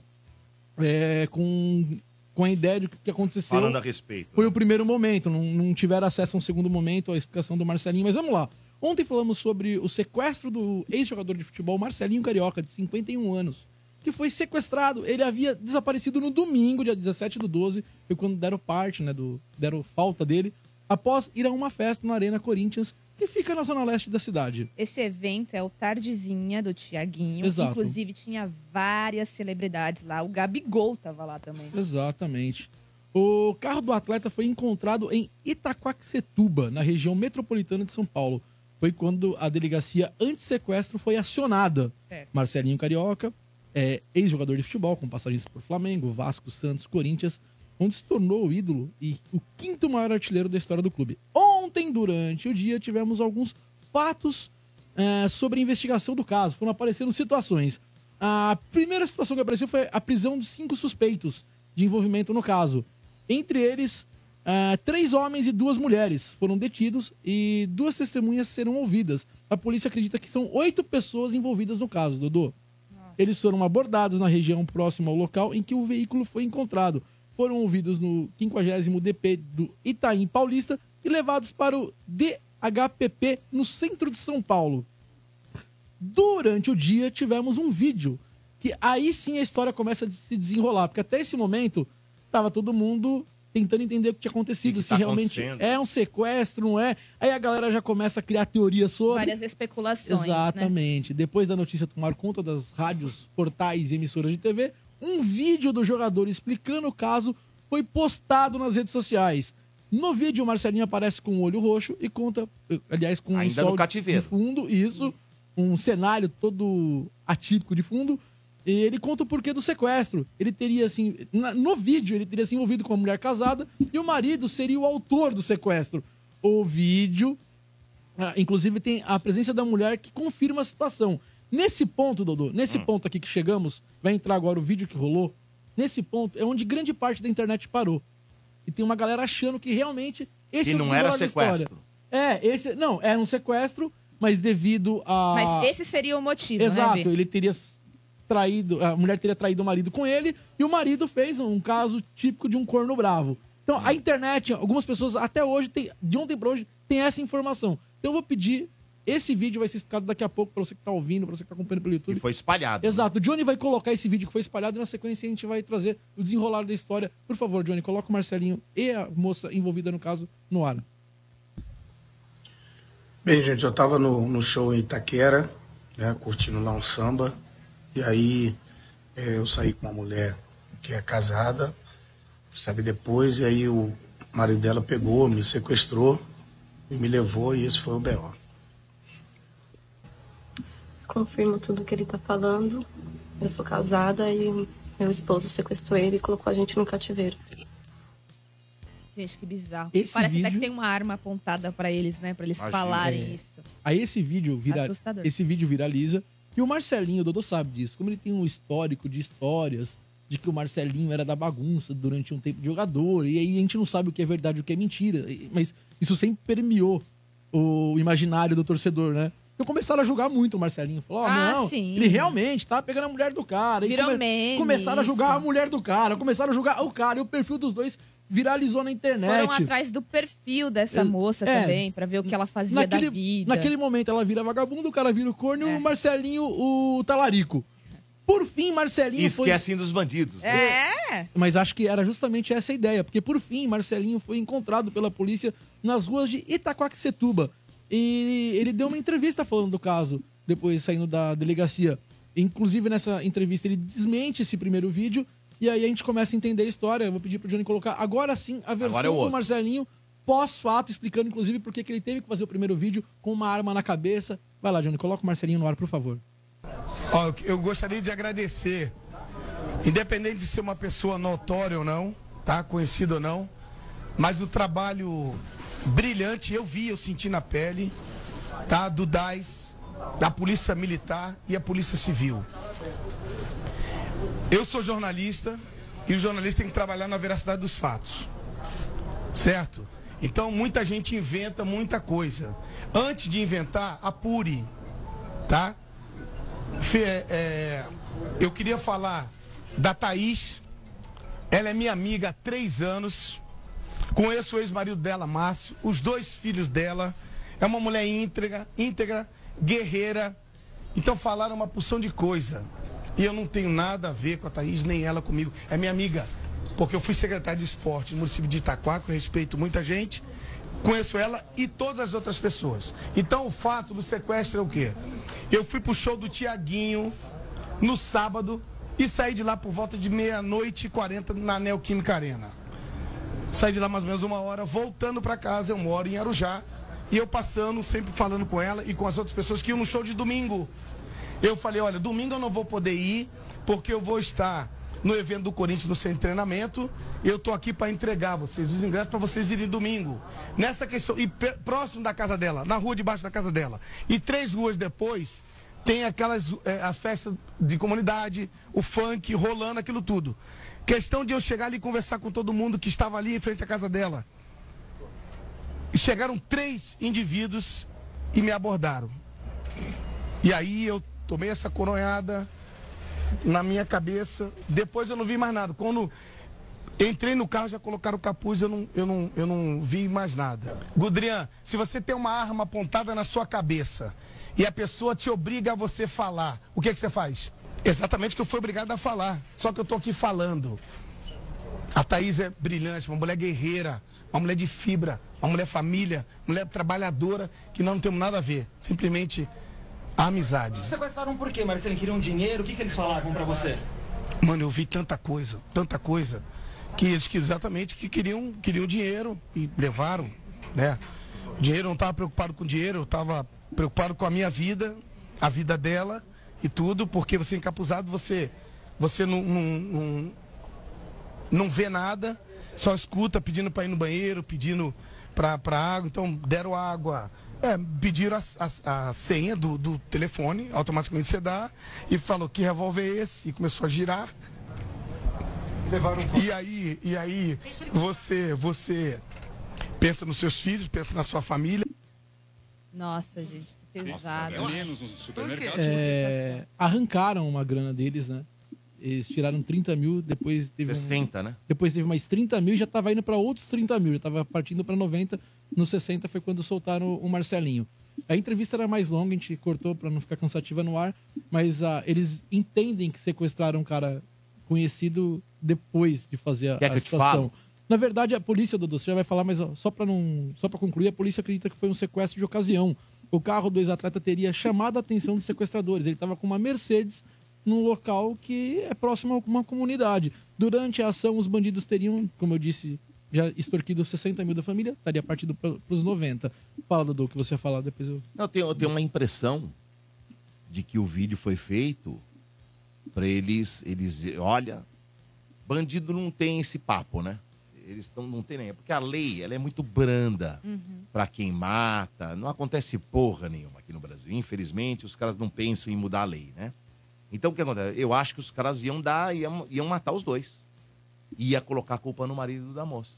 S7: é, com, com a ideia do que que aconteceu.
S2: Falando a respeito.
S7: Foi o primeiro momento, não, não tiveram acesso a um segundo momento, a explicação do Marcelinho, mas vamos lá. Ontem falamos sobre o sequestro do ex-jogador de futebol Marcelinho Carioca, de 51 anos, que foi sequestrado. Ele havia desaparecido no domingo, dia 17 do 12, foi quando deram parte, né, do, deram falta dele, após ir a uma festa na Arena Corinthians, que fica na zona leste da cidade.
S6: Esse evento é o Tardezinha do Tiaguinho.
S7: Exato.
S6: Inclusive, tinha várias celebridades lá. O Gabigol tava lá também.
S7: Exatamente. O carro do atleta foi encontrado em Itaquaquecetuba, na região metropolitana de São Paulo. Foi quando a delegacia antissequestro foi acionada.
S12: Certo.
S7: Marcelinho Carioca, é, ex-jogador de futebol, com passagens por Flamengo, Vasco, Santos, Corinthians, onde se tornou o ídolo e o quinto maior artilheiro da história do clube. Ontem, durante o dia, tivemos alguns fatos é, sobre a investigação do caso. Foram aparecendo situações. A primeira situação que apareceu foi a prisão de cinco suspeitos de envolvimento no caso. Entre eles, ah, três homens e duas mulheres foram detidos e duas testemunhas serão ouvidas. A polícia acredita que são oito pessoas envolvidas no caso, Dodô. Eles foram abordados na região próxima ao local em que o veículo foi encontrado. Foram ouvidos no 50 DP do Itaim Paulista e levados para o DHPP no centro de São Paulo. Durante o dia tivemos um vídeo que aí sim a história começa a se desenrolar, porque até esse momento tava todo mundo tentando entender o que tinha acontecido, se
S6: tá
S7: realmente
S6: acontecendo?
S7: é um sequestro, não é? Aí a galera já começa a criar teorias sobre
S6: Várias especulações, né?
S7: Exatamente. Depois da notícia tomar conta das rádios, portais e emissoras de TV, um vídeo do jogador explicando o caso foi postado nas redes sociais. No vídeo, o Marcelinho aparece com o olho roxo e conta, eh, aliás, com um
S2: Ainda
S7: sol
S2: no cativeiro.
S7: de fundo, isso, um cenário todo atípico de fundo. E ele conta o porquê do sequestro. Ele teria, assim, na- no vídeo, ele teria se envolvido com uma mulher casada e o marido seria o autor do sequestro. O vídeo ah, Inclusive, tem a presença da mulher que confirma a situação. Nesse ponto, Dodô, nesse
S2: Hum.
S7: ponto aqui que chegamos, vai entrar agora o vídeo que rolou. Nesse ponto é onde grande parte da internet parou. E tem uma galera achando que realmente esse
S2: Que
S7: é o
S2: não era
S7: desenrolar da
S2: sequestro.
S7: história. É, esse. Não, era um sequestro, mas devido a.
S6: Mas esse seria o motivo,
S7: Ah. Exato,
S6: né, Bê?
S7: ele teria traído, a mulher teria traído o marido com ele e o marido fez um caso típico de um corno bravo. Então, a internet, algumas pessoas até hoje tem, de ontem pra hoje, tem essa informação. Então eu vou pedir esse vídeo vai ser explicado daqui a pouco pra você que tá ouvindo, pra você que tá acompanhando pelo YouTube.
S2: E foi espalhado.
S7: Exato, o Johnny vai colocar esse vídeo que foi espalhado e na sequência a gente vai trazer o desenrolar da história. Por favor, Johnny, coloca o Marcelinho e a moça envolvida no caso no ar.
S14: Bem, gente, eu tava no, no show em Itaquera, né, curtindo lá um samba, e aí eh, eu saí com uma mulher que é casada, sabe, depois, e aí o marido dela pegou, me sequestrou e me levou, e esse foi o B.O.
S15: Confirmo tudo que ele tá falando. Eu sou casada e meu esposo sequestrou ele e colocou a gente no cativeiro.
S6: Gente, que bizarro.
S7: Esse
S6: Parece até
S7: vídeo-
S6: que tem uma arma apontada pra eles, né? Pra eles
S7: Imagina.
S6: falarem
S7: É.
S6: isso.
S7: Aí esse vídeo, vira...
S6: Assustador.
S7: esse vídeo viraliza. E o Marcelinho, o Dodô sabe disso. Como ele tem um histórico de histórias de que o Marcelinho era da bagunça durante um tempo de jogador. E aí a gente não sabe o que é verdade e o que é mentira. e- Mas isso sempre permeou o imaginário do torcedor, né? Então começaram a julgar muito o Marcelinho. Falou, ó,
S6: Ah,
S7: não,
S6: sim.
S7: ele realmente tá pegando a mulher do cara. E
S6: Virou meme,
S7: Começaram a
S6: isso.
S7: julgar a mulher do cara, começaram a julgar o cara. E o perfil dos dois viralizou na internet.
S6: Foram atrás do perfil dessa
S7: É,
S6: moça
S7: é.
S6: também, pra ver o que ela fazia da vida. É.
S7: naquele momento ela vira vagabundo, o cara vira o corno e o Marcelinho, o talarico. Por fim, Marcelinho
S2: Esquecem dos bandidos. né?
S7: É. Mas acho que era justamente essa a ideia, porque por fim, Marcelinho foi encontrado pela polícia nas ruas de Itaquaquecetuba. E ele deu uma entrevista falando do caso, depois saindo da delegacia. Inclusive, nessa entrevista, ele desmente esse primeiro vídeo. E aí a gente começa a entender a história. Eu vou pedir pro Johnny colocar agora sim a versão
S2: Agora é o
S7: do
S2: outro.
S7: Marcelinho pós-fato, explicando inclusive por que que ele teve que fazer o primeiro vídeo com uma arma na cabeça. Vai lá, Johnny, coloca o Marcelinho no ar, por favor.
S16: Ó, eu- eu gostaria de agradecer, independente de ser uma pessoa notória ou não, tá? Conhecida ou não, mas o trabalho brilhante eu vi, eu senti na pele, tá? Do DAIS, da Polícia Militar e a Polícia Civil. Eu sou jornalista e o jornalista tem que trabalhar na veracidade dos fatos. Certo? Então muita gente inventa muita coisa. Antes de inventar, apure. Tá? Fê, é, eu queria falar da Thaís. Ela é minha amiga há três anos. Conheço o ex-marido dela, Márcio, os dois filhos dela. É uma mulher íntegra, íntegra, guerreira. Então falaram uma porção de coisa. E eu não tenho nada a ver com a Thaís, nem ela comigo. É minha amiga. Porque eu fui secretário de esporte no município de Itaquaco, eu respeito muita gente. Conheço ela e todas as outras pessoas. Então o fato do sequestro é o quê? Eu fui pro show do Tiaguinho no sábado e saí de lá por volta de meia-noite e 40 na Neoquímica Arena. Saí de lá mais ou menos uma hora, voltando pra casa, eu moro em Arujá. E eu passando, sempre falando com ela e com as outras pessoas que iam no show de domingo. Eu falei, olha, domingo eu não vou poder ir, porque eu vou estar no evento do Corinthians no seu treinamento. Eu tô aqui pra entregar vocês os ingressos pra vocês irem domingo. Nessa questão, e pe- próximo da casa dela, na rua debaixo da casa dela. E três ruas depois, tem aquelas eh, a festa de comunidade, o funk rolando aquilo tudo. Questão de eu chegar ali e conversar com todo mundo que estava ali em frente à casa dela. E chegaram três indivíduos e me abordaram. E aí eu tomei essa coronhada na minha cabeça. Depois eu não vi mais nada. Quando entrei no carro, já colocaram o capuz, eu não, eu não, eu não vi mais nada. Gudrian, se você tem uma arma apontada na sua cabeça e a pessoa te obriga a você falar, o que, é que você faz? Exatamente o que eu fui obrigado a falar. Só que eu tô aqui falando. A Thaís é brilhante, uma mulher guerreira, uma mulher de fibra, uma mulher família, mulher trabalhadora, que nós não temos nada a ver. Simplesmente a amizade.
S17: Sequestraram por quê, Marcelo? Queriam um dinheiro? O que, que eles falaram pra você?
S16: Mano, eu vi tanta coisa, tanta coisa, que eles que exatamente que queriam, queriam dinheiro e levaram, né? Dinheiro, eu não estava preocupado com dinheiro, eu estava preocupado com a minha vida, a vida dela e tudo, porque você é encapuzado, você, você não, não, não, não vê nada, só escuta pedindo para ir no banheiro, pedindo para água, então deram água. É, pediram a, a- a senha do, do telefone, automaticamente você dá, e falou que revólver é esse, e começou a girar. Levaram e aí, e aí você, você pensa nos seus filhos, pensa na sua família.
S6: Nossa, gente, que pesado.
S18: menos no
S6: é
S18: supermercado.
S7: É, arrancaram uma grana deles, né? Eles tiraram 30 mil, depois teve. um-
S2: 60, né?
S7: Depois teve mais 30 mil e já tava indo para outros 30 mil, já tava partindo para 90. No 60 foi quando soltaram o Marcelinho. A entrevista era mais longa, a gente cortou para não ficar cansativa no ar, mas ah, eles entendem que sequestraram um cara conhecido depois de fazer a,
S2: Quer que
S7: a
S2: eu te
S7: situação.
S2: falo?
S7: Na verdade, a polícia, Dodô, você já vai falar, mas ó, só para não, só para concluir, a polícia acredita que foi um sequestro de ocasião, O carro do ex-atleta teria chamado a atenção dos sequestradores. Ele estava com uma Mercedes num local que é próximo a uma comunidade. Durante a ação, os bandidos teriam, como eu disse, já extorquido 60 mil da família, estaria partido para os 90. Fala, Dudu, o que você ia falar, depois eu...
S2: Não, eu tenho, eu tenho uma impressão de que o vídeo foi feito para eles, eles, olha, bandido não tem esse papo, né? Eles tão, não tem nem, porque a lei, ela é muito branda
S18: Uhum.
S2: para quem mata, não acontece porra nenhuma aqui no Brasil. Infelizmente, os caras não pensam em mudar a lei, né? Então, o que acontece? Eu acho que os caras iam dar, iam, iam matar os dois. Ia colocar a culpa no marido da moça.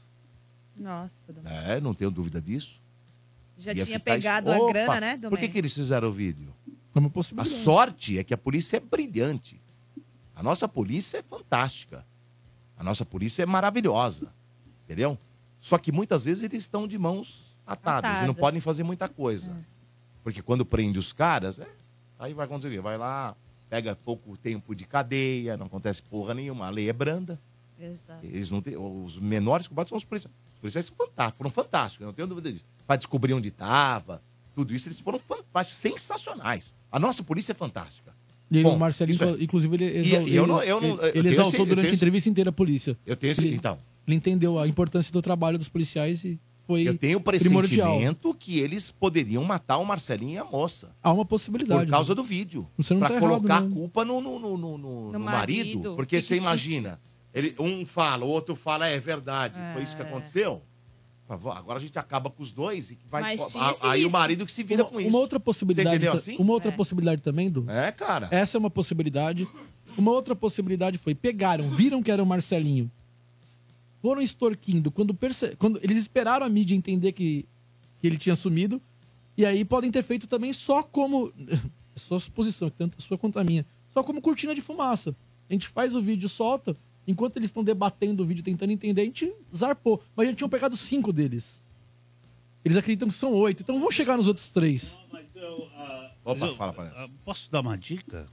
S18: Nossa, Dom.
S2: É, não tenho dúvida disso.
S18: já
S2: Ia
S18: tinha
S2: ficar es-
S18: pegado
S2: Opa,
S18: a grana, né,
S2: Por que,
S18: Domênico?
S2: que eles fizeram o vídeo?
S7: Como
S2: A
S7: possibilidade.
S2: sorte é que a polícia é brilhante. A nossa polícia é fantástica. A nossa polícia é maravilhosa. Entendeu? Só que muitas vezes eles estão de mãos atadas, e não
S18: Atadas. Hum.
S2: podem fazer muita coisa. Porque quando prende os caras, é, aí vai acontecer o quê? Vai lá, pega pouco tempo de cadeia, não acontece porra nenhuma. A lei é branda.
S18: Exato.
S2: Eles não têm, os menores combates são os policiais. Os policiais são fantásticos, foram fantásticos, eu não tenho dúvida disso. Para descobrir onde estava, tudo isso, eles foram fan- mas sensacionais. A nossa polícia é fantástica.
S7: E
S2: Bom,
S7: o Marcelinho,
S2: isso é-
S7: inclusive, ele,
S2: E- e eu não- eu não- eu
S7: ele
S2: tenho
S7: exaltou
S2: esse- eu
S7: durante
S2: tenho
S7: a
S2: esse-
S7: entrevista inteira a polícia.
S2: Eu tenho esse,
S7: Ele-
S2: então,
S7: Ele entendeu a importância do trabalho dos policiais e foi
S2: eu tenho o
S7: primordial.
S2: pressentimento que eles poderiam matar o Marcelinho e a moça.
S7: Há uma possibilidade. né?
S2: Por causa do vídeo.
S7: Você não
S2: Pra
S7: tá errado,
S2: colocar
S7: não.
S2: a culpa no, no, no, no- no
S18: No
S2: marido.
S18: marido.
S2: Porque
S18: Que
S2: você
S18: justiça.
S2: imagina. Ele, um fala, o outro fala, é verdade. Foi isso que
S18: É.
S2: aconteceu. Mas, vó, Agora a gente acaba com os dois e vai.
S18: Mas
S2: a-
S18: tinha esse
S2: aí o
S18: risco.
S2: marido que se vira com isso.
S7: Uma outra
S2: Você
S7: possibilidade.
S2: entendeu
S7: ta-
S2: assim?
S7: Uma outra possibilidade também, do.
S2: É, cara.
S7: Essa é uma possibilidade. Uma outra possibilidade foi pegaram, viram que era o Marcelinho. Foram extorquindo quando, perce... quando eles esperaram a mídia entender que... que ele tinha sumido. E aí podem ter feito também só como só suposição, tanto a sua quanto a minha. Só como cortina de fumaça. A gente faz o vídeo, solta, enquanto eles estão debatendo o vídeo, tentando entender, a gente zarpou. Mas já tinham pegado cinco deles. Eles acreditam que são oito, então vão chegar nos outros três.
S2: Opa,
S5: Mas eu-
S2: fala pra nós.
S5: ah, Posso dar uma dica?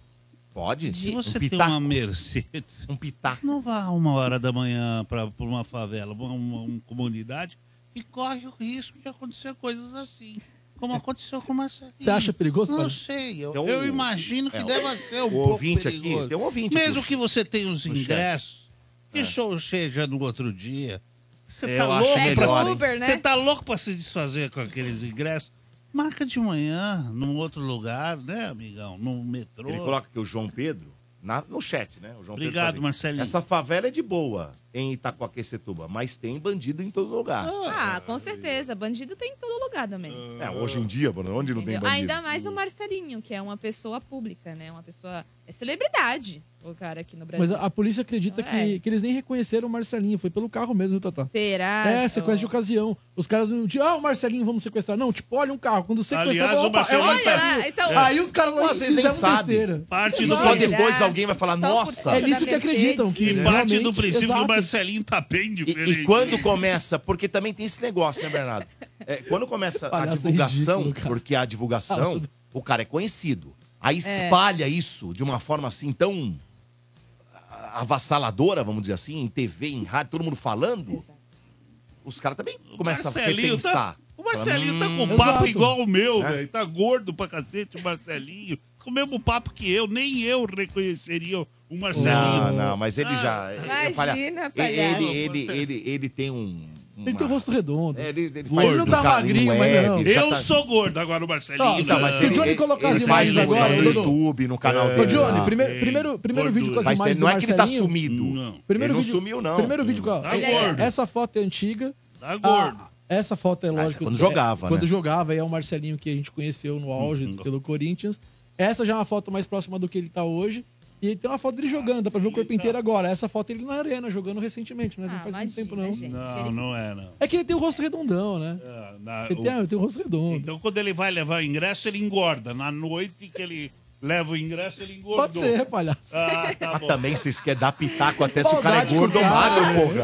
S2: Pode.
S5: Se
S2: Um
S5: você tem
S2: pitaco.
S5: uma Mercedes,
S2: um pitaco.
S5: não vá uma hora da manhã para uma favela, uma, uma- uma comunidade, e corre o risco de acontecer coisas assim. Como aconteceu com o Marcelinho.
S7: Você acha perigoso,
S5: Não
S7: Paulo?
S5: sei. Eu,
S7: Tem um-
S5: eu imagino que
S7: é,
S5: deva ser um
S2: o
S5: pouco
S2: ouvinte aqui,
S5: perigoso.
S2: tem um ouvinte aqui,
S5: Mesmo
S2: o-
S5: que você tenha os
S2: o chefe.
S5: ingressos, que show seja no outro dia. Você
S2: É. Eu
S5: tá,
S2: acho
S5: louco
S2: melhor,
S5: pra,
S2: hein?
S5: Uber, né? você tá louco pra se desfazer com aqueles ingressos? Marca de manhã, num outro lugar, né, amigão? No metrô.
S2: Ele coloca aqui o João Pedro na- no chat, né? O João Pedro
S5: Obrigado,
S2: fazia.
S5: Marcelinho.
S2: Essa favela é de boa em Itacoaquecetuba, mas tem bandido em todo lugar.
S6: Ah, com certeza. Bandido tem em todo lugar também.
S2: É, hoje em dia, Bruno, onde não tem bandido?
S6: Ainda mais o Marcelinho, que é uma pessoa pública, né? Uma pessoa. É celebridade, o cara aqui no Brasil.
S7: Mas a, a polícia acredita
S6: Não
S7: que,
S6: é.
S7: que eles nem reconheceram o Marcelinho, foi pelo carro mesmo, viu, Tatá?
S6: Será?
S7: É, sequestro de ocasião. Os caras não tinham, ah, o Marcelinho, vamos sequestrar. Não, tipo, olha um carro. Quando sequestra,
S2: Aliás,
S7: fala,
S2: o Marcelinho
S7: é um
S2: tá-
S7: carro.
S2: Ah, então-
S7: Aí os caras lá
S2: Vocês nem
S7: fizeram
S2: sabem.
S7: besteira.
S5: Parte
S2: do
S5: do
S2: só
S5: princípio-
S2: depois alguém vai falar, nossa.
S7: É nisso que acreditam. Que
S5: E parte do
S7: realmente-
S5: princípio que
S7: exato.
S5: o Marcelinho tá bem diferente.
S2: E quando começa, porque também tem esse negócio, né, Bernardo? É, quando começa a
S5: Palhaço
S2: divulgação,
S5: ridículo, cara.
S2: porque a divulgação, o cara é conhecido. Aí
S18: É.
S2: espalha isso de uma forma assim tão avassaladora, vamos dizer assim, em TV, em rádio, todo mundo falando. Os caras também começam a
S5: Marcelinho
S2: repensar.
S5: tá- o Marcelinho tá
S2: Fala,
S5: com
S2: "Hum,
S5: papo
S2: exato."
S5: igual o meu,
S2: Né?
S5: velho. Tá gordo pra cacete o Marcelinho. Com o mesmo papo que eu, nem eu reconheceria o Marcelinho. Ah,
S2: Não, não, mas ele já.
S5: Imagina,
S2: eu falei,
S5: palhaço.
S2: ele, ele, ele, ele, ele tem um.
S7: Ele tem o rosto redondo.
S2: É, ele, um
S7: Ele não tá magrinho,
S2: é,
S7: mas não.
S2: tá-
S5: Eu sou gordo agora, o Marcelinho.
S7: Ó,
S5: não.
S7: se o Johnny colocar as imagens
S2: no
S7: agora,
S2: canal do
S7: Dudu.
S2: YouTube, no canal
S7: É.
S5: É.
S7: Ô,
S2: dele.
S7: Johnny,
S2: lá.
S7: primeiro, primeiro, primeiro vídeo com as
S2: Mas
S7: imagens
S2: não
S7: do
S2: é que ele tá
S7: Marcelinho.
S2: sumido.
S7: Primeiro
S2: ele não
S7: vídeo,
S2: sumiu, não.
S7: Primeiro vídeo com a,
S2: Tá
S7: é-
S2: gordo.
S7: Essa foto é antiga.
S5: Tá
S7: gordo. essa foto é lógico.
S2: quando
S7: é-
S2: jogava,
S7: Quando
S2: né?
S7: jogava, aí é o Marcelinho que a gente conheceu no auge pelo Corinthians. Essa já é uma foto mais próxima do que ele tá hoje. E tem uma foto dele jogando, dá pra ver o corpo inteiro agora. Essa foto ele na arena, jogando recentemente, né? Não faz muito tempo, não.
S5: Não, não é, não.
S7: É que ele tem o rosto redondão, né?
S5: Ah, na-
S7: Ele tem,
S5: o-
S7: ele tem o rosto redondo.
S5: Então, quando ele vai levar o ingresso, ele engorda. Na noite que ele leva o ingresso, ele engordou.
S7: Pode ser, palhaço.
S5: Ah, tá
S2: Mas
S5: bom.
S2: também vocês querem dar pitaco até se o cara é
S5: Maldade com
S2: gordo ou
S5: o cara,
S2: magro,
S5: né?
S2: porra.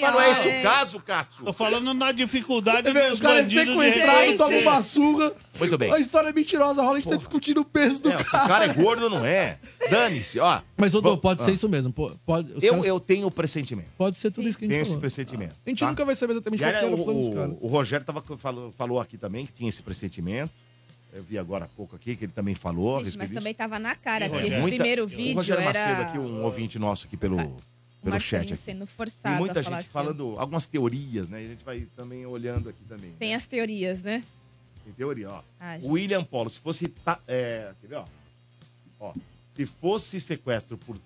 S5: Mas não é esse
S2: hein?
S5: o caso, Cássio. Tô falando na dificuldade
S7: Vê, O cara é sequestrado, toma uma surra.
S2: Muito bem.
S7: A história é mentirosa, rola, a gente tá discutindo o peso do
S2: É,
S7: cara.
S2: se o cara é gordo, não é. Dane-se, ó.
S7: Mas, Odô,
S2: Bom,
S7: pode
S2: ah.
S7: ser isso mesmo. po- Pode, os
S2: Eu,
S7: caras-
S2: eu tenho o pressentimento.
S7: Pode ser tudo isso que a gente
S2: Tenho esse
S7: falou. Ah,
S2: pressentimento.
S7: A gente
S2: tá?
S7: nunca vai saber
S2: E
S7: exatamente qual que
S2: era um,
S7: era
S2: o,
S7: o plano dos
S2: o,
S7: caras.
S2: o Rogério tava, falou, falou aqui também que tinha esse pressentimento. Eu vi agora há pouco aqui que ele também falou. a
S12: Gente, mas
S2: respeito disso.
S12: também tava na cara que
S2: Olha,
S12: esse
S2: muita-
S12: primeiro
S2: O
S12: vídeo
S2: Rogério Macedo
S12: era Ah,
S2: aqui, um ouvinte nosso aqui pelo, pelo
S12: Marcinho
S2: chat. Aqui.
S12: sendo
S2: Tem
S12: forçado
S2: muita
S12: a falar
S2: gente
S12: aquilo.
S2: falando algumas teorias, né? E a gente vai também olhando aqui também.
S12: Tem as teorias, né?
S2: Tem teoria, ó.
S12: Ah, gente.
S2: William Polo, se fosse. ta- é, quer ver, ó? Ó, Se fosse sequestro por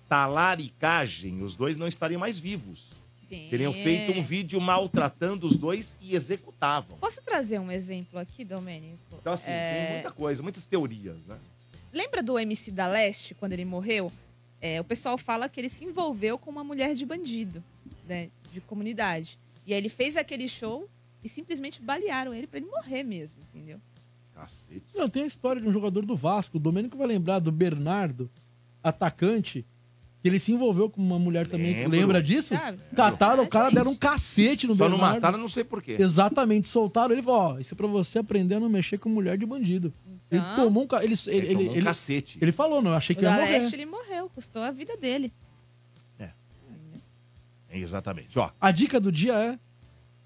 S2: talaricagem, os dois não estariam mais vivos.
S12: Sim.
S2: Teriam
S6: é.
S2: feito um vídeo maltratando os dois e executavam.
S12: Posso trazer um exemplo aqui, Domênico?
S2: Então, assim,
S12: É,
S2: tem muita coisa, muitas teorias, né?
S12: Lembra do MC da Leste, quando ele morreu? É, o pessoal fala que ele se envolveu com uma mulher de bandido, né, de comunidade. E aí ele fez aquele show e simplesmente balearam ele pra ele morrer mesmo, entendeu?
S7: Não, tem a história de um jogador do Vasco, o Domênico vai lembrar do Bernardo, atacante, que ele se envolveu com uma mulher também.
S2: Lembro.
S7: Lembra disso?
S2: Sabe?
S7: Cataram o cara, deram um cacete no
S2: Só não
S7: Bernardo.
S2: mataram, não sei por quê.
S7: Exatamente, soltaram ele e falou: Ó, isso é pra você aprender a não mexer com mulher de bandido. Ele tomou um, ca... ele, ele,
S2: Ele tomou um
S7: ele-
S2: cacete.
S7: Ele falou, não, eu achei
S12: O
S7: que ia
S12: da
S7: morrer.
S12: Leste, ele morreu, custou a vida dele.
S2: Exatamente, ó.
S7: A dica do dia é: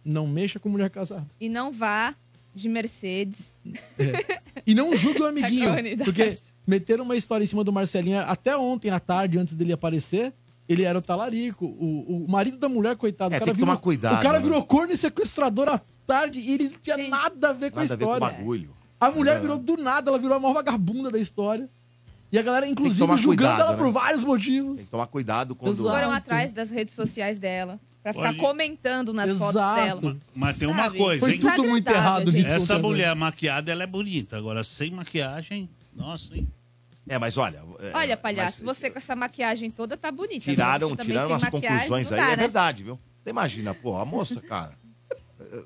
S7: não mexa com mulher casada.
S12: E não vá de Mercedes.
S7: É. E não julgue o amiguinho.
S12: A comunidade.
S7: porque meteram uma história em cima do Marcelinho até ontem à tarde, antes dele aparecer. Ele era o talarico, o, o marido da mulher, coitado.
S2: É,
S7: o cara
S2: tem que
S7: virou,
S2: tomar cuidado,
S7: O cara
S2: né?
S7: virou corno e sequestrador à tarde e ele não tinha nada a ver com a
S2: Nada a ver com o
S7: história.
S2: bagulho.
S7: a mulher
S2: É.
S7: virou do nada, ela virou a maior vagabunda da história. E a galera, inclusive,
S2: tomar
S7: julgando
S2: cuidado,
S7: ela
S2: né?
S7: por vários motivos.
S2: Tem que tomar cuidado quando.
S12: Eles foram atrás das redes sociais dela pra ficar
S5: Olha.
S12: comentando nas fotos
S5: Exato.
S12: dela.
S5: Ah, Mas tem uma
S12: Sabe?
S5: coisa,
S12: Foi
S5: hein?
S12: tudo muito é Desagradável, errado gente. nisso
S5: Essa
S12: outra
S5: mulher maquiada, ela é bonita. Agora, sem maquiagem, nossa, hein?
S2: É, mas olha.
S12: Olha, palhaço, você com essa maquiagem toda tá bonita. Agora
S2: Tiraram,
S12: você também
S2: tiraram
S12: sem
S2: as
S12: maquiagem,
S2: conclusões
S12: não
S2: aí.
S12: dá,
S2: É
S12: né?
S2: verdade, viu? Você imagina, pô, a moça, cara. eh, eh,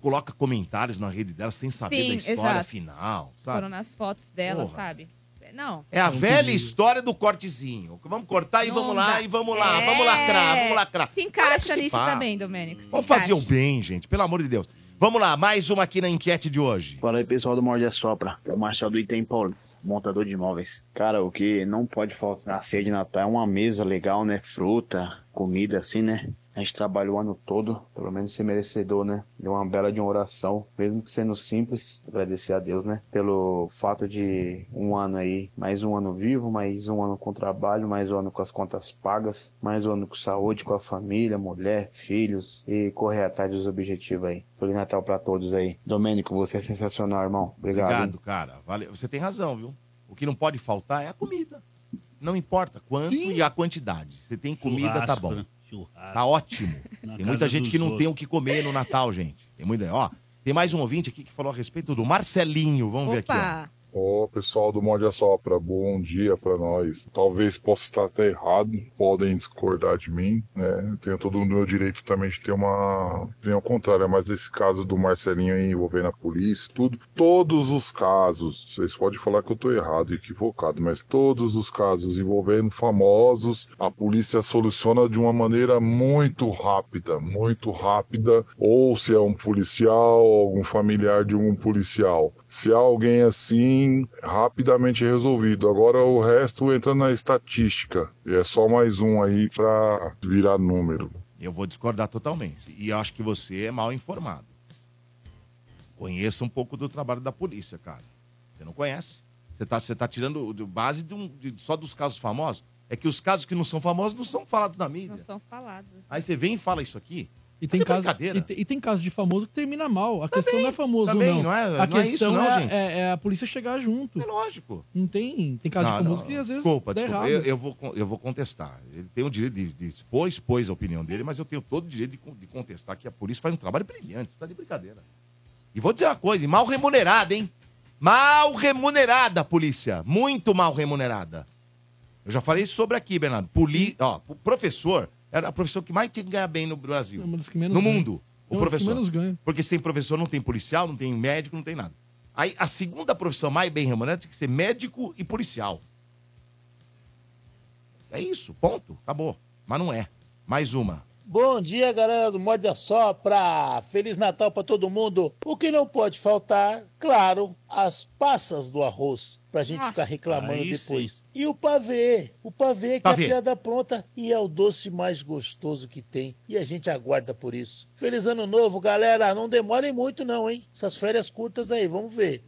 S2: Coloca comentários na rede dela sem saber
S12: Sim,
S2: da história
S12: exato.
S2: final,
S12: Foram
S2: sabe?
S12: nas fotos dela,
S2: Porra.
S12: sabe? Não.
S2: É a velha história do cortezinho. Vamos cortar e
S12: Não
S2: vamos lá,
S12: dá.
S2: e vamos lá,
S12: É.
S2: vamos lacrar, vamos lacrar.
S12: Se encaixa
S2: Para de se
S12: nisso
S2: pá.
S12: também, Domênico. se
S2: Vamos fazer um o
S12: encaixa.
S2: bem, gente, pelo amor de Deus. Vamos lá, mais uma aqui na enquete de hoje.
S19: Fala aí, pessoal do Morde Sopra. É o Marcelo do Item Paulins, montador de imóveis. Cara, o que não pode faltar na ceia de Natal é uma mesa legal, né? Fruta, comida, assim, né? A gente trabalha o ano todo, pelo menos ser merecedor, né? De uma bela de uma oração, mesmo que sendo simples, agradecer a Deus, né? Pelo fato de um ano aí, mais um ano vivo, mais um ano com trabalho, mais um ano com as contas pagas, mais um ano com saúde, com a família, mulher, filhos e correr atrás dos objetivos aí. Feliz Natal pra todos aí. Domênico, você é sensacional, irmão. Obrigado. hein?
S2: Obrigado, cara. Valeu. Você tem razão, viu? O que não pode faltar é a comida. Não importa quanto e a quantidade. Você tem comida, tá
S5: Churrasco,
S2: bom.
S5: né? Churrasco.
S2: Tá ótimo.
S5: Na
S2: tem
S5: casa
S2: muita gente
S5: dos
S2: que não tem
S5: outros.
S2: o que comer no Natal, gente. Tem muita, ó. Tem mais um ouvinte aqui que falou a respeito do Marcelinho. Vamos ver aqui.
S12: Opa!
S20: Ó, pessoal do Morde a Sopra, bom dia pra nós. Talvez possa estar até errado, podem discordar de mim, né? Eu tenho todo o meu direito também de ter uma opinião contrária, mas esse caso do Marcelinho aí envolvendo a polícia, e tudo, todos os casos, vocês podem falar que eu tô errado e equivocado, mas todos os casos envolvendo famosos, a polícia soluciona de uma maneira muito rápida, muito rápida, ou se é um policial, ou algum familiar de um policial. Se há alguém assim, rapidamente resolvido. Agora o resto entra na estatística. E é só mais um aí pra virar número.
S2: Eu vou discordar totalmente. E eu acho que você é mal informado. Conheça um pouco do trabalho da polícia, cara. Você não conhece. Você tá, você tá tirando de base de um- de- só dos casos famosos. É que os casos que não são famosos não são falados na mídia.
S12: Não são falados.
S2: Aí você vem e fala isso aqui.
S7: E tem,
S2: Tá de
S7: caso,
S2: brincadeira.
S7: e, te- e tem caso de famoso que termina mal. A questão não é famoso
S2: também,
S7: ou não.
S2: não é-
S7: a
S2: não é
S7: questão
S2: isso não,
S7: é,
S2: gente.
S7: é- é a polícia chegar junto. É
S2: lógico.
S7: Não tem. Tem caso de
S2: Não,
S7: famoso
S2: não,
S7: que às vezes.
S2: Desculpa,
S7: dá
S2: desculpa.
S7: errado.
S2: Eu, eu vou, con- eu vou contestar. Ele tem o direito de, de expor, expôs a opinião dele, mas eu tenho todo o direito de, con- de contestar que a polícia faz um trabalho brilhante. Você tá de brincadeira. E vou dizer uma coisa, e mal remunerada, hein? Mal remunerada a polícia. Muito mal remunerada. Eu já falei sobre aqui, Bernardo. Poli... Ó, o professor era a profissão que mais tinha que ganhar bem no
S7: É
S2: Brasil.
S7: menos
S2: no
S7: ganha. É
S2: mundo. O
S1: Então,
S7: uma das que
S2: professor.
S7: menos ganha.
S2: Porque sem professor não tem policial, não tem médico, não tem nada. Aí a segunda profissão mais bem remunerada tem que ser médico e policial. É isso, ponto, acabou. Mas não é. Mais uma.
S21: Bom dia, galera do Morde a Sopra. Feliz Natal para todo mundo. O que não pode faltar, claro, as passas do arroz pra gente
S22: Nossa,
S21: ficar reclamando
S22: aí sim.
S21: depois. E o pavê, o pavê que é
S22: Pavê.
S21: a piada pronta e é o doce mais gostoso que tem e a gente aguarda por isso. Feliz ano novo, galera. Não demorem muito não, hein? Essas férias curtas aí, vamos ver.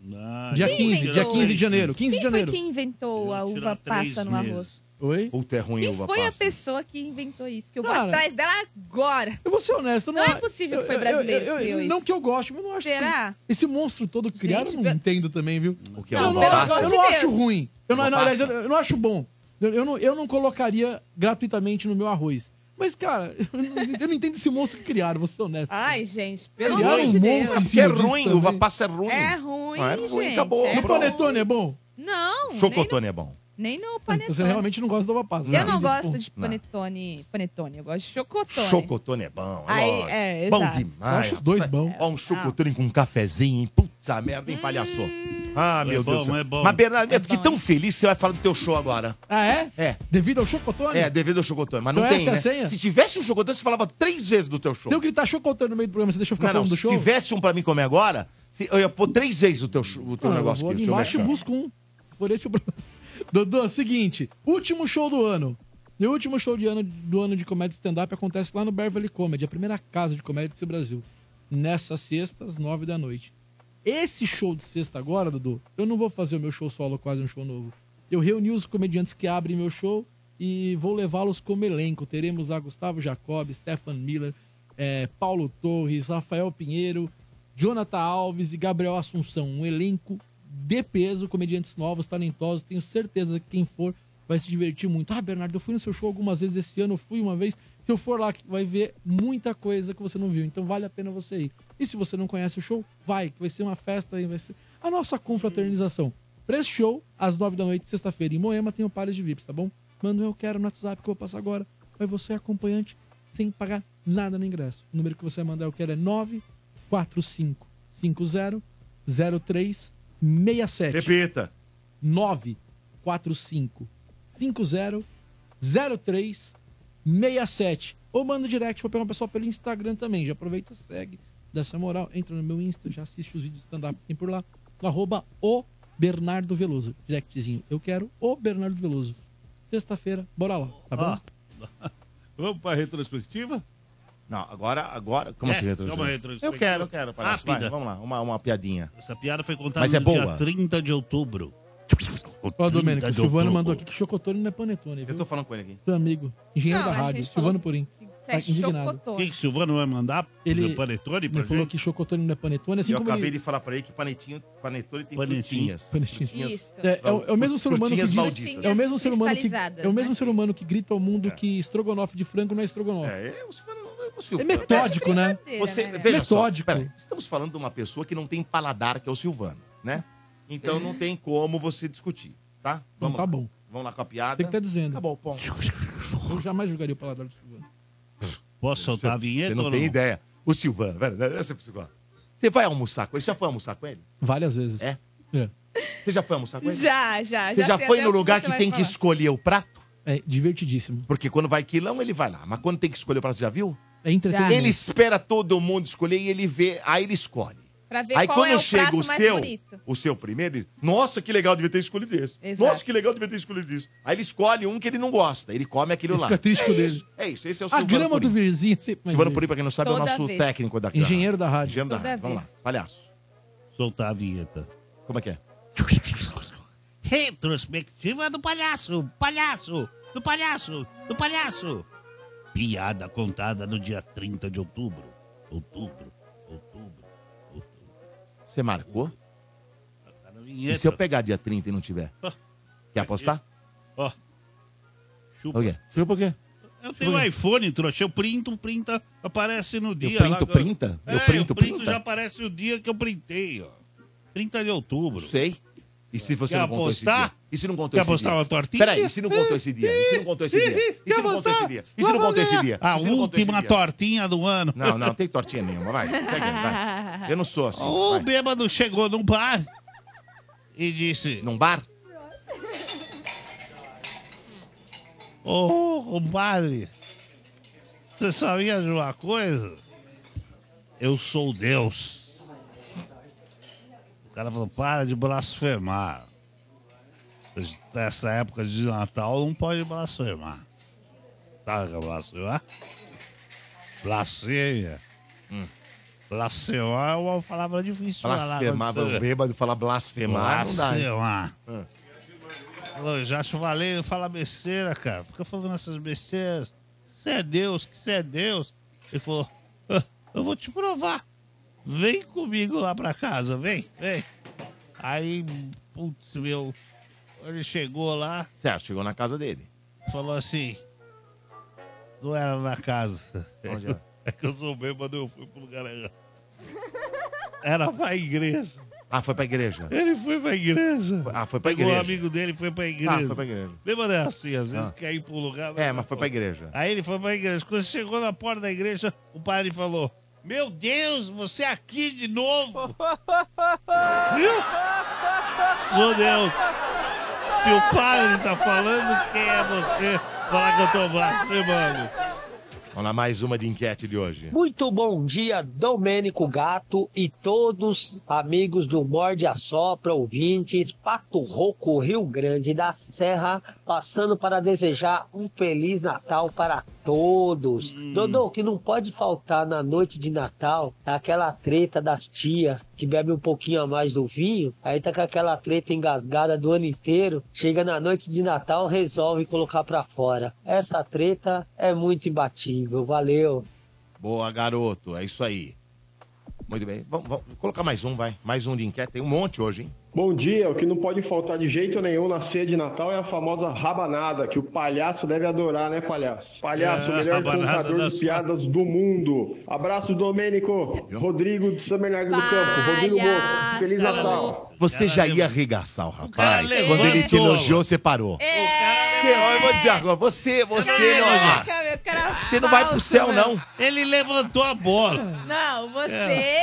S7: Dia
S6: Quem
S7: 15, dia
S6: inventou?
S7: 15 de janeiro. 15 de
S6: Quem foi
S7: janeiro.
S6: que inventou a uva passa no arroz?
S7: Oi?
S2: Puta, é ruim uva
S6: Foi a
S2: passa.
S6: pessoa que inventou isso, que eu vou
S7: Cara,
S6: atrás dela agora.
S7: Eu vou ser honesto,
S6: não, é possível que foi brasileiro
S7: eu- eu-
S6: que criou
S7: Não
S6: isso.
S7: que eu goste, mas eu não acho.
S6: Será?
S7: Esse monstro todo que criaram, eu não entendo também, viu? O
S2: que
S6: é
S7: eu
S6: uva
S7: não, eu
S6: passa?
S7: não- eu
S6: Pelo
S7: não
S6: amor de
S7: acho
S6: Deus.
S7: ruim. Eu não,
S2: Uva
S7: na verdade,
S2: passa?
S7: eu não acho bom. Eu, eu não, eu não colocaria gratuitamente no meu arroz. Mas, cara, eu não, eu não entendo esse monstro que criaram, vou ser honesto.
S6: Ai, gente, pelo
S7: Criaram
S6: amor de
S7: um
S6: Deus.
S7: monstro em cima disso também.
S2: passa é ruim.
S6: É ruim,
S2: Ah, é
S6: gente.
S2: ruim, acabou.
S6: é
S7: E panetone é bom?
S6: Não,
S2: Chocotone é bom.
S6: nem no, nem no
S7: Então
S6: panetone.
S7: Você realmente não gosta da uva passa.
S6: Eu não gosto de
S7: panetone.
S6: panetone, panetone, eu gosto de chocotone.
S2: Chocotone é bom, é
S6: Aí,
S2: lógico.
S6: é,
S2: Bom
S6: exato. É,
S2: demais.
S7: Acho os dois bom.
S2: Ó, um chocotone com um cafezinho, hein? Puta merda, hein, palhaço.
S6: Hum.
S2: Ah, meu
S5: bom,
S2: Deus. do céu.
S5: é bom.
S2: Mas, Bernardo, eu fiquei tão feliz que você vai falar do teu show agora.
S7: Ah, é?
S2: É.
S7: Devido ao chocotone?
S2: É, devido ao chocotone. Mas não
S7: Então
S2: tem,
S7: essa é a
S2: né?
S7: senha?
S2: Se tivesse um chocotone, você falava três vezes do teu show.
S7: Se eu gritar chocotone no meio do programa, você deixa eu ficar
S2: Não, não.
S7: falando do
S2: Se
S7: show?
S2: tivesse um pra mim comer agora, se- eu ia pôr três vezes o teu, show- o teu
S7: Ah, eu
S2: negócio
S7: vou
S2: aqui.
S7: ali
S2: o teu
S7: embaixo e
S2: merchan.
S7: busco um. Por esse o problema. Dodô, é seguinte. Último show do ano. Meu último show de ano, do ano de comédia stand-up acontece lá no Beverly Comedy, a primeira casa de comédia do Brasil. Nessa sexta, às nove da noite. Esse show de sexta agora, Dudu, eu não vou fazer o meu show solo, quase um show novo. Eu reuni os comediantes que abrem meu show e vou levá-los como elenco. Teremos lá Gustavo Jacob, Stefan Miller, eh, Paulo Torres, Rafael Pinheiro, Jonathan Alves e Gabriel Assunção. Um elenco de peso, comediantes novos, talentosos. Tenho certeza que quem for vai se divertir muito. Ah, Bernardo, eu fui no seu show algumas vezes esse ano, eu fui uma vez. Se eu for lá, vai ver muita coisa que você não viu. Então vale a pena você ir. E se você não conhece o show, vai, que vai ser uma festa, hein, vai ser a nossa confraternização. Pra esse show, às nove da noite, sexta-feira, em Moema, tem o Pares de VIPs, tá bom? Manda um eu quero no WhatsApp que eu vou passar agora. Vai você, acompanhante, sem pagar nada no ingresso. O número que você mandar eu quero é 94550 0367.
S2: Repita.
S7: 945 50 0367. Ou manda um direct pra pegar uma pessoa pelo Instagram também. Já aproveita, segue, dá essa moral, entra no meu Insta, já assiste os vídeos de stand-up que tem por lá. No arroba o Bernardo Veloso. Directzinho. Eu quero o Bernardo Veloso. Sexta-feira, bora lá, tá bom?
S2: Ah.
S5: Vamos pra retrospectiva?
S2: Não, agora, agora. Como
S5: É,
S2: assim, retrospectiva?
S5: é uma retrospectiva.
S2: Eu quero, eu quero, palhaço. Vai,
S5: Rápida.
S2: vamos lá, uma, uma piadinha.
S5: Essa piada foi contada
S2: Mas é
S5: no
S2: boa?
S5: dia 30 de outubro.
S7: Ó, Domênico, o
S5: 30 de
S7: Silvano
S5: outubro.
S7: mandou aqui que chocotone não é panetone, viu?
S2: tá, Eu tô falando com ele aqui.
S7: Seu amigo, engenheiro
S5: Não,
S7: da
S5: a
S7: rádio,
S5: gente
S7: Silvano Purim.
S5: que é
S7: Tá indignado.
S5: O que, que o Silvano vai mandar?
S7: Ele-
S5: Ele... Panetone pra
S7: Ele falou
S5: gente?
S7: que chocotone não é panetone, assim
S2: eu
S7: como
S2: acabei
S7: ele...
S2: de falar pra ele que panetinho, panetone tem
S5: Panetinho.
S2: frutinhas.
S7: Panetinho.
S2: Frutinhas-
S7: É, é o, é o mesmo ser humano que
S2: frutinhas
S7: diz-
S2: malditas.
S7: é o mesmo ser humano que
S6: cristalizadas,
S7: é o mesmo
S6: né?
S7: ser humano que grita ao mundo que estrogonofe de frango não é estrogonofe.
S2: É, eu,
S7: É metódico, né?
S2: Você,
S7: né,
S2: veja
S7: Metódico.
S2: só, peraí, estamos falando de uma pessoa que não tem paladar, que é o Silvano, né? Então
S7: É.
S2: não tem como você discutir, tá?
S7: Então tá
S2: lá.
S7: bom.
S2: Vamos lá com a piada.
S7: Você que tá dizendo. Tá
S2: bom, pô.
S7: Eu jamais julgaria o paladar do Silvano.
S5: Posso soltar a vinheta
S2: Você não
S5: ou
S2: tem
S5: não?
S2: ideia. O Silvano, velho, essa é psicóloga. Você vai almoçar com ele? Você já foi almoçar com ele?
S7: Várias vezes.
S2: É?
S7: É.
S2: Você já foi almoçar com ele?
S6: Já, já.
S2: Você já
S6: sei
S2: foi
S6: até
S2: no
S6: o
S2: lugar
S6: você
S2: que
S6: vai
S2: tem que
S6: falar.
S2: escolher o prato?
S7: É divertidíssimo.
S2: Porque quando vai quilão, ele vai lá. Mas quando tem que escolher o prato, você já viu?
S7: É entretenimento.
S2: Ele espera todo mundo escolher e ele vê, aí ele escolhe.
S6: Pra ver
S2: aí
S6: qual
S2: quando
S6: é o
S2: chega
S6: prato
S2: o
S6: mais
S2: seu,
S6: bonito.
S2: o seu primeiro, ele, nossa, que legal, devia ter escolhido esse.
S6: Exato.
S2: Nossa, que legal, devia ter escolhido isso. Aí ele escolhe um que ele não gosta, ele come aquilo
S7: Ele
S2: lá.
S7: fica triste
S2: é
S7: com o dele.
S2: isso, é isso, esse é o
S7: a
S2: Silvano
S7: grama do
S2: Purim.
S7: vizinho é sempre mais
S2: Silvano
S7: verde.
S2: Purim, pra quem não sabe, é o
S7: Toda
S2: nosso
S7: vez.
S2: técnico da
S7: Engenheiro da rádio.
S2: Engenheiro da
S7: Toda
S2: rádio, vamos lá,
S7: vez.
S2: palhaço.
S5: Soltar a vinheta.
S2: Como é que é?
S5: Retrospectiva do palhaço, palhaço, do palhaço, do palhaço. Piada contada no dia 30 de outubro. Outubro, outubro.
S2: Você marcou?
S5: Tá na
S2: E
S5: vinheta.
S2: se eu pegar dia 30 e não tiver? Quer apostar?
S5: Ó,
S2: Chupa. O quê? Chupa o quê?
S5: eu tenho um iPhone, trouxa. Eu printo, printa, aparece no Um dia.
S2: printo,
S5: lá-
S2: printa?
S5: É,
S2: Eu printo,
S5: eu printo,
S2: printa?
S5: já aparece o dia que eu printei, ó. 30 de outubro.
S2: Sei. E se você
S5: Quer
S2: não contou
S5: apostar?
S2: esse dia? E se não contou
S5: Quer
S2: esse
S5: apostar
S2: dia?
S5: uma tortinha?
S2: Peraí, e se não contou esse dia? E se não contou esse dia? E se não contou esse dia? E se não contou esse dia?
S5: A
S2: E se não contou esse
S5: Ah, última
S2: dia?
S5: tortinha do ano.
S2: Não, não, não tem tortinha nenhuma, vai. Pega aí, vai. Eu não sou assim.
S5: O
S2: vai.
S5: bêbado chegou num bar e disse...
S2: Num bar?
S5: Ô, oh, compadre, Você sabia de uma coisa? Eu sou Deus. O cara falou, para de blasfemar. Nessa época de Natal não pode blasfemar. Sabe o que é blasfemar? Blasfêmia. Blasfemar é uma palavra difícil de
S2: Blasfemar,
S5: falar. quando você-
S2: o bêbado falar blasfemar, não dá. hein?
S5: Blasfemar.
S2: Ah.
S5: Falou, já acho valeu, fala besteira, cara. Fica falando essas besteiras. Você é Deus, que você é Deus. Ele falou, "Ah, eu vou te provar. Vem comigo lá pra casa, vem, vem. Aí, putz, meu, ele chegou lá,
S2: Certo, chegou na casa dele.
S5: falou assim, não era na casa.
S2: Onde era?
S5: É que eu sou bêbado, eu fui pro lugar errado. Era pra igreja.
S2: Ah, foi pra igreja.
S5: Ele foi pra igreja.
S2: Ah, foi pra
S5: Pegou
S2: igreja.
S5: um amigo dele e foi pra igreja.
S2: Ah, foi pra igreja.
S5: Bêbado é assim, às vezes
S2: Ah.
S5: quer ir pro lugar.
S2: É, mas foi pra igreja.
S5: Aí ele foi pra igreja. Quando chegou na porta da igreja, o padre falou: Meu Deus, você é aqui de novo! Viu? Meu Deus! Se o padre tá falando, quem é você? Falar que eu tô blasfemando.
S2: Vamos lá, mais uma de enquete de hoje.
S4: Muito bom dia, Domênico Gato e todos amigos do Morde a Sopra, ouvintes, Pato Roco, Rio Grande da Serra, passando para desejar um Feliz Natal para todos. Dodô, que não pode faltar na noite de Natal é aquela treta das tias que bebe um pouquinho a mais do vinho, aí tá com aquela treta engasgada do ano inteiro, chega na noite de Natal, resolve colocar pra fora. Essa treta é muito imbatível, valeu.
S2: Boa, garoto. É isso aí. Muito bem. Vamos, vamos colocar mais um, vai. Mais um de enquete. Tem um monte hoje, hein?
S22: Bom dia, o que não pode faltar de jeito nenhum na ceia de Natal é a famosa rabanada, que o palhaço deve adorar, né, palhaço? Palhaço, o
S5: É,
S22: melhor
S5: rabanada da
S22: contador de
S5: sua-
S22: piadas do mundo. Abraço, Domênico. Rodrigo de São Bernardo do Campo. Rodrigo Moço. Feliz Natal.
S2: Você já ia arregaçar o rapaz.
S22: cara
S2: Quando ele te
S22: levantou,
S2: elogiou, você parou. Você, ó, eu vou dizer agora, você, você não, ó, você não vai pro céu, não.
S5: É, Ele levantou a bola.
S23: Não, você.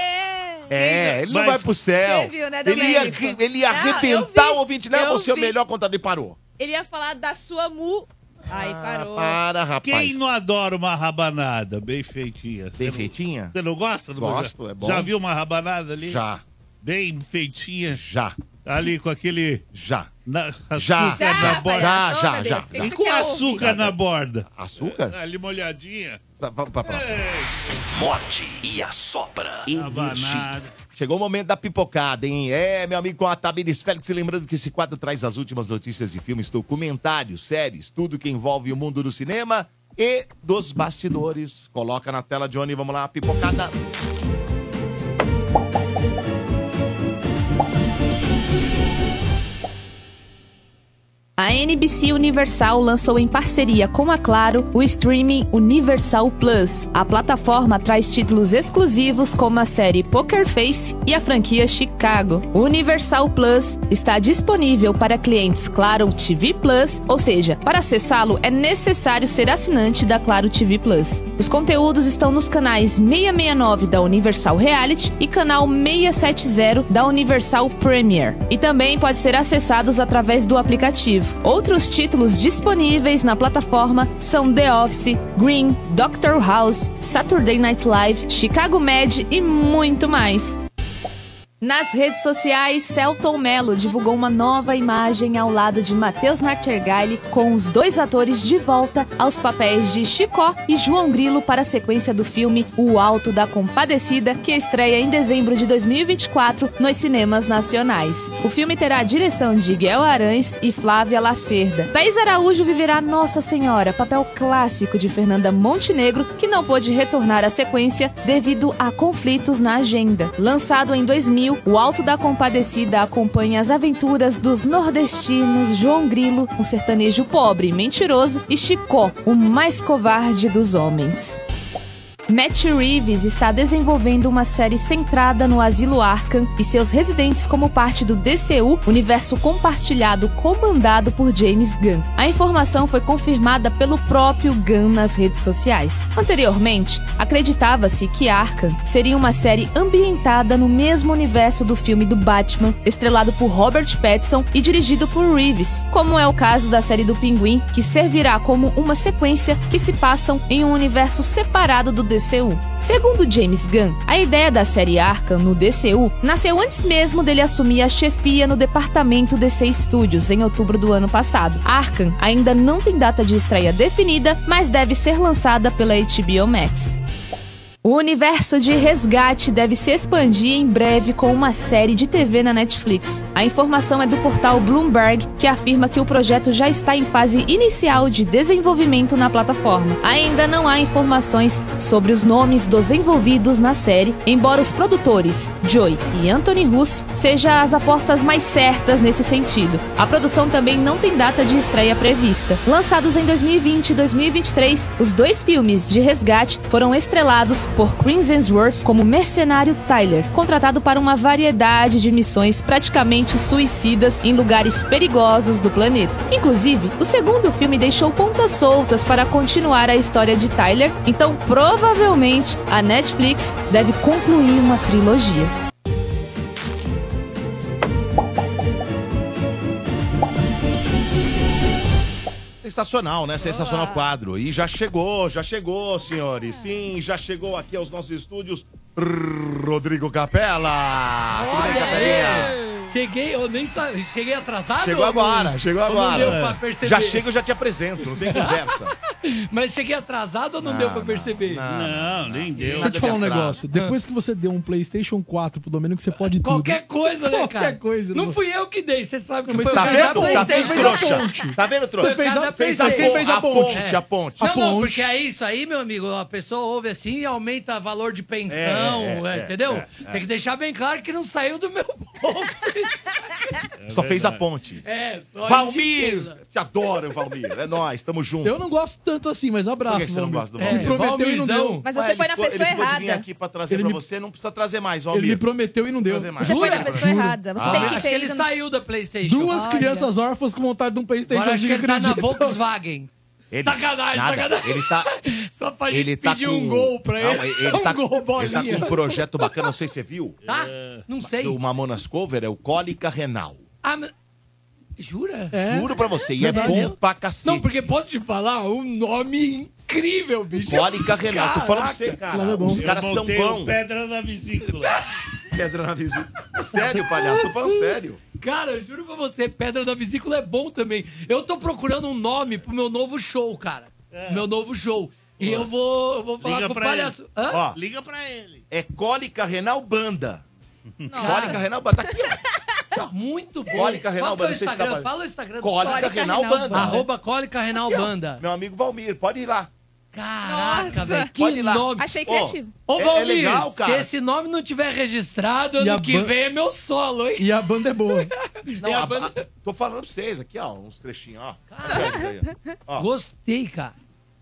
S2: É, ele não
S5: Mas-
S2: vai pro céu.
S23: Você viu, né,
S2: ele, ia,
S23: Domênico?
S2: arre- ele ia
S23: Não,
S2: arrebentar
S23: eu vi,
S2: o ouvinte. Não,
S23: eu
S2: você é o
S23: vi.
S2: melhor contador e parou.
S23: Ele ia falar da sua mu. Aí parou.
S2: Ah, para, rapaz.
S5: Quem não adora uma rabanada bem feitinha? Bem
S2: feitinha?
S5: Você não gosta? do
S2: Gosto,
S5: Bajá?
S2: é bom.
S5: Já viu uma rabanada ali?
S2: Já.
S5: Bem feitinha?
S2: Já.
S5: Ali com aquele...
S2: Já.
S5: Na, açúcar
S2: Já. Já,
S5: na borda.
S2: já, já, Oh, meu Deus, já. o que
S5: E
S2: que
S5: com
S2: você quer
S5: açúcar
S2: ouvir?
S5: na borda. É.
S2: Açúcar?
S5: Ali É, molhadinha.
S2: Tá, vamos pra próxima.
S24: Morde e assopra.
S5: tá
S2: Energia. Chegou o momento da pipocada, hein? É, meu amigo com a Tabilis Félix. E Lembrando que esse quadro traz as últimas notícias de filmes, documentários, séries, tudo que envolve o mundo do cinema e dos bastidores. Coloca na tela, Johnny. Vamos lá, pipocada.
S6: A NBC Universal lançou em parceria com a Claro o streaming Universal Plus. A plataforma traz títulos exclusivos como a série Poker Face e a franquia Chicago. O Universal Plus está disponível para clientes Claro TV Plus, ou seja, para acessá-lo é necessário ser assinante da Claro TV Plus. Os conteúdos estão nos canais 669 da Universal Reality e canal 670 da Universal Premier. E também pode ser acessados através do aplicativo. Outros títulos disponíveis na plataforma são The Office, Green, Doctor House, Saturday Night Live, Chicago Med e muito mais. Nas redes sociais, Celton Mello divulgou uma nova imagem ao lado de Matheus Nachtergaele com os dois atores de volta aos papéis de Chicó e João Grilo para a sequência do filme O Alto da Compadecida, que estreia em dezembro de 2024 nos cinemas nacionais. O filme terá a direção de Guel Arães e Flávia Lacerda. Thaís Araújo viverá Nossa Senhora, papel clássico de Fernanda Montenegro, que não pôde retornar à sequência devido a conflitos na agenda. Lançado em 2000, O Alto da Compadecida acompanha as aventuras dos nordestinos João Grilo, um sertanejo pobre e mentiroso, e Chicó, o mais covarde dos homens. Matt Reeves está desenvolvendo uma série centrada no Asilo Arkham e seus residentes como parte do DCU, universo compartilhado comandado por James Gunn. A informação foi confirmada pelo próprio Gunn nas redes sociais. Anteriormente, acreditava-se que Arkham seria uma série ambientada no mesmo universo do filme do Batman, estrelado por Robert Pattinson e dirigido por Reeves, como é o caso da série do Pinguim, que servirá como uma sequência que se passam em um universo separado do DCU. Segundo James Gunn, a ideia da série Arkham no DCU nasceu antes mesmo dele assumir a chefia no departamento DC Studios em outubro do ano passado. Arkham ainda não tem data de estreia definida, mas deve ser lançada pela HBO Max. O universo de resgate deve se expandir em breve com uma série de TV na Netflix. A informação é do portal Bloomberg, que afirma que o projeto já está em fase inicial de desenvolvimento na plataforma. Ainda não há informações sobre os nomes dos envolvidos na série, embora os produtores, Joy e Anthony Russo, sejam as apostas mais certas nesse sentido. A produção também não tem data de estreia prevista. Lançados em 2020 e 2023, os dois filmes de resgate foram estrelados por Chris Hemsworth como mercenário Tyler, contratado para uma variedade de missões praticamente suicidas em lugares perigosos do planeta. Inclusive, o segundo filme deixou pontas soltas para continuar a história de Tyler, então provavelmente a Netflix deve concluir uma trilogia.
S2: Sensacional, né? Sensacional quadro. E já chegou, já chegou, senhores. Sim, já chegou aqui aos nossos estúdios Rodrigo Capela. Tudo bem, Capelinha?
S1: Cheguei, eu nem sabia. Cheguei atrasado?
S2: Chegou
S1: ou não-
S2: agora, chegou
S1: ou não deu pra
S2: agora.
S1: perceber?
S2: Já chega, eu já te apresento, não tem conversa.
S1: Mas cheguei atrasado ou não, deu pra perceber?
S5: Não, nem deu.
S7: Deixa eu te falar um negócio. Depois que você deu um PlayStation 4 pro Domênico, você pode
S1: Qualquer
S7: tudo.
S1: coisa, né, cara?
S7: Qualquer coisa.
S1: Não fui eu que dei, você sabe que
S7: Mas
S1: foi
S7: tá
S1: o cara
S7: vendo?
S1: da
S7: Tá vendo,
S1: PlayStation.
S7: trouxa? Tá vendo, trouxa?
S1: Foi o cara da
S7: Fez a ponte,
S1: PlayStation.
S7: fez a ponte,
S1: É.
S7: a ponte.
S1: Não,
S7: A
S1: não,
S7: ponte.
S1: porque é isso aí, meu amigo. A pessoa ouve assim e aumenta valor de pensão,
S2: É, é, é,
S1: é, entendeu?
S2: é, é.
S1: Tem que deixar bem claro que não saiu do meu bolso. isso.
S2: Só fez a ponte.
S1: É, só a
S2: Valmir! Te adoro, Valmir. É nóis, tamo junto.
S7: Eu não gosto tanto assim, mas abraço. É,
S2: Por que você não
S7: Valmir.
S2: gosta do Valmir?
S7: Ele prometeu e não deu.
S4: Mas você foi na pessoa
S2: ele ficou de vir
S4: errada.
S2: aqui pra trazer
S7: Ele
S2: pra
S7: me-
S2: você, não precisa trazer mais,
S7: Ele
S2: Valmir.
S7: me prometeu e não deu.
S2: Trazer mais.
S4: Você foi na pessoa errada. Você
S2: Ah,
S4: tem que
S1: Acho que
S4: ter
S1: ele
S4: ido-
S1: saiu da PlayStation.
S7: Duas crianças órfãs com vontade de um PlayStation.
S1: Agora acho que
S7: eu
S1: ele tá na
S7: acredito.
S1: Volkswagen.
S2: Ele,
S1: Sacanagem,
S2: nada,
S1: sacanagem.
S2: Ele tá,
S1: Só pra gente
S2: ele tá
S1: pedir
S2: com...
S1: um gol pra ele.
S2: Não, ele,
S1: um
S2: tá,
S1: gol,
S2: ele tá
S1: bolinha.
S2: com um projeto bacana, não sei se você viu.
S1: Tá?
S2: É.
S1: Não sei.
S2: O Mamonas Cover é o Cólica Renal.
S1: Ah, mas- Jura?
S2: Juro pra você, e é,
S1: Verdade
S2: bom
S1: mesmo?
S2: pra cacete.
S1: Não, porque posso te falar um nome incrível, bicho.
S2: Cólica Renal, tô falando pra você, cara. Os caras
S5: Eu
S2: são
S5: botei o
S2: bons.
S5: Pedra na vesícula.
S2: Pedra na vesícula. É sério, palhaço, tô falando sério.
S1: Cara, eu juro pra você, Pedra da Vesícula é bom também. Eu tô procurando um nome pro meu novo show, cara.
S2: É.
S1: Meu novo show. E eu vou, eu vou falar
S5: Liga
S1: com o
S5: pra
S1: palhaço.
S5: ele.
S1: Hã?
S2: Ó,
S5: Liga pra ele.
S2: é Cólica Renal Banda. Cólica Renal Banda, tá aqui, ó.
S1: É Muito bom.
S2: Cólica Renal
S1: Fala
S2: Banda,
S1: o
S2: não sei se
S1: Instagram,
S2: tá-
S1: fala o Instagram. do
S2: Cólica Renal Banda.
S1: Arroba Cólica Renal Banda.
S2: Meu amigo Valmir, pode ir lá.
S1: Caraca,
S4: Nossa.
S1: velho,
S2: Pode
S1: que
S2: ir lá.
S1: nome.
S4: Achei
S2: Ó,
S4: criativo.
S2: é-
S1: Ô,
S2: é
S1: Valmir,
S2: legal, cara.
S1: se esse nome não tiver registrado,
S7: E a
S1: ano que
S7: ban-
S1: vem é meu solo, hein?
S7: E a banda é boa.
S2: Não,
S1: É a
S2: a-
S1: banda-
S2: a- tô falando pra vocês aqui, ó, uns trechinhos, ó. Olha isso aí, ó. Ó,
S1: Gostei, cara.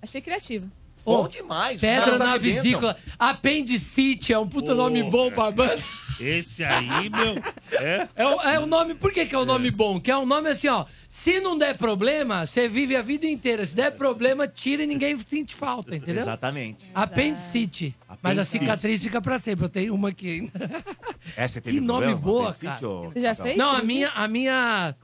S4: Achei criativo.
S2: Bom
S1: Ô,
S2: demais, os
S1: Pedra
S2: caras
S1: na
S2: arrebentam.
S1: vesícula. Apendicite é um puta nome bom pra banda.
S5: Esse aí, meu. É.
S1: É o, é o nome, por que, que é o nome bom? Que é um nome assim, ó. Se não der problema, você vive a vida inteira. Se der problema, tira e ninguém sente falta, entendeu?
S2: Exatamente.
S1: Apendicite. Mas a
S2: Apendicite.
S1: cicatriz fica pra sempre. Eu tenho uma aqui ainda.
S2: Essa É, teve
S1: Que nome
S2: problema,
S1: boa,
S2: apendicite,
S1: cara.
S2: ô,
S4: Você já
S2: Capela?
S4: fez?
S1: Não,
S4: Você
S1: a
S4: já
S1: minha, a minha.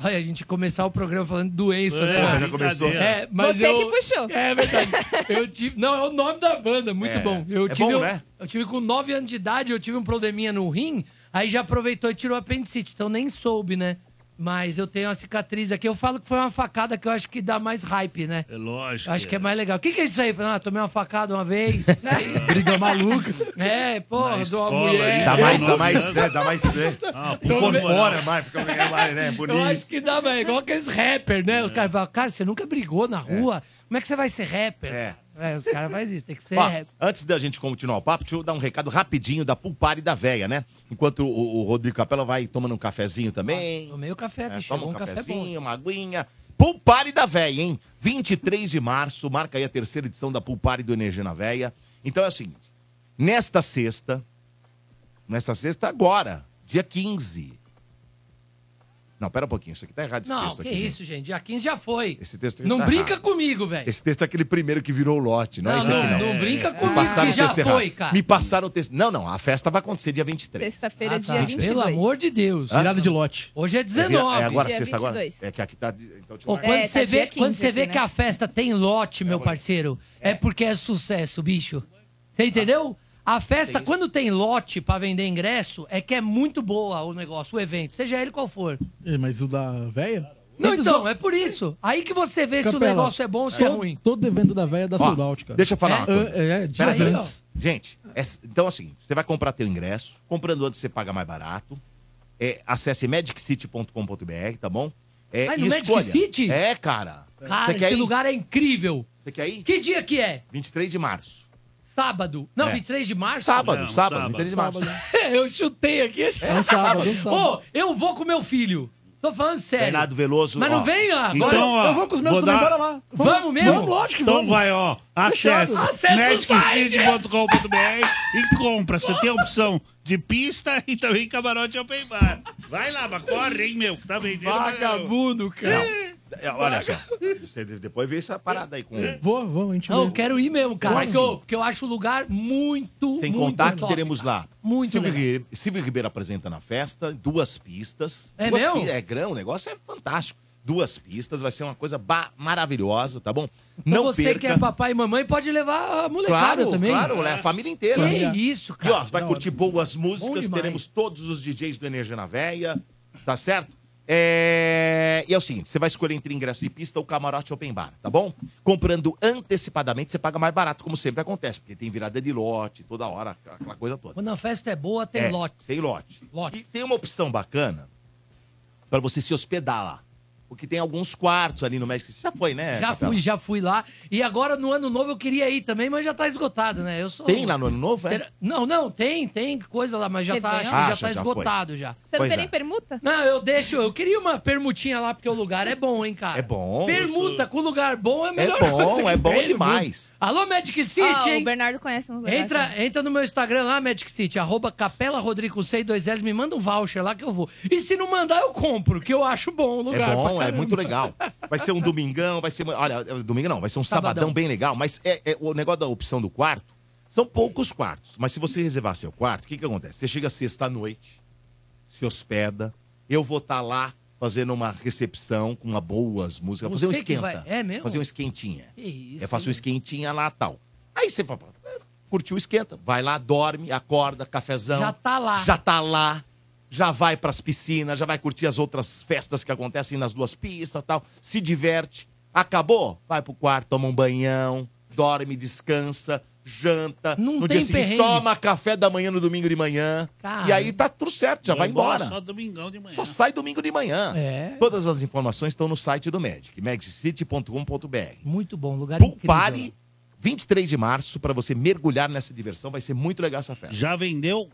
S1: Olha, a gente começar o programa falando doença, né?
S5: É,
S2: já começou.
S5: brincadeira.
S1: É, mas
S4: Você
S1: eu...
S4: que puxou.
S1: É verdade. Eu tive... Não, é o nome da banda, muito
S2: É.
S1: bom. Eu
S2: É
S1: tive
S2: bom,
S1: um-
S2: né?
S1: Eu tive com 9 anos de idade, eu tive um probleminha no rim, aí já aproveitou e tirou a apendicite, então nem soube, né? Mas eu tenho uma cicatriz aqui. Eu falo que foi uma facada que eu acho que dá mais hype, né?
S5: É lógico.
S1: Eu acho que é mais legal. O que, que é isso aí? Ah, tomei uma facada uma vez.
S7: Briga maluca.
S1: é, porra, é de uma
S5: escola,
S1: mulher.
S2: Dá
S5: Eu
S2: Tá mais,
S5: não
S2: dá mais,
S5: lembro.
S2: né? Dá mais. né?
S5: Ah, pô,
S2: Incorpora mais, fica mais, né?
S1: Eu acho
S2: Bonito. É.
S1: que dá, mas é igual aqueles rappers, né? Os caras falam, cara, você nunca brigou na rua. Como é que você vai ser rapper?
S2: É.
S1: É, os caras fazem isso, tem que ser
S2: Ó,
S1: rapper.
S2: antes da gente continuar o papo, deixa eu dar um recado rapidinho da Pulpari da Véia, né? Enquanto o, o Rodrigo Capela vai tomando um cafezinho também.
S1: Tomei o café,
S2: É,
S1: bicho.
S2: toma um,
S1: um café bom.
S2: cafezinho, uma aguinha. Pulpare da Véia, hein? 23 de março, marca aí a terceira edição da Pulpare do Energia na Véia. Então é o seguinte: nesta sexta, nesta sexta agora, dia 15. Não, pera um pouquinho, isso aqui tá errado esse
S1: Não,
S2: texto
S1: que
S2: aqui. gente.
S1: isso, gente. Dia 15 já foi.
S2: Esse texto aqui
S1: Não
S2: tá
S1: brinca
S2: errado.
S1: comigo, velho.
S2: Esse texto é aquele primeiro que virou o lote, não, é
S1: Não,
S2: esse aqui,
S1: não,
S2: não.
S1: não brinca comigo,
S2: passaram
S1: que
S2: o
S1: já
S2: texto errado.
S1: foi, cara.
S2: Me passaram o texto. Não, não, a festa vai acontecer dia 23.
S12: Sexta-feira,
S1: Ah,
S12: dia
S1: tá.
S12: 22.
S1: Pelo amor de Deus.
S2: Hã?
S1: de lote. Hoje é
S2: vira-
S1: 19.
S2: É agora,
S12: Dia
S2: sexta agora?
S12: 22.
S2: É que aqui tá. Então,
S1: Ô, quando, você vê, quando você vê que a festa tem lote, meu parceiro, é porque é sucesso, bicho. Você entendeu? A festa, quando tem lote pra vender ingresso, é que é muito boa o negócio, o evento, seja ele qual for.
S7: É, mas o da véia?
S1: Não,
S7: Sempre
S1: então, é por isso. Aí que você vê se o
S7: Capela,
S1: negócio é bom ou se é
S7: todo-
S1: ruim.
S7: Todo evento da véia dá
S2: Ó,
S7: sold out, cara.
S2: Deixa eu falar uma coisa.
S7: É, é, dias
S2: Peraí, ó.
S7: antes.
S2: Gente, é s- então é o seguinte: você vai comprar teu ingresso, comprando antes você paga mais barato. É, acesse magiccity.com.br, tá bom? É,
S1: Ai,
S2: e
S1: no Magic
S2: escolha.
S1: City?
S2: É, cara.
S1: Cara,
S2: Você quer
S1: esse
S2: ir?
S1: lugar é incrível.
S2: Você quer ir?
S1: Que dia que é?
S2: 23 de março.
S1: Sábado. Não,
S2: É.
S1: 23 de março?
S2: Sábado, sábado, 23 de março.
S1: eu chutei aqui.
S2: É um sábado, é um
S1: Ô,
S2: sábado.
S1: eu vou com meu filho. Tô falando sério.
S2: Bernardo Veloso,
S1: Mas não
S2: ó.
S1: vem ó, agora.
S5: Então, ó, vou dar-
S1: Vamos, mesmo?
S5: então vai, ó. Acesse
S1: Fechado. Acesse o site.
S5: nextcity.com.br e compra. Você tem a opção de pista e também camarote open bar. Vai lá, mas corre, hein, meu, que tá vendendo.
S1: Vagabundo,
S2: Não. É, Olha só. Você de- depois vê essa parada aí com.
S7: Vou, vou, a gente
S1: Não,
S7: vê.
S1: eu quero ir mesmo, cara.
S2: Vai
S1: Porque eu, porque eu acho o lugar muito,
S2: Sem
S1: muito
S2: contar que
S1: top.
S2: teremos lá.
S1: Muito
S2: Silvio
S1: legal.
S2: Ribeiro, Silvio Ribeiro apresenta na festa, duas pistas.
S1: É
S2: duas
S1: mesmo?
S2: pi- É grão, o negócio é fantástico. Duas pistas, vai ser uma coisa ba- maravilhosa, tá bom? Não
S1: então você
S2: perca.
S1: que é papai e mamãe pode levar a molecada
S2: claro,
S1: também.
S2: Claro, né? a família inteira.
S1: Que isso, cara.
S2: E ó, vai curtir boas
S1: Bom
S2: músicas,
S1: demais.
S2: teremos todos os DJs do Energia na Véia, tá certo? É... E é o seguinte, você vai escolher entre ingresso de pista ou camarote open bar, tá bom? Comprando antecipadamente, você paga mais barato, como sempre acontece, porque tem virada de lote, toda hora, aquela coisa toda.
S1: Quando a festa é boa, tem
S2: É,
S1: lote.
S2: Tem lote.
S1: Lote.
S2: E tem uma opção bacana pra você se hospedar lá. Porque tem alguns quartos ali no México. Você já foi, né?
S1: já
S2: Capela?
S1: fui, já fui lá. E agora no ano novo eu queria ir também, mas já tá esgotado, né? Eu sou
S2: Tem lá no Ano Novo, é?
S1: Será- Não, não, tem, tem coisa lá, mas já tá,
S2: Réveillon?
S1: acho que já
S2: Acha,
S1: tá
S2: já foi.
S1: esgotado já.
S6: Você não
S2: Pois
S6: tem
S2: é.
S6: nem permuta?
S1: Não, eu deixo, eu queria uma permutinha lá, porque o lugar é bom, hein, cara.
S2: É bom.
S1: Permuta com lugar bom é a melhor
S2: bom,
S1: coisa que
S2: é bom
S1: tem no
S2: demais.
S1: mundo. Alô, Magic City,
S6: Ó,
S1: hein?
S6: Ah, o Bernardo conhece uns lugares.
S1: Entra,
S6: né?
S1: entra no meu Instagram lá, Magic City, arroba Capela Rodrigo C, dois L's, me manda um voucher lá que eu vou. E se não mandar, eu compro, que eu acho bom o lugar.
S2: É
S1: pra
S2: bom, é
S1: caramba.
S2: muito legal. Vai ser um domingão, vai ser. Olha, é, domingo não, vai ser um sabadão,
S1: Sabadão.
S2: bem legal, mas é, é o negócio da opção do quarto. São poucos quartos, mas se você reservar seu quarto, o que, que acontece? Você chega sexta-noite, se hospeda, eu vou estar lá fazendo uma recepção com uma boas músicas, fazer um
S1: Você que
S2: esquenta.
S1: vai- é mesmo?
S2: Fazer um esquentinha.
S1: Que isso,
S2: eu faço um esquentinha lá tal. Aí você fala, curtiu o esquenta, vai lá, dorme, acorda, cafezão.
S1: Já tá lá.
S2: Já tá lá, já vai pras piscinas, já vai curtir as outras festas que acontecem nas duas pistas tal. Se diverte. Acabou? Vai pro quarto, toma um banhão, dorme, descansa, janta.
S1: Não
S2: no
S1: tem
S2: dia seguinte,
S1: perrengue.
S2: toma café da manhã no domingo de manhã.
S1: Caramba.
S2: E aí tá tudo certo, já vai embora.
S5: Só domingão de manhã.
S2: Só sai domingo de manhã.
S1: É.
S2: Todas as informações estão no site do Magic, magiccity.com.br.
S1: Muito bom, lugar
S2: Pool
S1: incrível.
S2: Party, 23 de março, para você mergulhar nessa diversão. Vai ser muito legal essa festa.
S5: Já vendeu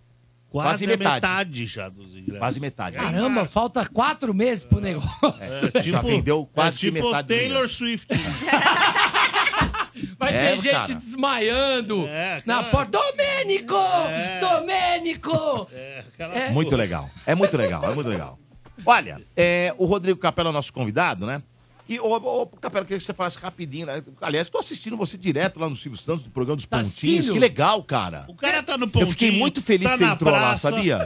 S5: quase, metade. já dos ingressos.
S2: Quase metade.
S1: Caramba, falta quatro meses pro negócio.
S2: É, já vendeu quase que
S5: tipo
S2: metade. do
S5: Taylor
S2: ingresso.
S5: Swift.
S1: Vai
S2: É,
S1: ter gente
S2: cara.
S1: desmaiando na porta. Domênico! Domênico! É.
S2: Muito legal. É muito legal, é muito legal. Olha, é, o Rodrigo Capela é nosso convidado, né? E, ô, ô, Capela, queria que você falasse rapidinho. né? Aliás, tô assistindo você direto lá no Silvio Santos, do programa dos
S5: Tá
S2: Pontinhos.
S5: assistindo?
S2: Que legal, cara.
S5: O cara tá no pontinho.
S2: Eu fiquei muito feliz
S5: tá
S2: que você
S5: na
S2: entrou lá,
S5: praça.
S2: sabia?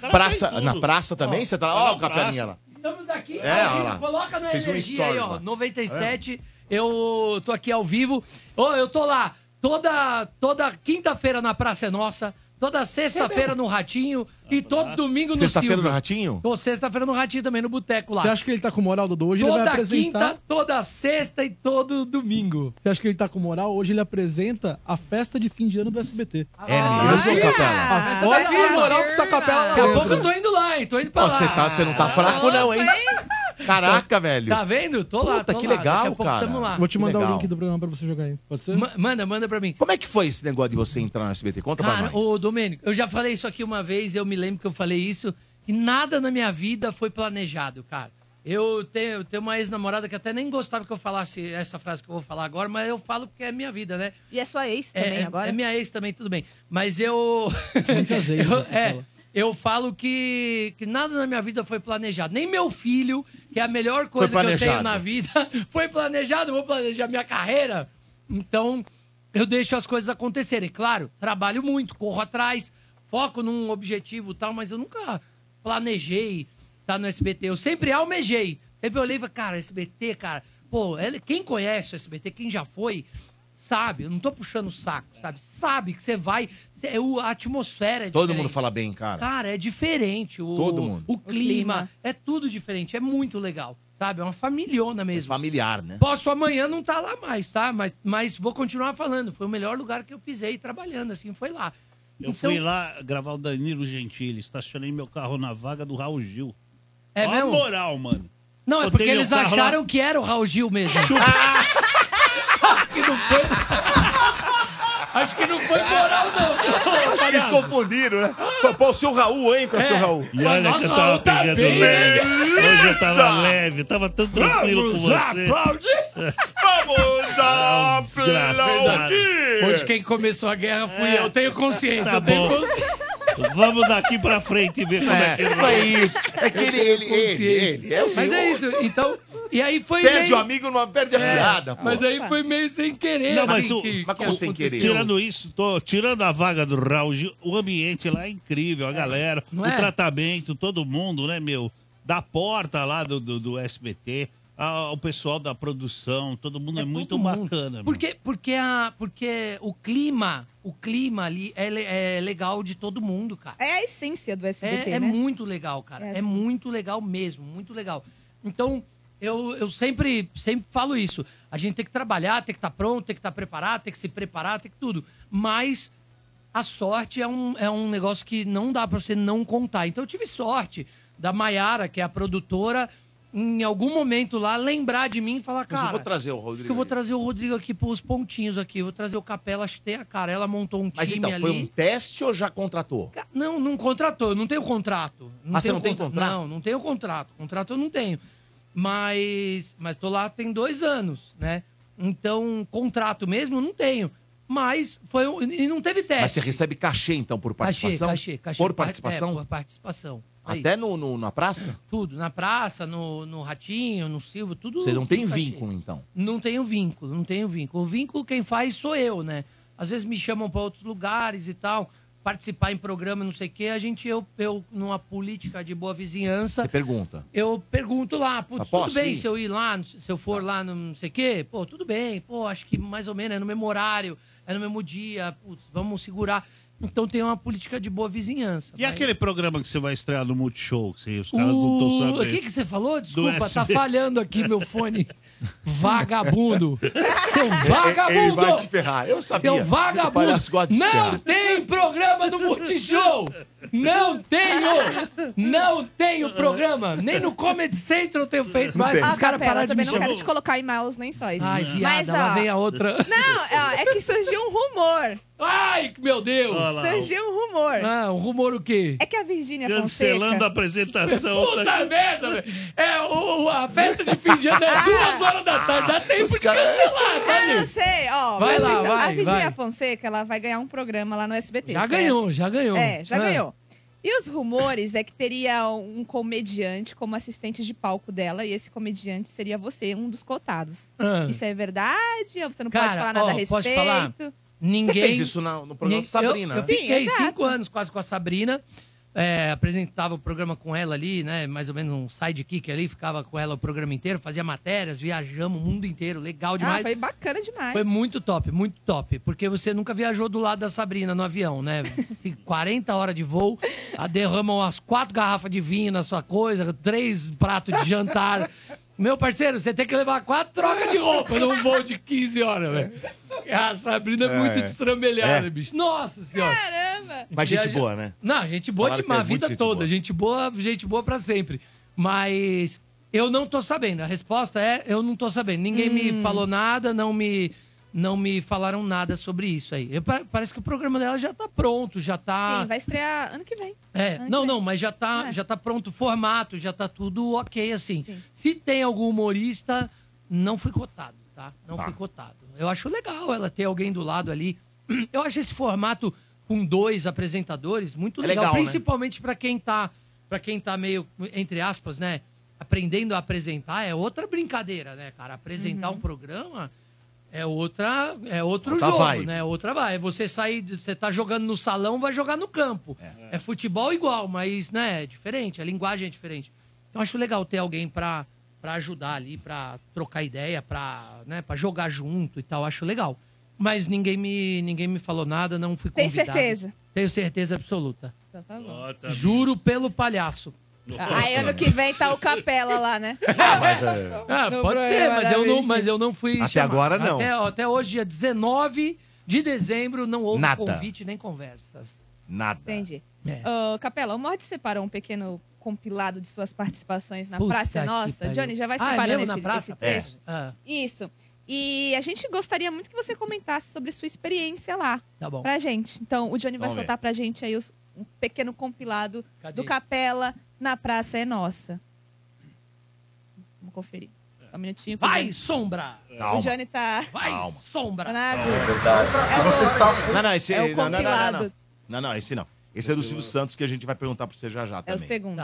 S5: cara faz
S2: Praça,
S5: tudo.
S2: na praça também?
S5: Ó,
S2: Você tá
S5: tá na
S2: lá? Ó, o Capelinha lá.
S1: Estamos aqui.
S2: É,
S1: Olha,
S2: olha lá.
S1: Coloca na
S2: Fez um
S1: energia aí,
S2: stories
S1: ó.
S2: lá.
S1: 97. Eu tô aqui ao vivo. Ô, eu tô lá. Toda, toda quinta-feira na Praça é Nossa. Toda
S2: É
S1: sexta-feira no Ratinho. E todo domingo no
S2: Sexta-feira
S1: Silvio.
S2: no Ratinho?
S1: Tô sexta-feira no Ratinho também, no Boteco lá.
S7: Você acha que ele tá com moral, Dodô? Hoje ele vai
S1: Toda
S7: apresentar...
S1: quinta, toda sexta e todo domingo.
S7: Você acha que ele tá com moral? Hoje ele apresenta a festa de fim de ano do SBT.
S2: É
S1: Ah,
S2: mesmo, Capela?
S1: Mas tá
S7: Olha
S1: bacana.
S7: a moral que está a capela lá
S1: Daqui a
S7: dentro.
S1: pouco eu tô indo lá, hein? Tô indo pra
S2: Ó,
S1: lá.
S2: Você tá, você não tá fraco, não, hein? Caraca, velho.
S1: Tá vendo? Tô lá,
S2: Puta,
S1: tô
S2: que
S1: lá.
S2: legal,
S1: Daqui a pouco
S2: cara.
S1: tamo lá.
S7: Vou te mandar
S2: Legal.
S7: o link do programa pra você jogar aí. Pode ser?
S1: Ma- manda, manda pra mim.
S2: Como é que foi esse negócio de você entrar no SBT? Conta pra
S1: Cara,
S2: nós.
S1: ô Domênico, eu já falei isso aqui uma vez, eu me lembro que eu falei isso, e nada na minha vida foi planejado, cara. Eu tenho, eu tenho uma ex-namorada que até nem gostava que eu falasse essa frase que eu vou falar agora, mas eu falo porque é minha vida, né?
S6: E é sua ex
S1: É,
S6: também
S1: é-
S6: agora?
S1: é minha ex também, tudo bem. Mas eu. eu, é, eu falo que, que nada na minha vida foi planejado. Nem meu filho, que é a melhor coisa que eu tenho
S2: planejado.
S1: na vida, foi planejado. Eu Vou planejar minha carreira. Então, eu deixo as coisas acontecerem. Claro, trabalho muito, corro atrás, foco num objetivo e tal, mas eu nunca planejei estar no SBT. Eu sempre almejei. Sempre olhei e falei, cara, SBT, cara. Pô, ele- quem conhece o SBT, quem já foi, sabe, eu não tô puxando o saco, sabe? Sabe que você vai, cê- é o- a atmosfera é
S2: Todo
S1: diferente.
S2: mundo fala bem, cara.
S1: Cara, é diferente. O,
S2: Todo mundo.
S1: O clima, é tudo diferente, é muito legal, sabe? É uma familhona mesmo.
S2: Familiar, né?
S1: Posso amanhã não estar lá mais, tá? Mas, mas vou continuar falando, foi o melhor lugar que eu pisei trabalhando, assim, foi lá. Então,
S5: Eu fui lá gravar o Danilo Gentili, estacionei meu carro na vaga do Raul Gil.
S1: É
S5: Ó
S1: mesmo?
S5: a moral, mano.
S1: Não, é
S5: Botei
S1: porque
S5: meu
S1: eles
S5: carro lá.
S1: acharam que era o Raul Gil mesmo. Acho que não foi. Acho que não foi moral, não.
S2: Acho que eles confundiram, Tá né? Pô, Pô, o seu Raul entra, seu
S1: É.
S2: Raul.
S5: E olha que tá eu tava
S1: tá
S5: pegando leve. Hoje eu tava leve, tava tão tranquilo
S2: Vamos
S5: com você.
S2: Vamos
S5: Ah, um desgraçado.
S1: aplaudir! Hoje quem começou a guerra fui
S2: É.
S1: eu, tenho consciência,
S5: Tá
S1: eu tenho
S5: bom.
S1: consciência.
S5: Vamos daqui pra frente e ver como é,
S2: É,
S5: que ele
S2: isso
S5: vai.
S2: é isso. É que ele- ele- ele- ele é o
S1: Mas é isso,
S2: senhor.
S1: então. E aí foi.
S2: Perde
S1: meio-
S2: o amigo, não perde a
S1: É,
S2: piada, pô.
S1: Mas aí foi meio sem querer.
S5: Não, mas,
S1: assim,
S5: o,
S1: que-
S5: mas
S1: que
S5: como
S1: aconteceu.
S5: sem querer? Tirando isso, tô tirando a vaga do Raul Gil, o ambiente lá é incrível, a galera,
S1: Não
S5: o
S1: é?
S5: tratamento, todo mundo, né, meu? Da porta lá do, do, do SBT, a- o pessoal da produção, todo mundo é, muito bacana. meu.
S1: Porque, porque, a, porque o clima, o clima ali é, le- é legal de todo mundo, cara.
S6: É a essência do SBT,
S1: É, é
S6: né?
S1: muito legal, cara.
S6: É
S1: É,
S6: assim.
S1: muito legal mesmo, muito legal. Então, eu, eu sempre, sempre falo isso. A gente tem que trabalhar, tem que estar pronto, tem que estar preparado, tem que se preparar, tem que tudo. Mas a sorte é um, é um negócio que não dá pra você não contar. Então, eu tive sorte da Maiara, que é a produtora, em algum momento lá, lembrar de mim e falar,
S2: Mas
S1: cara...
S2: eu vou trazer o
S1: Acho
S2: Rodrigo.
S1: que eu vou trazer o Rodrigo aqui pros pontinhos aqui. Vou trazer o Capela, acho que tem a cara. Ela montou um
S2: Mas
S1: time
S2: então,
S1: ali.
S2: foi um teste ou já contratou?
S1: Não, não contratou. Eu não tenho contrato.
S2: Ah, você
S1: tenho
S2: não tem contrato?
S1: Não, não tenho contrato. Contrato eu não tenho. Mas, mas tô lá tem dois anos, né? Então, contrato mesmo eu não tenho. Mas foi um, e não teve teste.
S2: Mas você recebe cachê, então, por
S1: Cachê,
S2: participação?
S1: cachê, cachê.
S2: Por
S1: Par-
S2: participação?
S1: É, por participação. Aí,
S2: Até no, no- na praça?
S1: Tudo. Na praça, no, no Ratinho, no Silvio, tudo.
S2: Você não tem
S1: tudo cachê.
S2: vínculo, então.
S1: Não tenho vínculo, não tenho vínculo. O vínculo quem faz sou eu, né? Às vezes me chamam para outros lugares e tal, participar em programa, não sei o quê. A gente, eu, eu numa política de boa vizinhança,
S2: Você pergunta.
S1: eu pergunto lá,
S2: Ah,
S1: putz, tudo
S2: posso
S1: bem
S2: ir?
S1: se eu ir lá, não sei- se eu for lá no não sei o quê? Pô, tudo bem, pô, acho que mais ou menos é no mesmo horário, é no mesmo dia, putz, vamos segurar. Então tem uma política de boa vizinhança.
S5: E aquele programa que você vai estrear no Multishow, que os caras não estão
S1: Uh, O
S5: sabendo?
S1: que, que você falou?
S5: Do
S1: Desculpa, tá
S5: SB.
S1: falhando aqui meu fone. Vagabundo! Seu vagabundo!
S2: Ele vai te ferrar, eu sabia.
S1: Seu
S2: O
S1: vagabundo!
S2: palhaço gosta de te
S1: Não
S2: ferrar.
S1: tem programa do Multishow! Não tenho! Não tenho programa! Nem no Comedy Central eu tenho feito mais.
S6: Ah,
S1: Os caras
S6: Capela,
S1: pararam de me
S6: também não
S1: chamar.
S6: quero te colocar em maus lençóis.
S1: Ai, viada, lá vem a outra.
S6: Não, é, é que surgiu um rumor.
S1: Ai, meu Deus!
S5: Olha lá,
S6: Surgiu um rumor.
S1: Ah, um rumor o quê?
S6: É que a Virgínia
S5: Cancelando a
S6: Fonseca...
S5: apresentação.
S1: Puta merda, velho. É, o, o- a festa de fim de ano é duas horas da tarde. Dá tempo
S21: é.
S1: de cancelar, tá,
S6: Eu não
S1: gente?
S6: sei, ó.
S1: Vai
S6: presta
S1: lá,
S6: atenção.
S1: vai,
S6: a Virgínia
S1: vai.
S6: Fonseca, ela vai ganhar um programa lá no SBT.
S1: Já
S6: certo?
S1: ganhou, já ganhou.
S6: É, já
S1: Ah.
S6: ganhou. E os rumores é que teria um comediante como assistente de palco dela, e esse comediante seria você, um dos cotados.
S1: Ah.
S6: Isso é verdade? Você não pode
S1: Cara,
S6: falar nada a
S1: ó,
S6: respeito?
S1: posso falar? Ninguém.
S2: Você fez isso na- no programa
S1: Nin-
S2: de Sabrina,
S1: Eu, eu
S2: né?
S1: fiquei
S6: Sim, exato.
S1: cinco anos quase com a Sabrina. é, apresentava o programa com ela ali, né? Mais ou menos um sidekick ali, ficava com ela o programa inteiro, fazia matérias, viajamos o mundo inteiro, legal demais.
S6: Ah, foi bacana demais.
S1: Foi muito top, muito top. Porque você nunca viajou do lado da Sabrina no avião, né? Se 40 horas de voo, a derramam umas quatro garrafas de vinho na sua coisa, três pratos de jantar. Meu parceiro, você tem que levar quatro trocas de roupa num voo de 15 horas, velho. A Sabrina é muito
S2: É.
S1: destrambelhada,
S2: É.
S1: bicho. Nossa senhora.
S6: Caramba!
S2: Mas
S1: E
S2: gente
S1: a-
S2: boa, né?
S1: Não, gente boa
S2: Falaram que
S1: demais,
S2: é
S1: a
S2: muito
S1: vida
S2: gente
S1: toda.
S2: boa.
S1: Gente boa, gente boa pra sempre.
S6: Hum.
S1: Mas eu não tô sabendo. A resposta é eu não tô sabendo. Ninguém me falou nada, não me não me falaram nada sobre isso aí. Eu- pa- parece que o programa dela já tá pronto, já tá.
S6: Sim, vai estrear ano que vem.
S1: É,
S6: Ano que
S1: não,
S6: vem.
S1: não, mas já tá,
S6: É.
S1: já tá pronto o formato, já tá tudo ok, assim. Se tem algum humorista, não fui cotado, tá? Não fui cotado. Eu acho legal ela ter alguém do lado ali. Eu acho esse formato com dois apresentadores muito
S2: É
S1: legal,
S2: legal, né?
S1: principalmente pra quem tá, para quem tá meio entre aspas, né, aprendendo a apresentar, é outra brincadeira, né, cara? Apresentar um programa é outra, é outro
S2: Uhum. Outra
S1: jogo,
S2: vibe.
S1: né? Outra vai. Você sair, de- você tá jogando no salão, vai jogar no campo. É, futebol igual, mas né, é diferente, a linguagem é diferente. Então acho legal ter alguém pra para ajudar ali, pra trocar ideia, pra, né, para jogar junto e tal, acho legal. Mas ninguém me ninguém me falou nada, não fui
S6: Tem
S1: convidado.
S6: certeza?
S1: Tenho certeza absoluta.
S6: Então tá bom.
S1: Juro pelo palhaço.
S6: Aí ano que vem tá o Capela lá, né?
S2: Mas, é,
S1: Ah,
S6: No
S1: pode ser,
S6: programa
S1: mas
S6: da
S1: eu, não,
S6: Virgínia.
S1: mas eu não fui
S2: Até
S1: chamado.
S2: agora, não.
S1: Até, até hoje, dia 19 de dezembro, não houve
S2: Nada.
S1: convite nem conversas.
S2: Nada.
S6: Entendi.
S1: É.
S6: Ô, Capela, o Morde separou um pequeno compilado de suas participações na
S1: Puta
S6: Praça é
S1: que
S6: Nossa.
S1: pariu.
S6: Johnny, já vai
S1: Ah, é
S6: separando
S1: mesmo
S6: esse,
S1: na praça?
S6: esse trecho.
S2: É.
S1: Ah,
S6: Isso. E a gente gostaria muito que você comentasse sobre sua experiência lá.
S1: Tá bom.
S6: Pra gente. Então, o Johnny vai
S1: Vamos ver.
S6: soltar pra gente aí os- um pequeno compilado
S1: Cadê?
S6: do Capela na Praça é Nossa. Vamos conferir.
S2: É.
S6: Só Um minutinho. que o
S1: Vai,
S6: Johnny-
S1: sombra!
S6: O Johnny tá...
S1: Vai, sombra!
S2: É Você está... Não, não, esse...
S6: É o
S2: não, não, não, não, não.
S6: compilado.
S2: Não, não, esse não. Esse é do Silvio Santos que a gente vai perguntar pra você já já
S6: É o
S2: também.
S6: segundo.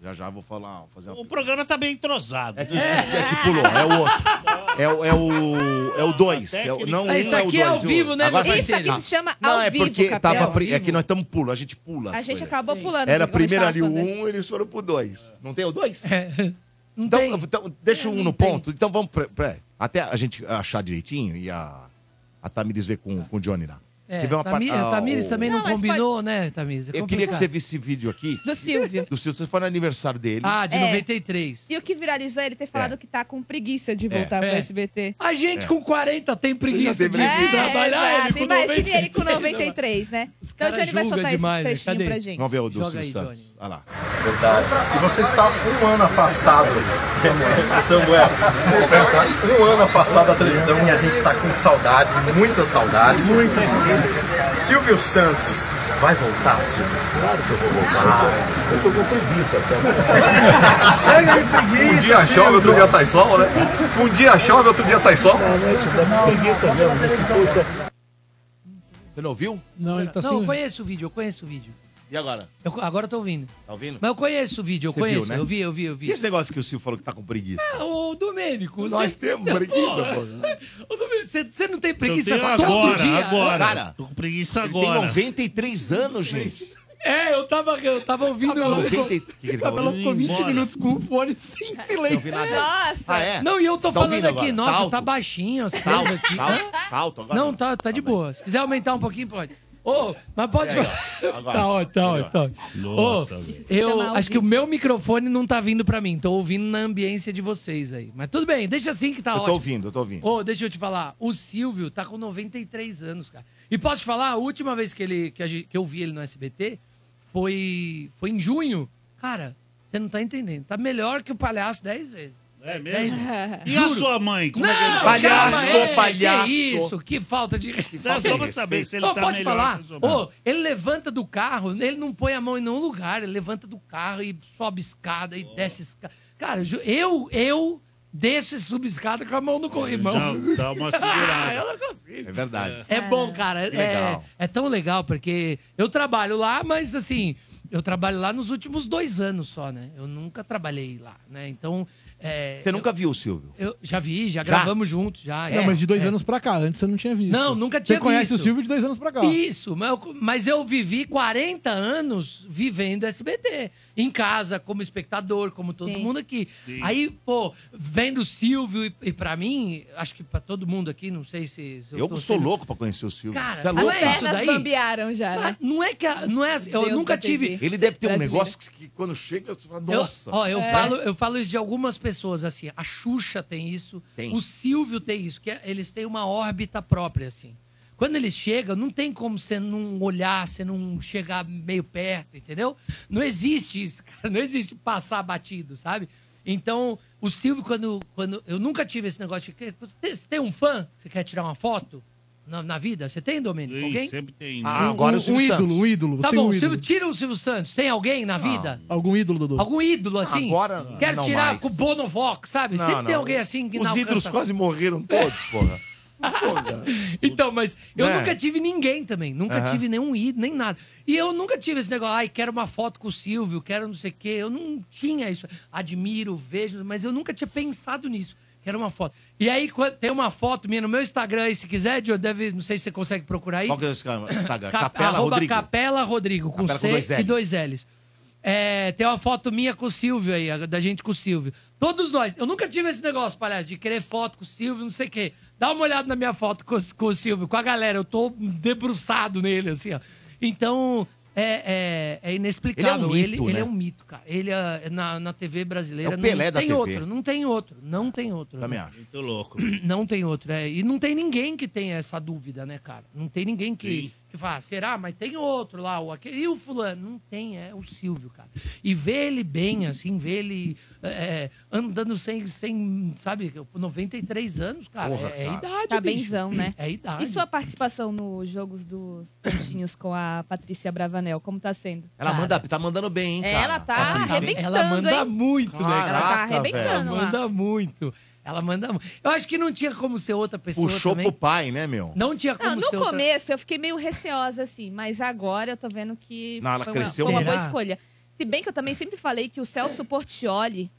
S2: Já já vou falar, vou fazer uma...
S5: O programa tá bem entrosado. né?
S2: É que, é que pulou, é o outro. É, o- é o é o dois. É o, não, um,
S1: Esse aqui
S2: é
S1: é
S2: o
S1: ao
S2: dois, o
S1: vivo,
S2: outro.
S1: né,
S2: Agora vai
S1: Isso
S2: ser
S1: aqui
S2: ele.
S1: se chama
S2: Não,
S1: ao
S2: é
S1: vivo,
S2: porque
S1: Capela.
S2: tava
S1: Ao
S2: pri... é
S1: vivo.
S2: que nós estamos pulo, a gente pula.
S6: A
S2: as
S6: gente
S2: coisas.
S6: acabou pulando.
S2: Era
S6: porque eu
S2: primeiro ali
S6: deixava
S2: o
S6: quando eu-
S2: um, eles foram pro dois. Não tem o dois?
S1: É.
S2: então, então, deixa o um no ponto. Então vamos. Pra, pra- até a gente achar direitinho e a, a Tamires ver com, com o Johnny lá.
S1: É,
S2: Teve uma par-
S1: Tamir,
S2: ah,
S1: Tamires
S2: o-
S1: também não,
S6: Não, mas
S1: combinou, né, Tamires? É
S2: Eu queria que
S1: complicado.
S2: você visse esse vídeo aqui.
S6: Do Silvio.
S2: Do Silvio, você foi no aniversário dele.
S1: Ah, de
S6: É.
S1: 93.
S6: E o que viralizou é ele ter falado que tá com preguiça de voltar
S1: É.
S6: pro
S1: É.
S6: SBT.
S1: A
S2: É.
S1: gente com 40 tem preguiça de
S6: É,
S1: trabalhar
S6: exato.
S1: ele com
S6: Imagine
S1: 93.
S6: ele com 93, né? Então o
S1: cara
S6: Johnny vai
S1: julga
S6: soltar
S1: demais, né?
S6: esse trechinho
S1: Cadê?
S6: pra gente.
S2: Vamos ver o do
S1: Joga
S2: Silvio
S1: aí,
S2: Santos. Olha lá.
S8: E você está um ano afastado, Samuel. Você está um ano afastado da televisão e a gente está com saudade, muita saudade. Muita. Silvio Santos, vai voltar, Silvio? Claro que eu vou voltar. eu estou com preguiça até. Chega de preguiça.
S9: Um dia chove, outro dia sai sol, né? Um dia chove, outro dia sai sol.
S21: Preguiça mesmo, né?
S2: Você não ouviu?
S1: Não,
S2: ele tá
S1: não
S2: sem-
S1: eu conheço o vídeo, eu conheço o vídeo.
S2: E agora?
S1: Eu, agora eu tô ouvindo.
S2: Tá ouvindo?
S1: Mas eu conheço o vídeo, eu
S2: Você
S1: conheço.
S2: viu, né?
S1: Eu vi, eu vi, eu
S2: E
S1: vi.
S2: esse negócio que o Silvio falou que tá com preguiça?
S1: Ah, Ô, Domênico,
S2: Nós temos preguiça, pô.
S1: Ô, Domênico, você, você não tem
S5: Eu
S1: preguiça
S5: tenho
S1: todo
S5: agora,
S1: dia?
S5: agora.
S1: Cara,
S5: Tô com preguiça
S2: Ele
S5: agora.
S2: tem 93 anos, gente.
S1: é, eu tava, eu tava ouvindo...
S2: Cabelo, 90... e- O que que ele tava
S1: Cabelo
S2: ouvindo?
S1: ficou 20
S2: Embora.
S1: minutos com o fone sem
S2: Não ouvi
S1: silêncio.
S2: nada.
S6: Nossa!
S2: Ah, é?
S1: Não, e eu tô
S2: Tá
S1: falando
S2: ouvindo
S1: aqui,
S2: agora?
S1: nossa,
S2: Tá alto?
S1: tá baixinho as
S2: Tá
S1: coisas
S2: alto,
S1: aqui.
S2: tá alto, tá alto agora.
S1: Não, tá, tá de boa. Se quiser aumentar um pouquinho, pode. Ô, mas pode.
S2: E aí, ó, é, agora?
S1: tá ótimo, tá ótimo. tá ótimo.
S2: Nossa,
S1: Ô,
S2: velho. Isso
S6: se
S1: eu
S6: chama ao
S1: acho que o meu microfone não tá vindo pra mim. Tô ouvindo na ambiência de vocês aí. Mas tudo bem, deixa assim que tá
S2: eu tô
S1: ótimo.
S2: ouvindo, eu tô ouvindo.
S1: Ô, deixa eu te falar. O Silvio tá com 93 anos, cara. E posso te falar, a última vez que, ele, que, a gente- que eu vi ele no SBT foi, foi em junho. Cara, você não tá entendendo. Tá melhor que o palhaço 10 vezes.
S5: É
S1: mesmo?
S5: E a sua mãe? Como é que ele
S1: Não,
S5: tá?
S1: calma, é, Que isso, que falta de
S5: Só
S1: respeito.
S5: pra saber se ele
S1: Ô,
S5: tá
S1: pode
S5: melhor
S1: falar.
S5: que os outros.
S1: Ô, ele levanta do carro, ele não põe a mão em nenhum lugar, ele levanta do carro e sobe escada e desce escada. Cara, ju- eu, eu desço e subo escada com a mão no corrimão.
S5: Não, dá uma segurada.
S1: eu não
S2: É verdade.
S1: é bom, cara.
S2: Que
S1: É,
S2: legal.
S1: é tão legal, porque eu trabalho lá, mas assim, eu trabalho lá nos últimos dois anos só, né? Eu nunca trabalhei lá, né? Então. é,
S2: Você nunca viu o Silvio?
S1: Eu, eu já vi, já,
S2: Já?
S1: gravamos juntos, já.
S7: Não,
S1: é,
S7: mas de dois
S1: é.
S7: anos pra cá, antes você não tinha visto.
S1: Não, nunca tinha
S7: Você conhece
S1: visto.
S7: o Silvio de dois anos pra cá.
S1: Isso, mas eu, mas eu vivi 40 anos vivendo SBT. Em casa, como espectador, como todo mundo aqui.
S5: Sim.
S1: Aí, pô, vendo o Silvio e, e pra mim, acho que pra todo mundo aqui, não sei se. se
S2: Eu
S1: tô
S2: sou
S1: sendo-
S2: louco pra conhecer o Silvio.
S1: Cara,
S2: Você é
S1: não
S2: louco?
S1: é
S6: As
S1: isso
S6: pernas
S1: daí?
S6: bambearam já, né?
S1: Não é que. a- Não é, eu
S6: Deus
S1: nunca
S6: da
S1: tive.
S6: TV
S2: Ele deve ter um
S1: brasileira.
S2: negócio que, que quando chega, você fala, nossa.
S1: Eu, ó, eu,
S2: É.
S1: falo, eu falo isso de algumas pessoas, assim. A Xuxa tem isso,
S2: Tem.
S1: o Silvio tem isso, que é- eles têm uma órbita própria, assim. Quando eles chegam, não tem como você não olhar, você não chegar meio perto, entendeu? Não existe isso, cara. Não existe passar batido, sabe? Então, o Silvio, quando, quando. Eu nunca tive esse negócio de. que- Você tem um fã? Você quer tirar uma foto? Na, na vida? Você tem, Domênico? Alguém?
S5: Sempre tem. né?
S1: Ah,
S7: um, um ídolo, um ídolo. Você
S1: Tá
S7: tem
S1: bom,
S7: um
S1: o Silvio,
S7: ídolo.
S1: tira o Silvio Santos. Tem alguém
S5: Ah.
S1: na vida?
S7: Algum ídolo, Dudu?
S1: Algum ídolo assim?
S7: Agora,
S1: Quero
S7: não
S1: tirar
S7: mais.
S1: com o Bonovox, sabe?
S7: Não,
S1: Sempre tem
S7: não.
S1: alguém assim que
S2: Os
S1: não
S2: ídolos
S1: alcança.
S2: quase morreram todos, porra.
S1: Então, mas eu
S2: Né?
S1: nunca tive ninguém também. Nunca
S2: Aham.
S1: tive nenhum ídolo, nem nada. E eu nunca tive esse negócio, ai, quero uma foto com o Silvio, quero não sei o quê. Eu não tinha isso. Admiro, vejo, mas eu nunca tinha pensado nisso. Quero uma foto. E aí, quando- tem uma foto minha no meu Instagram aí, se quiser, Diogo, deve, não sei se você consegue procurar aí.
S2: Qual que é o Instagram?
S1: Cap-
S2: Capela
S1: arroba
S2: Rodrigo.
S1: Capela Rodrigo, com
S2: Capela com
S1: C
S2: dois Ls.
S1: e dois L's. É, tem uma foto minha com o Silvio aí, a- da gente com o Silvio. Todos nós. Eu nunca tive esse negócio, palhaço, de querer foto com o Silvio, não sei o quê. Dá uma olhada na minha foto com, o- com o Silvio, com a galera. Eu tô debruçado nele, assim, ó. Então, é, é- é inexplicável.
S2: Ele é um mito,
S1: ele
S2: né?
S1: é um mito, cara. Ele é, na, na TV brasileira.
S2: É o Pelé
S1: não
S2: da
S1: tem
S2: TV.
S1: outro, não tem outro, não tem outro. né?
S2: Também acho.
S5: Muito louco.
S1: Não tem outro. é. E não tem ninguém que tenha essa dúvida, né, cara? Não tem ninguém
S5: Sim.
S1: que, que fala, "Ah, será? Mas tem outro lá, o aquele. E o fulano? Não tem, é o Silvio, cara. E ver ele bem, assim, ver ele é, andando sem, sem, sabe, 93 anos, cara.
S6: Porra,
S1: é, é
S6: cara.
S1: idade,
S6: Tá
S1: bicho.
S6: benzão, né?
S1: É idade.
S6: E sua participação nos Jogos dos Pontinhos com a Patrícia Bravanel, como tá sendo?
S2: Ela manda, tá mandando bem, hein, cara?
S6: Ela tá
S2: Patrícia.
S6: arrebentando,
S1: Ela manda
S6: hein?
S1: muito, né?
S2: Caraca,
S1: cara?
S2: Ela tá arrebentando
S1: Ela
S2: lá.
S1: manda muito. Ela manda muito. Eu acho que não tinha como ser outra pessoa
S2: Puxou
S1: também.
S2: pro pai, né, meu?
S1: Não tinha Tá como
S6: Não, no
S1: ser outra-
S6: começo eu fiquei meio receosa, assim, mas agora eu tô vendo que
S2: Não, ela
S6: foi, uma-
S2: cresceu
S6: foi uma,
S2: muito.
S6: boa
S2: Será?
S6: escolha. Se bem que eu também sempre falei que o Celso Portioli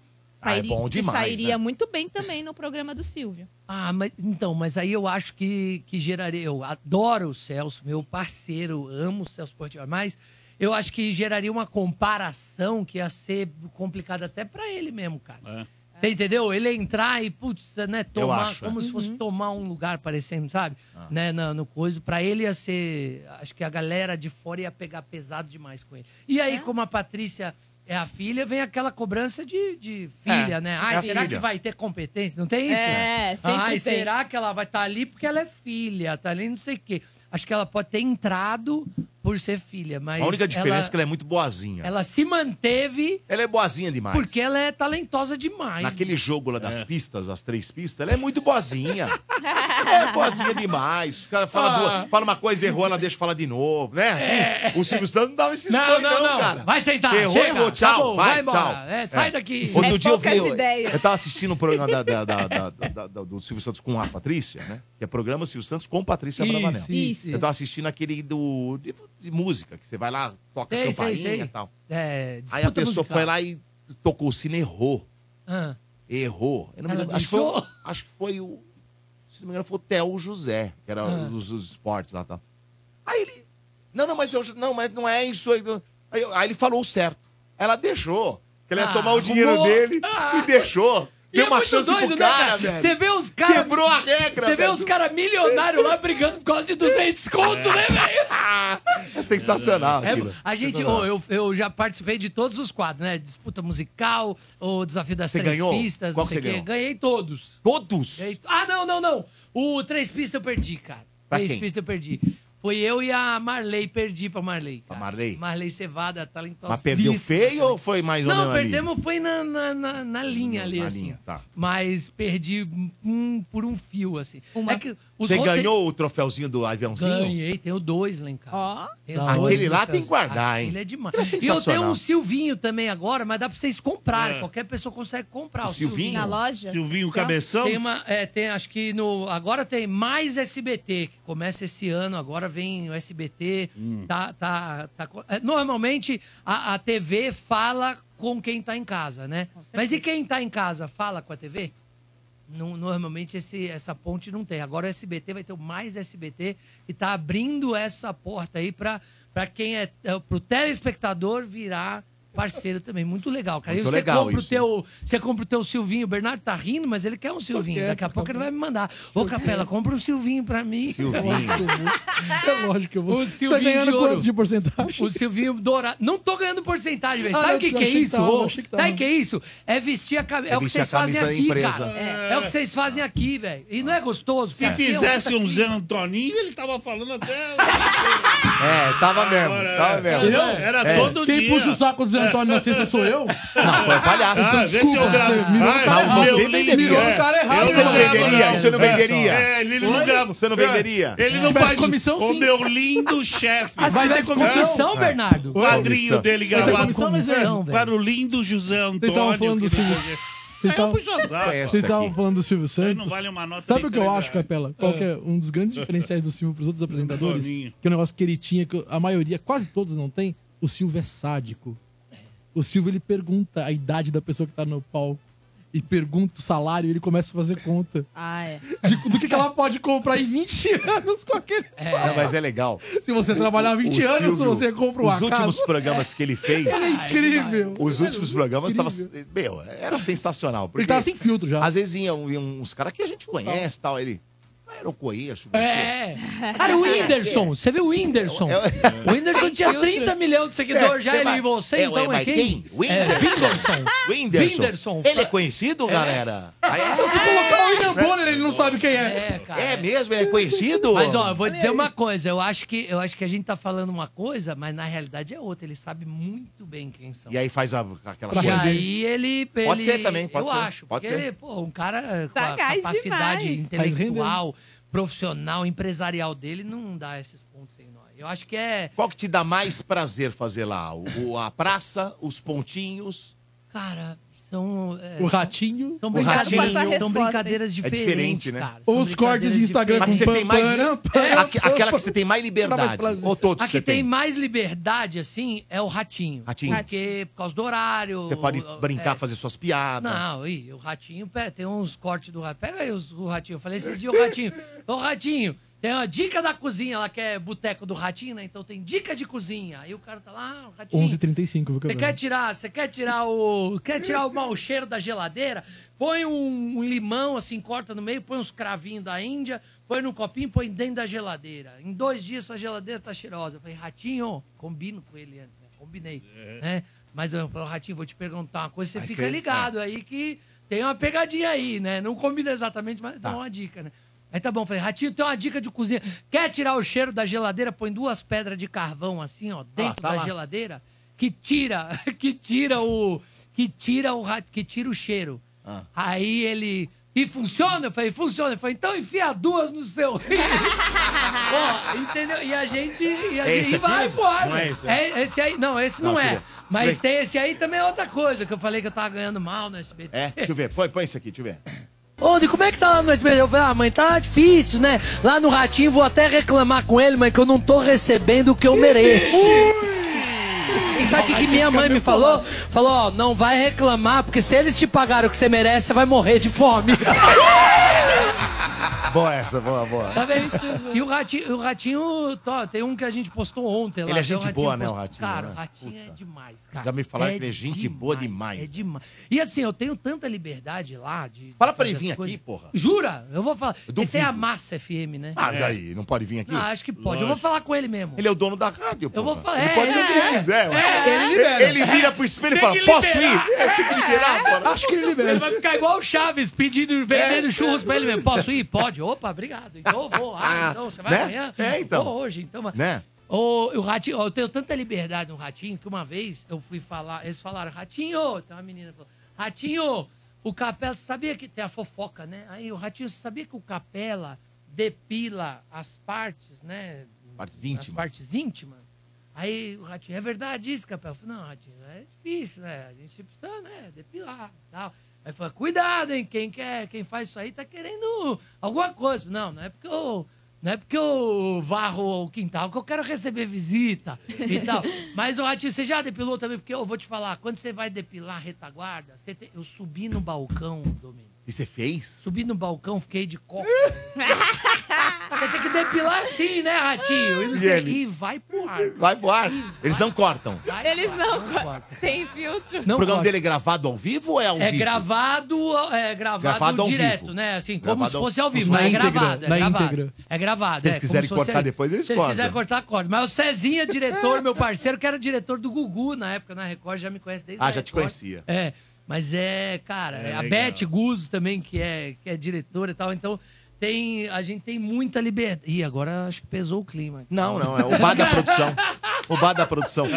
S1: Ah, é
S6: sairia,
S1: bom
S6: se
S1: demais,
S6: sairia
S1: né?
S6: muito bem também no programa do Silvio.
S1: Ah, mas então, mas aí eu acho que, que geraria. Eu adoro o Celso, meu parceiro, amo o Celso Portioli, mas eu acho que geraria uma comparação que ia ser complicada até pra ele mesmo, cara. Você entendeu? Ele entrar e, putz, né, tomar,
S2: É. acho, é. Ah.
S1: como se fosse tomar um lugar parecendo, sabe? Né, na- no coisa. Pra ele ia ser. Acho que a galera de fora ia pegar pesado demais com ele. E aí, como a Patrícia é a filha, vem aquela cobrança de, de filha,
S2: É,
S1: né?
S2: é
S1: Ai,
S2: a
S1: será
S2: filha.
S1: que vai ter competência? Não tem isso?
S6: É,
S1: né?
S6: sempre
S1: Ai,
S6: tem.
S1: será que ela vai estar ali porque ela é filha, tá ali não sei o quê. Acho que ela pode ter entrado por ser filha, mas.
S2: A única diferença
S1: ela,
S2: é que ela é muito boazinha.
S1: ela se manteve
S2: Ela é boazinha demais.
S1: porque ela é talentosa demais.
S2: Naquele jogo lá das pistas, as três pistas, ela é muito boazinha.
S1: né?
S2: é boazinha demais. Os caras
S1: Ah.
S2: falam duas- fala uma coisa, errou, ela deixa falar de novo, né? Assim, O Silvio Santos não dava esses
S1: É. Não,
S2: coisas,
S1: não, não.
S2: cara.
S1: Vai sentar,
S2: Errou,
S1: chega,
S2: errou, tchau,
S1: acabou,
S2: vai,
S1: vai embora.
S2: tchau.
S1: É, sai daqui.
S2: Outro
S1: É
S2: dia eu vi,
S1: poucas
S2: eu,
S1: ideias.
S2: eu tava assistindo o programa da- da- da- da- da- da- do Silvio Santos com a Patrícia, né? Que é programa Silvio Santos com Patrícia
S1: Isso,
S2: Bravanel.
S1: isso.
S2: Eu tava assistindo aquele do, de, de música, que você vai lá, toca
S1: Sei, sei,
S2: campainha
S1: sei.
S2: e tal.
S1: É,
S2: Aí a
S1: disputa
S2: pessoa
S1: musical.
S2: foi lá e tocou o sino e errou.
S1: Ah.
S2: Errou. Eu não me
S1: Ela
S2: lembro, acho, que foi,
S1: deixou?
S2: o- acho que foi o. Se não me engano, foi o Theo José, que era
S1: Ah.
S2: dos, dos esportes lá e tal. Aí ele. Não, não, mas eu, não, mas não é isso. aí." Aí, eu- aí ele falou o certo. Ela deixou. Que ela ia
S1: Ah,
S2: tomar o dinheiro
S1: arrumou. Ah.
S2: dele e deixou.
S1: E
S2: Deu
S1: é
S2: uma
S1: muito
S2: chance
S1: doido,
S2: pro
S1: né,
S2: cara,
S1: cara?
S2: velho.
S1: Você vê os caras.
S2: Quebrou a regra.
S1: Você vê
S2: velho.
S1: os caras milionários lá brigando por causa de 200 conto, né, velho?
S2: É sensacional.
S1: É,
S2: aquilo.
S1: a gente,
S2: Sensacional.
S1: ô, eu, eu já participei de todos os quadros, né? Disputa musical, o desafio das
S2: Você
S1: três
S2: ganhou?
S1: pistas,
S2: Qual
S1: não sei o
S2: que você
S1: quê.
S2: ganhou?
S1: Ganhei todos.
S2: Todos?
S1: Ganhei- Ah, não, não, não. O três pistas eu perdi, cara.
S2: Pra
S1: três
S2: quem?
S1: pistas eu perdi. Foi eu e a Marley, perdi pra Marley. Cara.
S2: Marley?
S1: Marlei Cevada, talentosa.
S2: Mas perdeu feio ou foi mais ou
S1: Não,
S2: menos ali?
S1: perdemos foi na, na, na, na linha ali,
S2: Na
S1: assim.
S2: linha, tá.
S1: Mas perdi um- por um fio, assim. É que os
S2: Você
S1: rote-
S2: ganhou o troféuzinho do aviãozinho?
S1: Ganhei, tenho dois lá em casa. Tenho
S2: Aquele
S1: dois
S2: lá
S1: troféus.
S2: tem que guardar, hein?
S1: Aquele é demais.
S2: É
S1: e eu tenho
S2: sensacional.
S1: um Silvinho também agora, mas dá pra vocês comprarem.
S5: É.
S1: Qualquer pessoa consegue comprar.
S5: O Silvinho?
S6: Na loja?
S5: Silvinho Cabeção?
S1: Tem uma, é, tem, acho que no, agora tem mais SBT, que começa esse ano, agora vem o SBT.
S5: Hum.
S1: Tá, tá, tá co- é, normalmente a, a TV fala com quem tá em casa, né? Mas e quem tá em casa fala com a TV? Não- normalmente esse, essa ponte não tem. Agora o SBT vai ter o mais SBT e tá abrindo essa porta aí pra pra quem é, é pro telespectador virar parceiro também. Muito legal, cara.
S2: Muito
S1: e você
S2: legal
S1: compra
S2: isso.
S1: o teu, você compra o teu Silvinho, o Bernardo tá rindo, mas ele quer um Silvinho. Daqui a pouco ele vai me mandar. Ô Capela, compra um Silvinho pra mim.
S2: Silvinho.
S1: É lógico que eu
S7: vou.
S1: O
S7: Tá
S1: Silvinho
S7: ganhando
S1: de ouro.
S7: quanto de porcentagem?
S1: O Silvinho dourado. Não tô ganhando porcentagem, velho.
S7: Ah,
S1: Sabe
S7: eu
S1: o que, que é
S7: achei que
S1: isso,
S7: tava,
S1: ô?
S7: achei que tava.
S1: Sabe o que é isso? É vestir a camisa. É,
S2: É
S1: o que
S2: vestir a
S1: vocês fazem
S2: camisa da
S1: aqui,
S2: empresa.
S1: cara.
S2: É.
S1: É. o que vocês fazem aqui, velho. E não é gostoso?
S5: Se
S1: Fica aqui,
S5: fizesse
S1: ó,
S5: um
S1: puta
S5: Zé Antoninho, ele tava falando até.
S2: É, tava mesmo,
S5: Agora,
S2: tava
S5: é.
S2: mesmo.
S5: Era
S2: É.
S5: todo
S7: Quem
S5: dia.
S7: puxa o saco do Zé Antônio Nascimento sou eu?
S2: Não, foi o palhaço.
S7: Ah, vê se eu gravo.
S2: você mirou no
S7: Ah,
S2: cara
S7: não,
S2: errado.
S7: você
S2: Você
S7: nem
S2: venderia.
S7: mirou no cara errado.
S2: Você não
S7: Eu não gravo,
S2: venderia,
S7: não.
S2: você não
S7: É,
S2: venderia.
S5: É, ele não
S2: Oi?
S5: grava. É.
S2: Você não venderia.
S5: Ele não
S2: Tivesse
S5: faz
S2: comissão,
S5: O
S2: sim.
S5: meu lindo chefe.
S1: Ah, se
S5: Vai ter
S1: tivesse
S5: comissão,
S1: comissão, Bernardo?
S5: O quadrinho
S1: Comissão.
S5: dele
S1: Vai ter
S5: gravado
S1: comissão, mas é.
S5: para o lindo José Antônio.
S7: Vocês estavam falando
S5: que
S7: do
S1: assim,
S5: ele
S7: Silvio.
S5: fazia.
S7: Vocês
S5: Aí eu
S7: estavam-
S5: fui jogado.
S7: Vocês estavam falando do Silvio Santos.
S5: não vale uma nota
S7: Sabe
S5: de
S7: o que eu acho,
S5: qualidade.
S7: Capela? Qual que é
S5: Ah. Tá
S7: um dos grandes diferenciais do Silvio para os outros apresentadores?
S5: Boninho.
S7: Que é um negócio que ele tinha, que a maioria, quase todos não tem. O Silvio é sádico. O Silvio ele pergunta a idade da pessoa que tá no palco. E pergunta o salário e ele começa a fazer conta.
S6: Ah, é.
S7: De- do que, que ela pode comprar em 20 anos com aquele.
S2: Não, mas é legal.
S7: Se você trabalhar 20 anos, você compra uma
S2: Os últimos
S7: casa.
S2: programas que ele fez.
S7: Era incrível.
S2: Os últimos programas estavam. Meu, era sensacional. Porque
S7: Ele tava sem filtro já.
S2: Às vezes iam, iam uns caras que a gente conhece e tal. Ele. Ah, eu não conheço. não sei.
S1: É. Cara, o Whindersson. Você viu o Whindersson? O Whindersson tinha 30 milhões de seguidores
S2: É,
S1: já.
S2: tem
S1: Ele,
S2: mais-
S1: você
S2: é,
S1: então
S2: mas
S1: é quem? É, Whindersson.
S2: Whindersson.
S1: Whindersson.
S2: Ele é conhecido, galera? Aí é-
S1: Então,
S7: Se colocar o William Bonner, ele não sabe quem é.
S2: É mesmo? Ele é conhecido?
S1: Mas ó, eu vou dizer uma coisa, eu acho que eu acho que a gente tá falando uma coisa, mas na realidade é outra. Ele sabe muito bem quem são.
S2: E aí faz a- aquela
S1: E
S2: coisa.
S1: aí ele,
S2: Pode
S1: ele-
S2: ser também, pode
S1: eu
S2: ser,
S1: acho,
S2: pode
S1: porque
S2: ser.
S1: pô, um cara com a
S6: Sagaz
S1: capacidade
S6: demais.
S1: intelectual,
S2: né?
S1: profissional, empresarial dele não dá esses pontos sem nós. Eu acho que é,
S2: Qual que te dá mais prazer fazer lá? O, o- a praça, os pontinhos?
S1: cara, são é,
S7: O ratinho.
S1: são
S2: o
S1: brincadeiras,
S2: ratinho.
S1: são brincadeiras diferentes,
S2: É diferente, né?
S1: cara. São
S7: Os cortes de Instagram
S2: Mas você
S7: com
S2: tem mais.
S7: pam, pam,
S2: É,
S7: pam,
S2: aque-
S7: pam,
S2: aquela
S7: pam.
S2: que você tem mais
S7: Dá mais
S2: liberdade.
S7: prazer.
S2: Ou todos
S1: A que
S2: você
S1: tem
S2: tem.
S1: mais liberdade, assim, é o ratinho.
S2: Ratinho.
S1: Porque por causa do horário. é,
S2: Você pode brincar, fazer suas piadas.
S1: Não, e o ratinho, pé, tem uns cortes do ratinho. Pega aí os- o ratinho. Eu falei esses dias o ratinho. Ô, ratinho, tem uma dica da cozinha, ela quer boteco do ratinho, né? Então tem dica de cozinha. Aí o cara tá lá, o ratinho.
S7: 11h35, viu,
S1: Você
S7: Cabelo?
S1: quer tirar, você quer tirar o. Quer tirar o mau cheiro da geladeira? Põe um, um limão, assim, corta no meio, põe uns cravinhos da Índia, põe no copinho, põe dentro da geladeira. Em dois dias sua geladeira tá cheirosa. Eu falei, ratinho, combino com ele antes, né? Combinei. Né? Mas eu falei, ratinho, vou te perguntar uma coisa, você
S2: Aí é.
S1: fica
S2: você-
S1: ligado aí que tem uma pegadinha aí, né? Não combina exatamente, mas dá
S2: Tá.
S1: uma dica, né? Aí tá bom, falei, Ratinho, tem uma dica de cozinha. Quer tirar o cheiro da geladeira? Põe duas pedras de carvão assim, ó, dentro
S2: tá
S1: da
S2: lá.
S1: geladeira, que tira, que tira o, que tira o, ra- que tira o cheiro.
S2: Ah.
S1: Aí ele, e funciona? Eu falei, funciona. Ele falou, então enfia duas no seu rim. ó, entendeu? E a gente, e a
S2: É
S1: gente
S2: esse
S1: e vai
S2: aqui?
S1: embora.
S2: Não é esse, é?
S1: é esse aí, não, esse não,
S2: Não,
S1: é.
S2: tira.
S1: Mas
S2: Vem.
S1: tem esse aí também é outra coisa, que eu falei que eu tava ganhando mal no SBT.
S2: É, deixa eu ver. Põe, põe isso aqui, deixa eu ver.
S1: Ô, de como é que tá lá no SBT? Eu falei, ah, mãe, tá difícil, né? Lá no Ratinho, vou até reclamar com ele, mãe, que eu não tô recebendo o que eu mereço. E sabe o que, que minha mãe me falou? Falou, ó, não vai reclamar, porque se eles te pagaram o que você merece, você vai morrer de fome.
S2: Boa essa, boa, boa.
S1: Tá vendo? E o Ratinho, o Ratinho tó, tem um que a gente postou ontem lá.
S2: Ele é
S1: que o
S2: gente boa, né, o
S1: postou.
S2: Ratinho,
S1: Cara,
S2: né?
S1: o Ratinho é demais, cara.
S2: Já me falaram
S1: É
S2: que ele é gente boa demais.
S1: É demais. E assim, eu tenho tanta liberdade lá de.
S2: Fala
S1: de
S2: pra ele
S1: fazer
S2: vir
S1: as coisas.
S2: aqui, porra.
S1: Jura? Eu vou falar. Ele tem
S2: duvido.
S1: a Massa FM, né?
S2: Ah, daí, não pode vir aqui?
S1: Não, acho que pode. Eu vou falar com ele mesmo.
S2: Ele é o dono da rádio,
S1: Eu vou falar.
S2: Ele
S1: é,
S2: pode vir o que
S1: é,
S2: ele quiser. ué.
S1: é, ele libera.
S2: Ele vira pro espelho e fala,
S1: que
S2: posso
S1: liberar.
S2: ir? É, tem que liberar, bora.
S7: Acho que ele
S1: Ele
S7: libera.
S1: vai ficar igual o Chaves, pedindo,
S2: É.
S1: vendendo churros pra ele mesmo. Posso ir? Pode. Opa, obrigado. Então eu vou. Ah, então você vai
S2: Né?
S1: amanhã?
S2: É, então.
S1: Vou hoje, então. mas-
S2: Né?
S1: Ô, o ratinho, ó, eu tenho tanta liberdade no ratinho que uma vez eu fui falar, eles falaram, ratinho, tem uma menina que falou, ratinho, o Capela, você sabia que tem a fofoca, né? Aí o ratinho, você sabia que o Capela depila as partes, né?
S2: Partes
S1: As
S2: íntimas.
S1: partes íntimas. Aí o ratinho, é verdade isso, Capela? Eu falei, não, ratinho, é difícil, né? A gente precisa, né? Depilar e tal. Aí falou, cuidado, hein? Quem, quer, quem faz isso aí tá querendo alguma coisa. Não, não é porque eu. Não é porque eu varro o quintal que eu quero receber visita e tal. Mas, o Ratinho, você já depilou também? Porque eu vou te falar, quando você vai depilar a retaguarda, você tem- eu subi no balcão, Domingos.
S2: E você fez?
S1: Subi no balcão, fiquei de coca. você tem que depilar assim, né, Ratinho? E, não
S2: E
S1: sei-
S2: ele?
S1: e vai pro ar.
S2: Vai voar. Eles não cortam.
S12: Eles não, tem filtro.
S2: o programa dele é gravado ao vivo ou é ao
S1: É
S2: vivo?
S1: gravado, é gravado,
S2: Gravado ao
S1: direto,
S2: vivo.
S1: né? Assim, como
S2: Gravado
S1: se
S2: ao-
S1: fosse ao vivo,
S2: Na
S1: mas é
S2: íntegra,
S1: gravado, é
S2: na
S1: gravado.
S2: íntegra.
S1: É gravado.
S2: Se eles
S1: é, como
S2: quiserem
S1: se fosse
S2: cortar
S1: ao-
S2: depois, eles
S1: Se
S2: cortam.
S1: eles quiserem cortar, corta. Mas o Cezinha, é diretor, meu parceiro, que era diretor do Gugu na época, na Record, já me conhece desde
S2: Ah,
S1: a
S2: já te
S1: Record.
S2: conhecia.
S1: É, mas é, cara,
S2: É,
S1: a
S2: legal.
S1: Beth Guzzo também, que é, que é diretora e tal, então... Tem, a gente tem muita liberdade. Ih,
S2: é
S1: agora acho que pesou o clima. é,
S2: Não, não, é o bar da produção. O bar da produção.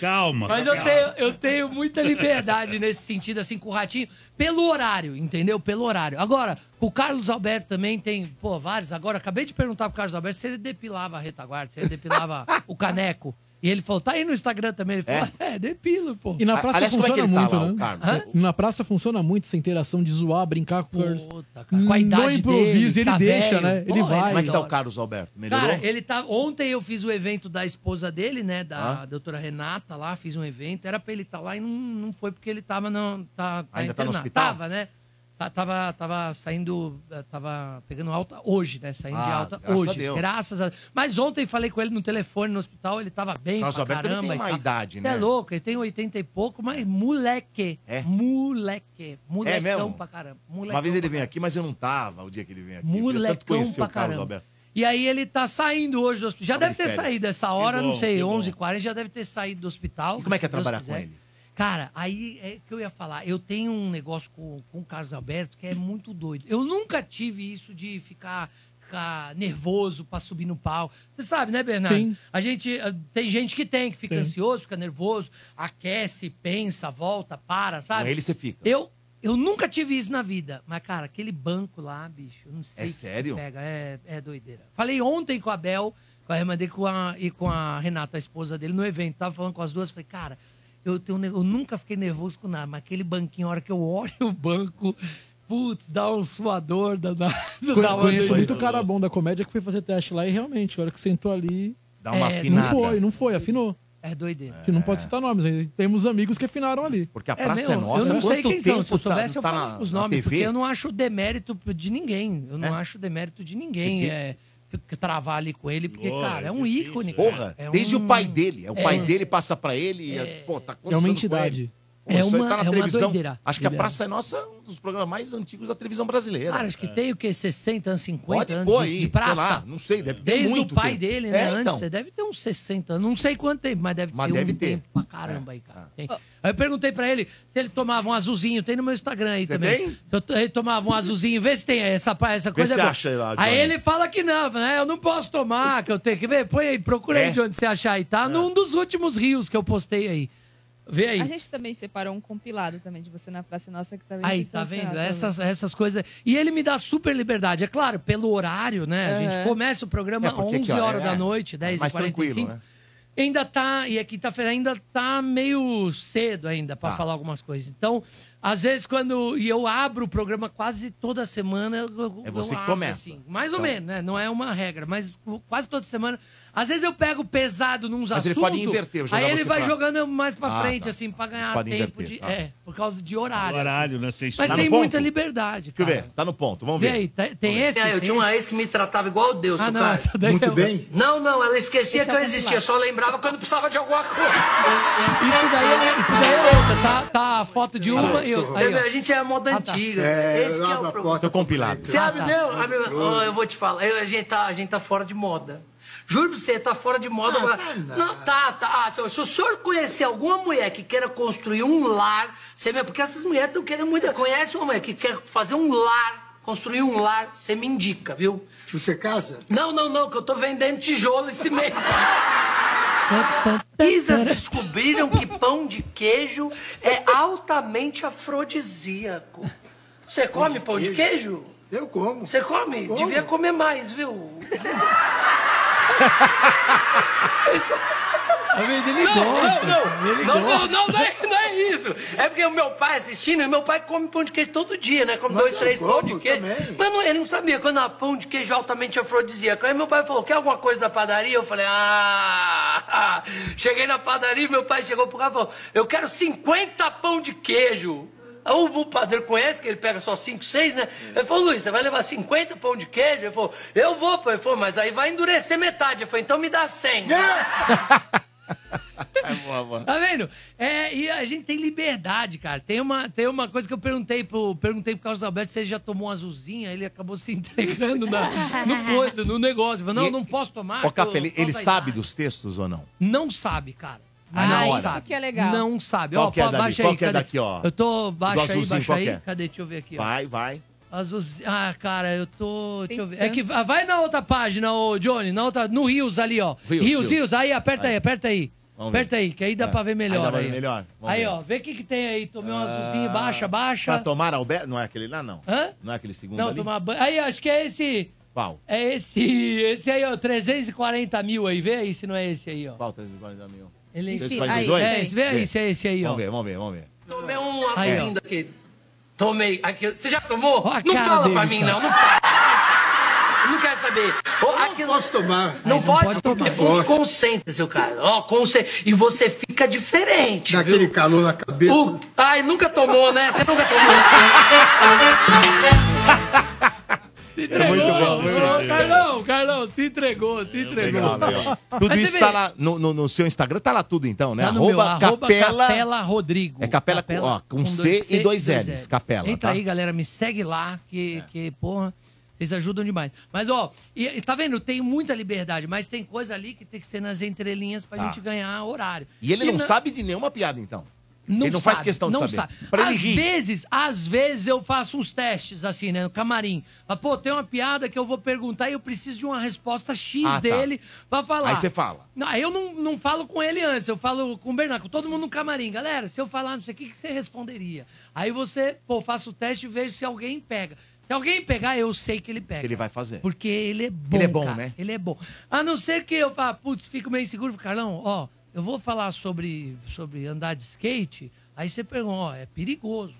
S5: Calma.
S1: Mas eu tenho, eu tenho muita liberdade nesse sentido, assim, com o Ratinho, pelo horário, entendeu? Pelo horário. Agora, o Carlos Alberto também tem, pô, vários. Agora, acabei de perguntar pro Carlos Alberto se ele depilava a retaguarda, se ele depilava o caneco. E ele falou, tá aí no Instagram também. Ele falou, é, depilo, pô.
S7: E na praça funciona muito,
S1: né?
S7: né? Na praça funciona muito essa interação de zoar, brincar com o Carlos.
S1: com a idade
S7: Não improvisa,
S1: dele,
S7: ele
S1: tá
S7: deixa,
S1: velho.
S7: né? Ele
S1: Porra,
S7: vai.
S2: é
S1: ele adora.
S2: tá Carlos Alberto?
S1: Cara, ele tá. Ontem eu fiz o evento da esposa dele, né? Da
S2: Ah.
S1: doutora Renata lá, fiz um evento. Era pra ele estar lá e não, não foi porque ele tava. Não, tá, tá
S2: Ainda tá no
S1: internado.
S2: hospital?
S1: Tava, né? Tá- Tava, tava saindo. eh, Tava pegando alta hoje, né? Saindo de
S2: Ah,
S1: alta
S2: graças
S1: hoje.
S2: a Deus.
S1: Graças a Mas ontem falei com ele no telefone no hospital, ele tava bem.
S2: Carlos
S1: pra
S2: Alberto também
S1: caramba
S2: tem
S1: e
S2: uma
S1: tal.
S2: idade,
S1: Cê
S2: né?
S1: É louco, ele tem 80 e pouco, mas moleque. É. Moleque. Molecão
S2: É mesmo?
S1: pra caramba.
S2: Uma vez
S1: molecão
S2: ele vem aqui, mas eu não tava o dia que ele vem aqui. Eu tanto
S1: Molecão
S2: conheci
S1: pra
S2: o Carlos
S1: caramba.
S2: Alberto.
S1: E aí ele tá saindo hoje do hospital. Já
S2: Tava
S1: deve
S2: de
S1: ter
S2: férias.
S1: saído essa hora,
S2: Que
S1: não
S2: bom,
S1: sei,
S2: que bom.
S1: 11h40, já deve ter saído do hospital.
S2: E como é que é
S1: se Deus
S2: trabalhar
S1: quiser.
S2: com ele?
S1: Cara, aí é que eu ia falar. Eu tenho um negócio com, com o Carlos Alberto que é muito doido. Eu nunca tive isso de ficar, ficar nervoso pra subir no pau. Você sabe, né, Bernardo?
S7: Sim.
S1: A gente, eh, tem gente que tem, que fica
S7: Sim.
S1: ansioso, fica nervoso, aquece, pensa, volta, para, sabe?
S2: Com ele você fica.
S1: Eu, eu nunca tive isso na vida. Mas, cara, aquele banco lá, bicho, eu não sei.
S2: É
S1: o que
S2: sério?
S1: Pega, é, é doideira. Falei ontem com a Bel, com a irmã dele com a- e com a Renata, a esposa dele, no evento. Tava falando com as duas, falei, cara, eu, tenho, um nego- eu nunca fiquei nervoso com nada, mas aquele banquinho, a hora que eu olho o banco, putz, dá um suador danado.
S7: Conhe-
S1: dá uma
S7: Conheço
S1: doideira.
S7: muito cara bom da comédia que foi fazer teste lá e realmente, a hora que sentou ali.
S1: Dá uma afinada.
S7: Não foi, não foi, afinou.
S1: É doideira.
S7: Que não pode citar nomes, aí temos amigos que afinaram ali.
S2: Porque a
S1: É, meu, Eu não sei quem são. Se
S7: tá-
S1: eu soubesse,
S2: tá
S1: eu falava os nomes, porque eu não acho demérito de ninguém. Eu
S2: É?
S1: não acho demérito de ninguém.
S2: Porque-
S1: É, fica- travar ali com ele, porque,
S2: Pô,
S1: cara,
S2: é
S1: é um ícone.
S2: Porra,
S1: cara. É
S2: desde
S1: um-
S2: o pai dele. É o
S1: é.
S2: pai dele passa pra ele. e, pô, tá acontecendo com
S7: entidade.
S2: ele. Pô,
S1: É
S2: isso aí
S1: uma-
S2: tá na
S1: é uma
S2: televisão.
S1: doideira.
S2: Acho que
S1: Ele
S2: a
S1: é.
S2: Praça é Nossa é um dos programas mais antigos da televisão brasileira.
S1: Cara, acho que tem o quê? 60 anos, 50
S2: é. Pode
S1: anos
S2: pôr
S1: de,
S2: aí,
S1: de
S2: sei
S1: praça?
S2: lá, não sei, deve ter
S1: Desde
S2: muito
S1: o pai
S2: tempo.
S1: dele, né?
S2: É,
S1: Antes,
S2: então.
S1: você deve ter uns 60 anos. Não sei quanto tempo, mas deve
S2: Mas
S1: ter
S2: deve
S1: um
S2: ter.
S1: tempo pra
S7: é.
S1: caramba aí, cara. Tem. Aí eu perguntei pra ele se ele tomava um azulzinho. Tem no meu Instagram aí também.
S2: tem?
S1: Se eu to- ele tomava um azulzinho. Vê se tem essa, pa- essa coisa.
S2: se
S1: é boa.
S2: acha aí lá,
S1: aí
S2: Johnny.
S1: ele fala que não, né? Eu não posso tomar, que eu tenho que ver. Põe aí, procura
S2: É.
S1: aí de onde você achar aí, tá? Num dos últimos rios que eu postei aí. Vê aí.
S6: A gente também separou um compilado também de você na Praça Nossa que também
S1: Aí,
S6: é
S1: tá vendo?
S6: sensacional
S1: Essas, essas coisas. E ele me dá super liberdade. É claro, pelo horário, né? A gente
S6: Aham.
S1: começa o
S2: É,
S1: programa às
S2: porque aqui,
S1: 11
S2: ó,
S1: horas
S2: é-
S1: da noite, 10
S2: mais
S1: h 45
S2: tranquilo, né?
S1: Ainda tá, e é quinta-feira, ainda tá meio cedo ainda
S2: Tá.
S1: pra falar algumas coisas. Então, às vezes, quando. E eu abro o programa quase toda semana. eu- eu-
S2: É você
S1: eu
S2: que
S1: abro,
S2: começa.
S1: mais ou
S2: Então.
S1: menos, né? Não é uma regra, mas quase toda semana. Às vezes eu pego pesado nos
S2: Mas ele
S1: assuntos.
S2: pode inverter, jogar
S1: aí ele
S2: você
S1: vai
S2: pra-
S1: jogando mais pra
S2: Ah,
S1: frente,
S2: tá.
S1: assim, pra ganhar tempo
S2: podem
S1: de.
S2: inverter, tá.
S1: É, por causa de horário. assim.
S5: Horário, né? Vocês
S1: Mas
S5: estão-
S1: tem
S5: Tá no
S1: muita
S5: ponto?
S1: liberdade.
S2: Deixa eu
S1: Cara.
S2: ver, tá no ponto, vamos
S1: Vê
S2: ver.
S1: aí, tá- tem esse?
S10: Ah, eu
S1: Tem
S10: tinha uma
S1: esse?
S10: ex que me tratava igual Deus,
S1: Ah,
S10: seu
S1: não,
S10: cara.
S1: essa daí Muito é uma- bem.
S10: Não, não, ela esquecia
S1: Esse é
S10: que eu
S1: o
S10: existia,
S1: popular.
S10: só lembrava quando precisava de alguma coisa.
S1: Isso daí, é, isso daí é outra, tá? Tá a foto de uma e outra.
S10: Você vê, a gente é moda
S1: Ah, tá.
S10: antiga. Esse que é o problema.
S2: Seu compilado.
S10: Você abre mesmo? Abre mesmo. Ó, eu vou te falar, eu- a, gente tá, a gente tá fora de moda. Juro pra você, tá fora de moda. agora. não, tá, tá. Ah, se, se o senhor conhecer alguma mulher que queira construir um lar, você me, porque essas mulheres estão querendo muito. Conhece uma mulher que quer fazer um lar, construir um lar, você me indica, viu? Você casa? Não, não, não, que eu tô vendendo tijolo e cimento. Pesquisas descobriram que pão de queijo é altamente afrodisíaco. Você come pão de queijo? Eu como. Você come? Devia comer mais, viu?
S1: ele
S10: não,
S1: gosta,
S10: Não,
S1: cara,
S10: não,
S1: ele
S10: não, não,
S1: gosta.
S10: não, não é, não é isso. É porque o meu pai assistindo, meu pai come pão de queijo todo dia, né? Come
S11: Mas
S10: dois,
S11: eu
S10: três
S11: como
S10: pão de queijo.
S11: também.
S10: Mas não- ele não sabia quando era pão de queijo altamente afrodisíaco. Aí meu pai falou, quer alguma coisa da padaria? Eu falei, ah... Cheguei na padaria, meu pai chegou pro cara e falou, eu quero 50 pão de queijo. Aí O, o padeiro conhece que ele pega só 5, 6, né? Ele falou, Luiz, você vai levar 50 pão de queijo? Ele falou, eu vou, pô. Ele falou, mas aí vai endurecer metade. Eu falei, então me dá 100.
S2: né? É,
S1: Tá vendo? É, e a gente tem liberdade, cara. Tem uma, tem uma coisa que eu perguntei pro, perguntei pro Carlos Alberto se ele já tomou uma azulzinha, ele acabou se entregando na, no coisa, no negócio. Falou, não,
S2: E-
S1: não posso tomar.
S2: Ô, Capa,
S1: que eu-
S2: ele,
S1: só
S2: ele
S1: vai
S2: sabe dos textos ou não?
S1: dar. Não sabe, cara.
S2: Ah, na
S1: Não
S2: hora.
S1: sabe.
S2: Isso
S6: que é legal.
S1: Não sabe.
S2: Qual
S1: ó,
S2: que é
S1: pô,
S2: dali?
S1: baixa
S2: Qual
S1: aí,
S2: que é
S1: cadê?
S2: daqui, ó?
S1: Eu tô,
S2: Do
S1: baixa aí,
S2: azulzinho,
S1: baixa
S2: qual que
S1: aí.
S2: é?
S1: Cadê? Deixa eu ver aqui, ó.
S2: Vai, vai.
S1: Azulzinho. Ah, cara, eu tô.
S2: Tem
S1: deixa eu ver. É que
S2: tantos.
S1: vai na outra página, ô Johnny, na outra, no Rios ali, ó.
S2: Rios,
S1: Rios, Rios,
S2: Rios.
S1: Aí, aperta aí,
S2: Aí.
S1: aperta aí.
S2: Vamos ver.
S1: Aperta aí, que aí dá
S2: É.
S1: pra ver melhor.
S2: Aí dá pra
S1: aí,
S2: ver melhor. Vamos
S1: Aí,
S2: ver.
S1: ó, vê o que, que tem aí. Tomei um azulzinho,
S2: Ah,
S1: baixa, baixa.
S2: Pra tomar Alberto? Não é aquele lá, não.
S1: Hã?
S2: Não é aquele segundo
S1: Não,
S2: ali?
S1: tomar banho. Aí, acho que é esse.
S2: Qual?
S1: É esse. Esse aí, ó, 340 mil aí. Vê aí se não é esse aí, ó.
S2: Qual 340 mil?
S1: Ele...
S2: Esse- 342?
S1: É, esse, vê aí se é esse aí, ó.
S2: Vamos ver, vamos ver, vamos ver.
S10: Tomei um
S2: Aí,
S10: azulzinho daquele. Tomei. Aqui, você já tomou?
S1: a
S10: não
S1: cara
S10: fala pra mim,
S1: dele, cara.
S10: não. Não fala. Não quero saber. Ô, aqui não posso tomar. Não, pode, tomar. Concentra, seu cara. Ó, conce- E você fica diferente. Daquele calor na cabeça. Ai, nunca tomou, né? Você nunca tomou.
S1: entregou,
S2: muito bom, muito
S1: ô,
S2: bom.
S1: Carlão, Carlão, se entregou, se entregou.
S2: Legal, legal. Tudo
S1: Mas
S2: isso
S1: você
S2: tá
S1: vê-
S2: lá no, no- no seu Instagram, tá lá tudo então, né?
S1: Lá no meu, arroba Capela Rodrigo.
S2: É Capela, com- ó, com, C, e dois L's. Capela,
S1: Entra
S2: tá? É.
S1: aí, galera, me segue lá, que, que porra, vocês ajudam demais. Mas, ó, e, e tá vendo? Tem muita liberdade, mas tem coisa ali que tem que ser nas entrelinhas pra
S2: Tá.
S1: gente ganhar horário.
S2: E ele não,
S1: na-
S2: sabe de nenhuma piada, então.
S1: Não
S2: ele não faz
S1: sabe,
S2: questão de
S1: não
S2: saber.
S1: sabe.
S2: Pra ele
S1: às
S2: rir.
S1: vezes, às vezes eu faço uns testes assim, né, no camarim. Ah, pô, tem uma piada que eu vou perguntar e eu preciso de uma resposta X
S2: Ah, tá.
S1: dele pra falar.
S2: Aí você fala.
S1: Não, aí eu não, não falo com ele antes, eu falo com o Bernardo, com todo mundo no camarim. Galera, se eu falar não sei o que, que você responderia? Aí você, pô, faço o teste e vejo se alguém pega. Se alguém pegar, eu sei que ele pega.
S2: Ele vai fazer.
S1: Porque ele é bom.
S2: Ele é bom,
S1: cara.
S2: né?
S1: Ele é bom. A não ser que eu fale, putz, fico meio inseguro. Fico, Carlão, ó, eu vou falar sobre, sobre andar de skate. Aí você pergunta, ó, é perigoso.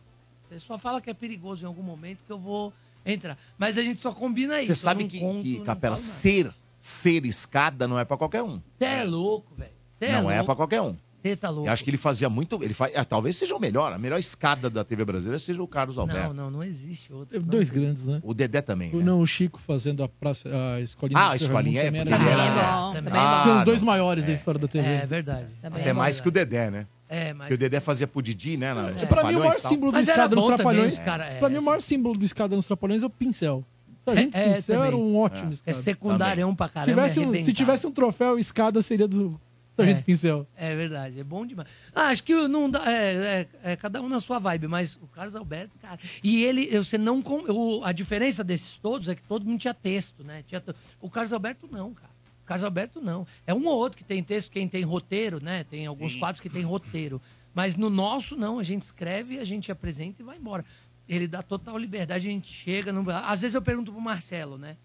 S1: Você só fala que é perigoso em algum momento que eu vou entrar. Mas a gente só combina isso.
S2: Você
S1: eu
S2: sabe
S1: não
S2: que,
S1: conto,
S2: que
S1: não
S2: Capela,
S1: falo nada.
S2: ser, ser escada não é pra qualquer um.
S1: Cê é louco, velho. Cê
S2: não
S1: louco.
S2: é pra qualquer um.
S1: Cê tá louco.
S2: Eu acho que ele fazia muito. Ele faz, ah, talvez seja o melhor. A melhor escada da TV brasileira seja é o Carlos Alberto.
S1: Não, não, não existe outro.
S7: Teve
S1: Não
S7: dois
S1: existe.
S7: grandes, né?
S2: O Dedé também.
S7: O- Não, o Chico fazendo a, praça, a escolinha.
S2: Ah,
S7: do
S2: a
S7: Sr.
S2: escolinha
S7: Raimundo
S2: é
S7: também
S2: porque
S7: era
S2: ele
S7: legal.
S2: era-
S7: Também
S2: também
S7: era
S2: era
S7: legal.
S2: bom.
S7: São os
S2: Ah,
S7: dois
S2: não.
S7: maiores da história da TV.
S1: É verdade. Também
S2: Até mais que o Dedé, né?
S1: É, mas.
S2: Que o Dedé fazia pro Didi, né?
S1: É,
S2: na- nos
S7: Pra mim, o
S2: Trapalhões
S7: maior
S2: e tal.
S7: símbolo do
S1: Mas era
S7: escada nos
S1: bom também,
S7: trapalhões.
S1: os cara, é,
S7: Pra mim, o maior símbolo do escada nos trapalhões é o pincel. A gente,
S1: É, é,
S7: pincel era
S1: também.
S7: um ótimo
S1: É
S7: escada.
S1: secundário, é um pra
S7: Se
S1: caramba.
S7: tivesse, um, se
S1: arrebentado.
S7: tivesse um troféu, escada seria do Sargento Pincel.
S1: É verdade, é bom demais. Ah, acho que não dá. É, é- é cada um na sua vibe, mas o Carlos Alberto, cara. E ele, eu- você não. com- o- a diferença desses todos é que todo mundo tinha texto, né? Tinha to- o Carlos Alberto não, cara. O Carlos Alberto não. É um ou outro que tem texto, quem tem roteiro, né? Tem alguns quadros que tem roteiro. Mas no nosso, não. A gente escreve, a gente apresenta e vai embora. Ele dá total liberdade, a gente chega. No... Às vezes eu pergunto pro Marcelo, né?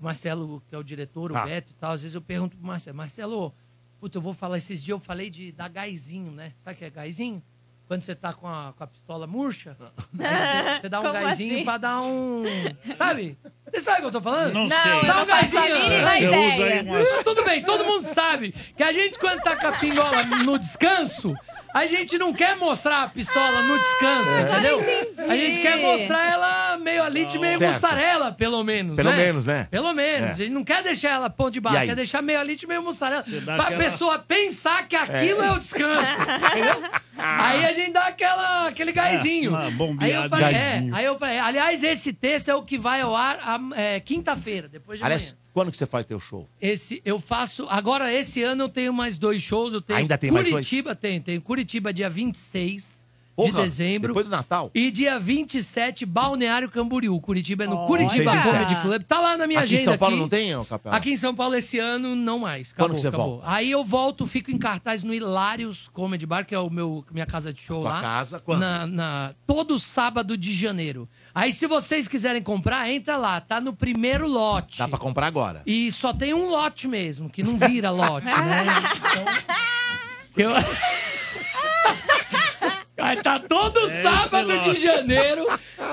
S1: O Marcelo, que é o diretor,
S2: Tá.
S1: o Beto e tal, às vezes eu pergunto pro Marcelo, Marcelo, puta, eu vou falar, esses dias eu falei de dar gásinho, né? Sabe o que é gásinho? Quando você tá com a, com a pistola murcha, aí você, você dá um
S6: Como
S1: gásinho
S6: assim?
S1: pra dar um. Sabe? Você sabe o que eu tô falando?
S5: Não Não, sei. eu
S1: Dá
S5: não
S1: um
S5: faço a
S1: gásinho.
S5: mínima Você ideia. usa aí umas-
S1: um Tudo bem, todo mundo sabe que a gente, quando tá com a pingola no descanso, a gente não quer mostrar a pistola no descanso,
S2: É.
S1: entendeu?
S2: Agora
S1: A gente quer mostrar ela meio alite, meio
S2: Certo.
S1: mussarela, pelo menos.
S2: Pelo
S1: né?
S2: menos, né?
S1: Pelo menos.
S2: É.
S1: A gente não quer deixar ela pão de
S2: E
S1: barro,
S2: aí?
S1: quer deixar meio alite, meio mussarela. Pra
S2: dá aquela-
S1: pessoa pensar que aquilo é,
S2: É.
S1: o descanso. entendeu? Aí a gente dá aquela, aquele
S5: É,
S1: gásinho.
S5: Ah, uma
S1: aí,
S5: bombeada.
S1: eu falei, é,
S5: Gásinho.
S1: aí eu falei, aliás, esse texto é o que vai ao ar a- é, quinta-feira, depois de
S2: Aliás,
S1: amanhã.
S2: quando que você faz teu show?
S1: Esse, eu faço. Agora, esse ano eu tenho mais dois shows. Eu tenho
S2: Ainda tem mais dois?
S1: Curitiba, tem. Tem Curitiba, dia 26 de
S2: Porra,
S1: dezembro.
S2: depois do Natal?
S1: E dia 27, Balneário Camboriú. Curitiba é no
S2: Olha!
S1: Curitiba
S2: 26,
S1: Comedy Club. Tá lá na minha
S2: Aqui em
S1: agenda.
S2: São Paulo não tem, ô, Capela?
S1: Aqui em São Paulo esse ano não mais.
S2: Quando
S1: Acabou,
S2: que você
S1: acabou.
S2: volta?
S1: Aí eu volto, fico em cartaz no Hilários Comedy Bar, que é o meu, minha casa de show
S2: tua
S1: lá.
S2: casa, quando?
S1: Na, na- todo sábado de janeiro. Aí se vocês quiserem comprar, entra lá. Tá no primeiro lote.
S2: Dá pra comprar agora.
S1: E só tem um lote mesmo, que não vira lote, né? Então... Eu- Vai tá todo
S5: É
S1: sábado
S5: esse lote.
S1: de janeiro.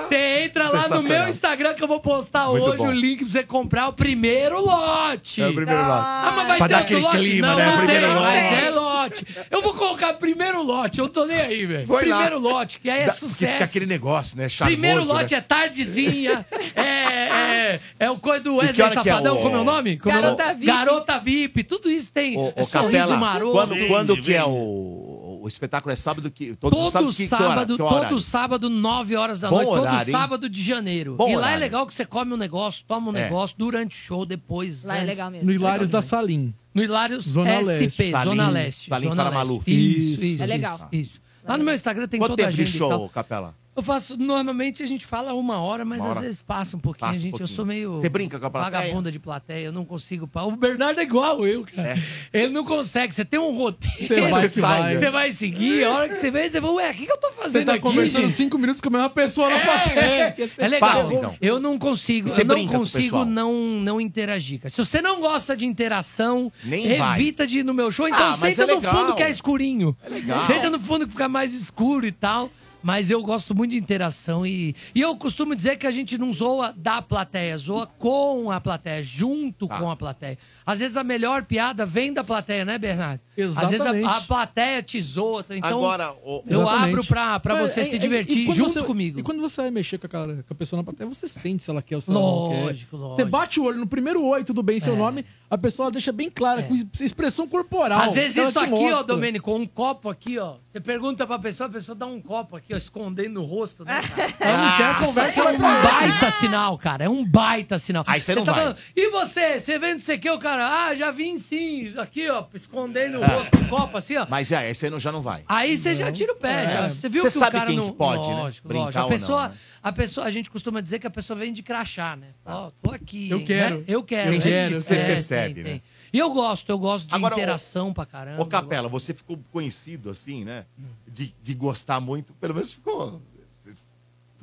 S1: Você entra lá no
S2: Sensacional.
S1: meu Instagram que eu vou postar
S2: Muito
S1: hoje
S2: bom.
S1: o link pra você comprar o primeiro lote.
S2: É o primeiro lote.
S1: Ah, mas vai
S2: Pra
S1: ter
S2: dar
S1: outro
S2: aquele
S1: lote?
S2: clima,
S1: não,
S2: né?
S1: Não
S2: Primeiro
S1: tem, mas
S2: lote.
S1: é lote. Eu vou colocar primeiro lote, eu não tô nem aí, velho.
S2: Foi lá.
S1: Primeiro lote, que aí é
S2: Dá- Que
S1: sucesso.
S2: fica aquele negócio, né? Charmoso,
S1: Primeiro lote
S2: né?
S1: é tardezinha. é, é, é o coisa do
S2: E que
S1: Wesley
S2: hora que é
S1: Safadão,
S2: o-
S1: como é o nome? Como é o nome?
S6: Garota VIP.
S1: Garota VIP. Tudo isso tem.
S2: Ô, ô,
S1: é sorriso
S2: Capela,
S1: maroto.
S2: quando, quando que é o, o espetáculo? É sábado que... Todo,
S1: Todo
S2: sábado,
S1: sábado,
S2: que, que hora? Que hora?
S1: todo sábado, 9 horas da
S2: Bom
S1: noite,
S2: horário,
S1: todo
S2: hein?
S1: sábado de janeiro.
S2: Bom
S1: e lá é
S2: horário.
S1: legal que você come um negócio, toma um
S2: É.
S1: negócio durante o show, depois.
S6: Lá é
S1: antes.
S6: legal mesmo.
S7: No Hilários da Salim.
S1: No Hilários
S7: Zona Leste.
S1: SP, Zona
S7: Salim-
S1: Leste.
S2: Salim
S1: Zona
S2: para
S1: Leste.
S2: Maluf.
S1: Isso,
S2: Isso,
S1: isso.
S6: É legal.
S1: Isso. Lá no meu Instagram tem
S2: Quanto
S1: toda a então?
S2: tempo de
S1: agenda e tal.
S2: show, Capela?
S1: Eu faço. Normalmente a gente fala uma hora, mas
S2: Uma
S1: às
S2: hora.
S1: vezes passa um pouquinho.
S2: Passa um
S1: gente, eu
S2: pouquinho.
S1: sou meio.
S2: Você brinca com a plateia?
S1: Vagabunda de plateia, eu não consigo. pa- O Bernardo é igual eu, cara. Ele não consegue. Você tem um roteiro.
S7: É. Você vai,
S1: você
S7: se vai,
S1: vai,
S7: né?
S1: você vai seguir. A hora que você vê, você fala, ué, o que, que eu tô fazendo
S7: Você tá
S1: aqui?
S7: conversando
S1: gente?
S7: cinco minutos com a mesma pessoa na
S1: É,
S7: plateia.
S1: é, é legal.
S7: Passa, então.
S1: Eu não consigo,
S7: E você
S1: eu não
S7: brinca com o
S1: consigo
S7: pessoal?
S1: não, não interagir. cara. Se você não gosta de interação,
S2: Nem vai.
S1: evita de ir no meu show. Então
S2: Ah, mas
S1: senta
S2: é
S1: no
S2: legal.
S1: fundo que é escurinho.
S2: legal.
S1: Senta no fundo que fica mais escuro e tal. Mas eu gosto muito de interação e, e eu costumo dizer que a gente não zoa da plateia, zoa com a plateia, junto
S2: Tá.
S1: com a plateia. Às vezes a melhor piada vem da plateia, né, Bernardo? Às vezes
S2: Exatamente.
S1: a, a plateia te zoa. Então,
S2: Agora, o-
S1: eu
S7: Exatamente.
S1: abro pra, pra
S7: Mas,
S1: você
S7: é, é,
S1: se
S7: e
S1: divertir
S7: quando
S1: junto
S7: você-
S1: comigo.
S7: E quando você vai mexer com a, cara- com a pessoa na plateia, você sente se ela quer ou se ela não quer.
S1: Lógico, lógico. É.
S7: Você bate o olho no primeiro oi, tudo bem, seu nome, a pessoa deixa bem clara, com expressão corporal.
S1: Às vezes
S7: Ela
S1: isso
S7: te
S1: aqui, ó,
S7: mostra.
S1: Domênico, um copo aqui, ó. Você pergunta pra pessoa, a pessoa dá um copo aqui, ó, escondendo no rosto, né? cara?
S7: Ela não quer
S1: Isso
S7: conversa,
S1: é
S7: vai
S1: um
S7: pra lá.
S1: baita sinal, cara. É um baita sinal. Aí
S2: você não vai.
S1: tá e você? Você vendo isso aqui, o cara? Ah, já vim sim. Aqui, ó, escondendo o rosto no copo, assim, ó.
S2: Mas é, esse aí não- já É. não vai.
S1: Aí você já tira o pé,
S2: É.
S1: já. Você viu
S2: Você
S1: que
S2: sabe
S1: o cara
S2: quem
S1: não
S2: que pode, né?
S1: lógico,
S2: Brincar
S1: lógico. A
S2: ou não,
S1: pessoa,
S2: né?
S1: a pessoa, a gente costuma dizer que a pessoa vem de crachá, né?
S2: Tá.
S1: Ó, tô aqui.
S7: Eu
S1: hein,
S7: quero.
S1: né? Eu quero.
S2: Tem
S1: né?
S2: gente que você
S1: É,
S2: percebe,
S1: tem,
S2: né?
S1: tem. E eu gosto, eu gosto de
S2: Agora, ô-
S1: interação pra caramba. um
S2: Ô, Capela, você ficou conhecido assim, né?
S1: Hum.
S2: De, de gostar muito, pelo menos ficou.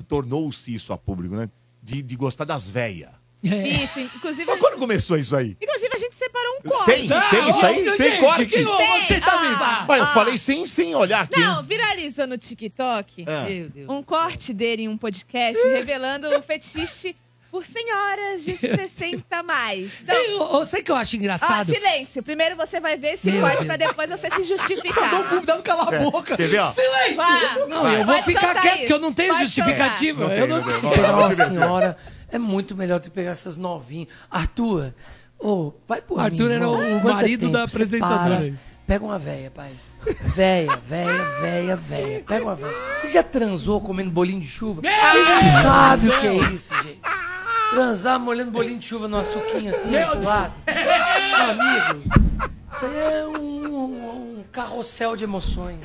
S2: Tornou-se isso a público, né? De, de gostar das véias.
S1: é.
S12: Isso, inclusive.
S2: Mas quando começou isso aí?
S12: Inclusive, a gente separou um corte.
S2: Tem, tem isso aí?
S12: óbvio,
S2: tem
S12: gente,
S2: corte?
S12: que louco, você tá me- Ah,
S2: Mas eu
S12: ah.
S2: falei sim, sim, olhar aqui.
S12: Não, viralizou no TikTok
S2: Ah.
S12: Meu Deus um corte dele em um podcast revelando o fetiche por senhoras de 60 a mais. Então,
S1: Eu, eu sei que eu acho
S6: Ah,
S12: ó,
S1: engraçado.
S12: silêncio. Primeiro você vai ver esse
S1: Meu
S12: corte
S1: Deus. Tá
S12: pra depois você se justificar.
S7: Cuidado, cala a
S1: É,
S7: boca.
S1: quer ver, ó? Silêncio!
S12: Vá,
S1: Não,
S12: vai.
S1: eu vou
S12: Pode
S1: ficar
S12: soltar
S1: quieto,
S12: isso.
S1: que eu não tenho
S12: Pode
S1: justificativa.
S12: soltar.
S1: eu não tenho.
S2: não tem, não
S1: Nossa
S2: tem, não tem.
S1: senhora, é muito melhor tu pegar essas novinhas. Arthur, ô, vai por
S11: Arthur
S1: mim,
S11: era
S1: irmão.
S11: o
S1: Quanto
S11: marido
S1: tempo
S11: da
S1: você
S11: apresentadora
S1: para?
S11: aí.
S1: Pega uma véia, pai. Véia, véia, véia, véia. Pega uma véia. Você já transou comendo bolinho de chuva? Vocês não
S11: Deus
S1: sabem o
S11: do
S1: que é
S11: céu.
S1: isso, gente. Transar molhando bolinho de chuva no açuquinho assim,
S11: Meu
S1: do
S11: Deus.
S1: lado. Meu amigo, isso aí é um, um carrossel de emoções.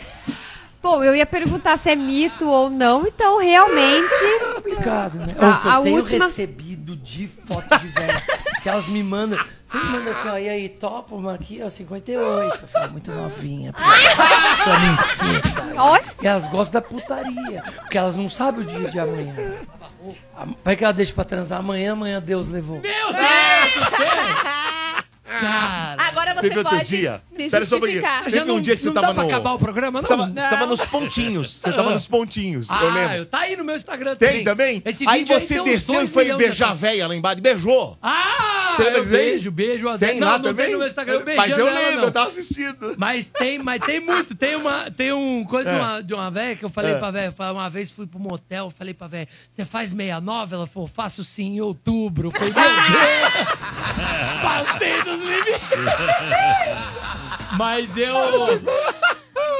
S13: Bom, eu ia perguntar se é mito ou não, então realmente.
S1: Complicado, né?
S13: A-
S1: O que eu
S13: a
S1: tenho
S13: última-
S1: recebido de foto de velho. que elas me mandam. Vocês mandam assim, ó, e aí, topa uma aqui, ó, 58. Eu falo, é muito novinha. pô.
S12: Ah!
S1: Isso é mentira. E elas gostam da putaria, porque elas não sabem o dia de amanhã. Ah, Vai que ela deixa pra transar amanhã, amanhã Deus levou. É.
S12: Meu
S1: Deus do
S12: Agora você
S2: Teve outro
S12: pode
S2: dia.
S12: se
S2: Pera só um pouquinho.
S12: justificar.
S2: Teve um dia que você
S1: não dá
S2: tava
S1: pra
S2: no.
S1: acabar o programa,
S2: você
S1: não?
S2: Tava, Você tava
S1: Não.
S2: nos pontinhos. Você tava nos pontinhos.
S1: Ah,
S2: eu lembro.
S1: eu- tá aí no meu Instagram
S2: Tem
S1: também.
S2: também?
S1: Esse
S2: aí
S1: vídeo aí
S2: você
S1: tem uns
S2: desceu e
S1: dois
S2: foi
S1: milhões de
S2: beijar a véia lá embaixo. Beijou.
S1: Ah!
S2: Você lembra
S1: eu
S2: disso aí?
S1: beijo, beijo. às
S2: Tem
S1: vezes-
S2: lá
S1: não, não
S2: também?
S1: tem no meu Instagram, eu
S2: Mas
S1: beijando
S2: eu
S1: ela,
S2: lembro,
S1: não.
S2: eu tava assistindo.
S1: Mas tem, mas tem muito. Tem uma, tem um coisa
S2: É.
S1: de uma, de uma véia que eu falei
S2: É.
S1: pra véia. eu falei- Uma vez fui pro motel, falei pra véia, você faz 69? Ela falou, faço sim em outubro. Eu falei, meu Deus! Passei dos limites! Mas eu.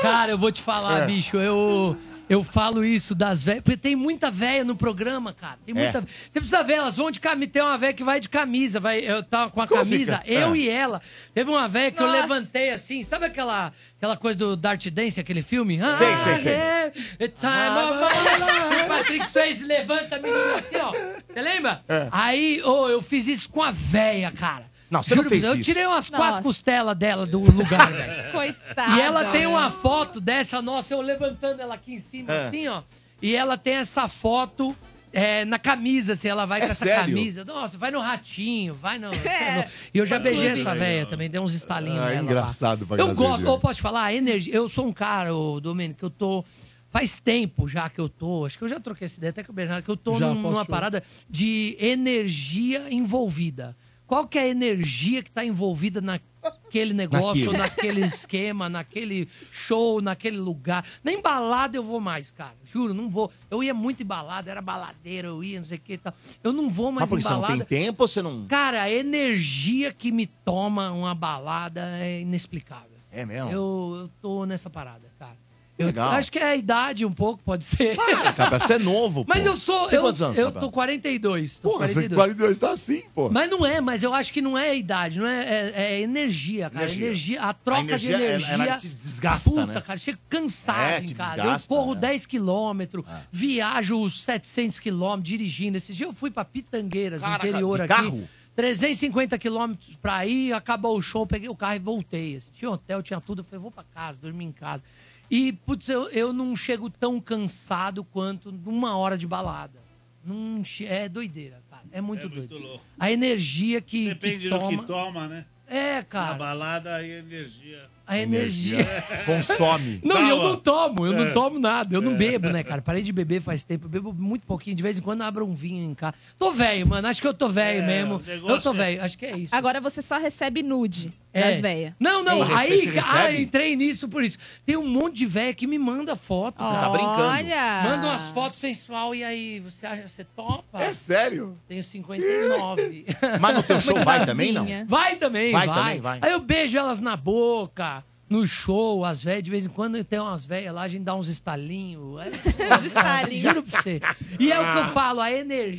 S1: Cara, eu vou te falar,
S11: É.
S1: bicho, eu. Eu falo isso das velhas, porque tem muita véia no programa, cara. Tem muita.
S11: É.
S1: Você precisa ver, elas vão de camisa. Tem uma véia que vai de camisa, vai eu tá com a
S11: Como assim,
S1: camisa,
S11: cara?
S1: eu
S11: É.
S1: e ela. Teve uma véia que eu
S11: Nossa.
S1: levantei assim, sabe aquela, aquela coisa do Dart Dance, aquele filme? Ah, tá, é
S11: Sei, sei, sei.
S1: yeah, it's time
S11: Ah,
S1: of
S11: vai,
S1: my life. Patrick Swayze levanta a menina assim, ó. Você lembra?
S11: É.
S1: Aí, ô, eu fiz isso com a véia, cara.
S11: Não, você não
S1: pra
S11: fez
S1: eu
S11: isso.
S1: tirei umas
S11: Nossa.
S1: quatro costelas dela do lugar, velho.
S11: Coitada.
S1: E ela tem uma foto dessa, nossa, eu levantando ela aqui em cima,
S11: É.
S1: assim, ó. E ela tem essa foto é, na camisa, assim, ela vai
S11: É
S1: com essa
S11: sério?
S1: camisa. Nossa, vai no ratinho, vai no. E eu já beijei essa velha também, dei uns estalinhos
S2: Ah, é
S1: nela. lá.
S2: engraçado pra
S1: Eu
S2: cacete,
S1: gosto,
S2: né?
S1: eu posso te falar, a energia. Eu sou um cara, ô, Domênico, que eu tô. Faz tempo já que eu tô, acho que eu já troquei essa ideia até com o Bernardo, que eu tô
S11: Já,
S1: num-
S11: posso
S1: numa
S11: te-
S1: parada de energia envolvida. Qual que é a energia que tá envolvida naquele negócio,
S11: Naquilo.
S1: naquele esquema, naquele show, naquele lugar? Nem balada eu vou mais, cara. Juro, não vou. Eu ia muito em balada, era baladeiro, eu ia, não sei o que e tal. Eu não vou mais
S2: Mas
S1: em
S2: porque você não
S1: balada.
S2: tem tempo, você não.
S1: Cara, a energia que me toma uma balada é inexplicável.
S2: É mesmo?
S1: Eu, eu tô nessa parada, cara. Eu
S2: Legal.
S1: acho que é a idade um pouco, pode ser.
S2: Para, Cabral, você é novo,
S1: Mas
S2: pô.
S1: eu sou.
S2: Você tem
S1: eu,
S2: quantos anos,
S1: Eu
S2: Cabral?
S1: tô 42. Tô
S2: Porra, você
S1: 42.
S2: com 42 tá assim, pô.
S1: Mas não é, mas eu acho que não é a idade, não é, é, é energia, cara.
S2: Energia.
S1: Energia. a troca
S2: A energia,
S1: de
S2: ela-
S1: energia.
S2: ela te desgasta,
S1: Puta,
S2: né?
S1: cara, chego cansado
S2: É,
S1: em
S2: te
S1: casa.
S2: desgasta,
S1: eu corro
S2: né? Ah.
S1: 10 quilômetros, viajo os 700 quilômetros dirigindo. Esse dia eu fui pra Pitangueiras,
S2: Caraca,
S1: interior
S2: de
S1: aqui.
S2: carro?
S1: 350 quilômetros pra ir, acabou o show, peguei o carro e voltei. Tinha hotel, tinha tudo. Eu falei, vou pra casa, dormir em casa. E, putz, eu, eu não chego tão cansado quanto numa hora de balada. Não che- é doideira, cara. É muito doido.
S5: louco.
S1: A energia que,
S5: Depende
S1: que
S5: do
S1: toma.
S5: que toma, né?
S1: É,
S5: A
S1: cara.
S5: balada e a energia.
S1: A energia.
S2: Consome.
S1: Não, e eu
S5: Calma.
S1: não tomo, eu
S5: É.
S1: não tomo nada. Eu não
S5: É.
S1: bebo, né, cara? Parei de beber faz tempo. Eu bebo muito pouquinho. De vez em quando abro um vinho em casa. Tô velho, mano. Acho que eu tô velho
S6: É,
S1: mesmo.
S6: o negócio
S1: Eu tô
S6: é-
S1: velho. Acho que é isso.
S6: Agora você só recebe nude
S1: É.
S6: das véias.
S1: Não, não.
S6: É isso.
S1: aí,
S6: Você recebe?
S1: ah, entrei nisso por isso. Tem um monte de véia que me manda foto.
S6: Você tá
S10: Ah,
S1: cara.
S6: brincando. Olha!
S1: Manda umas fotos sensual e aí, você acha que você topa?
S2: É sério?
S1: Tenho 59.
S2: Mas no teu show
S1: Muito
S2: vai também, não?
S1: novinha. Vai também,
S2: Vai
S1: vai.
S2: também, vai.
S1: Aí eu beijo elas na boca, no show, as velhas. De vez em quando tem umas velhas lá, a gente dá uns estalinhos. É,
S6: estalinhos.
S1: Juro pra você. E é o
S2: Ah.
S1: que eu falo, a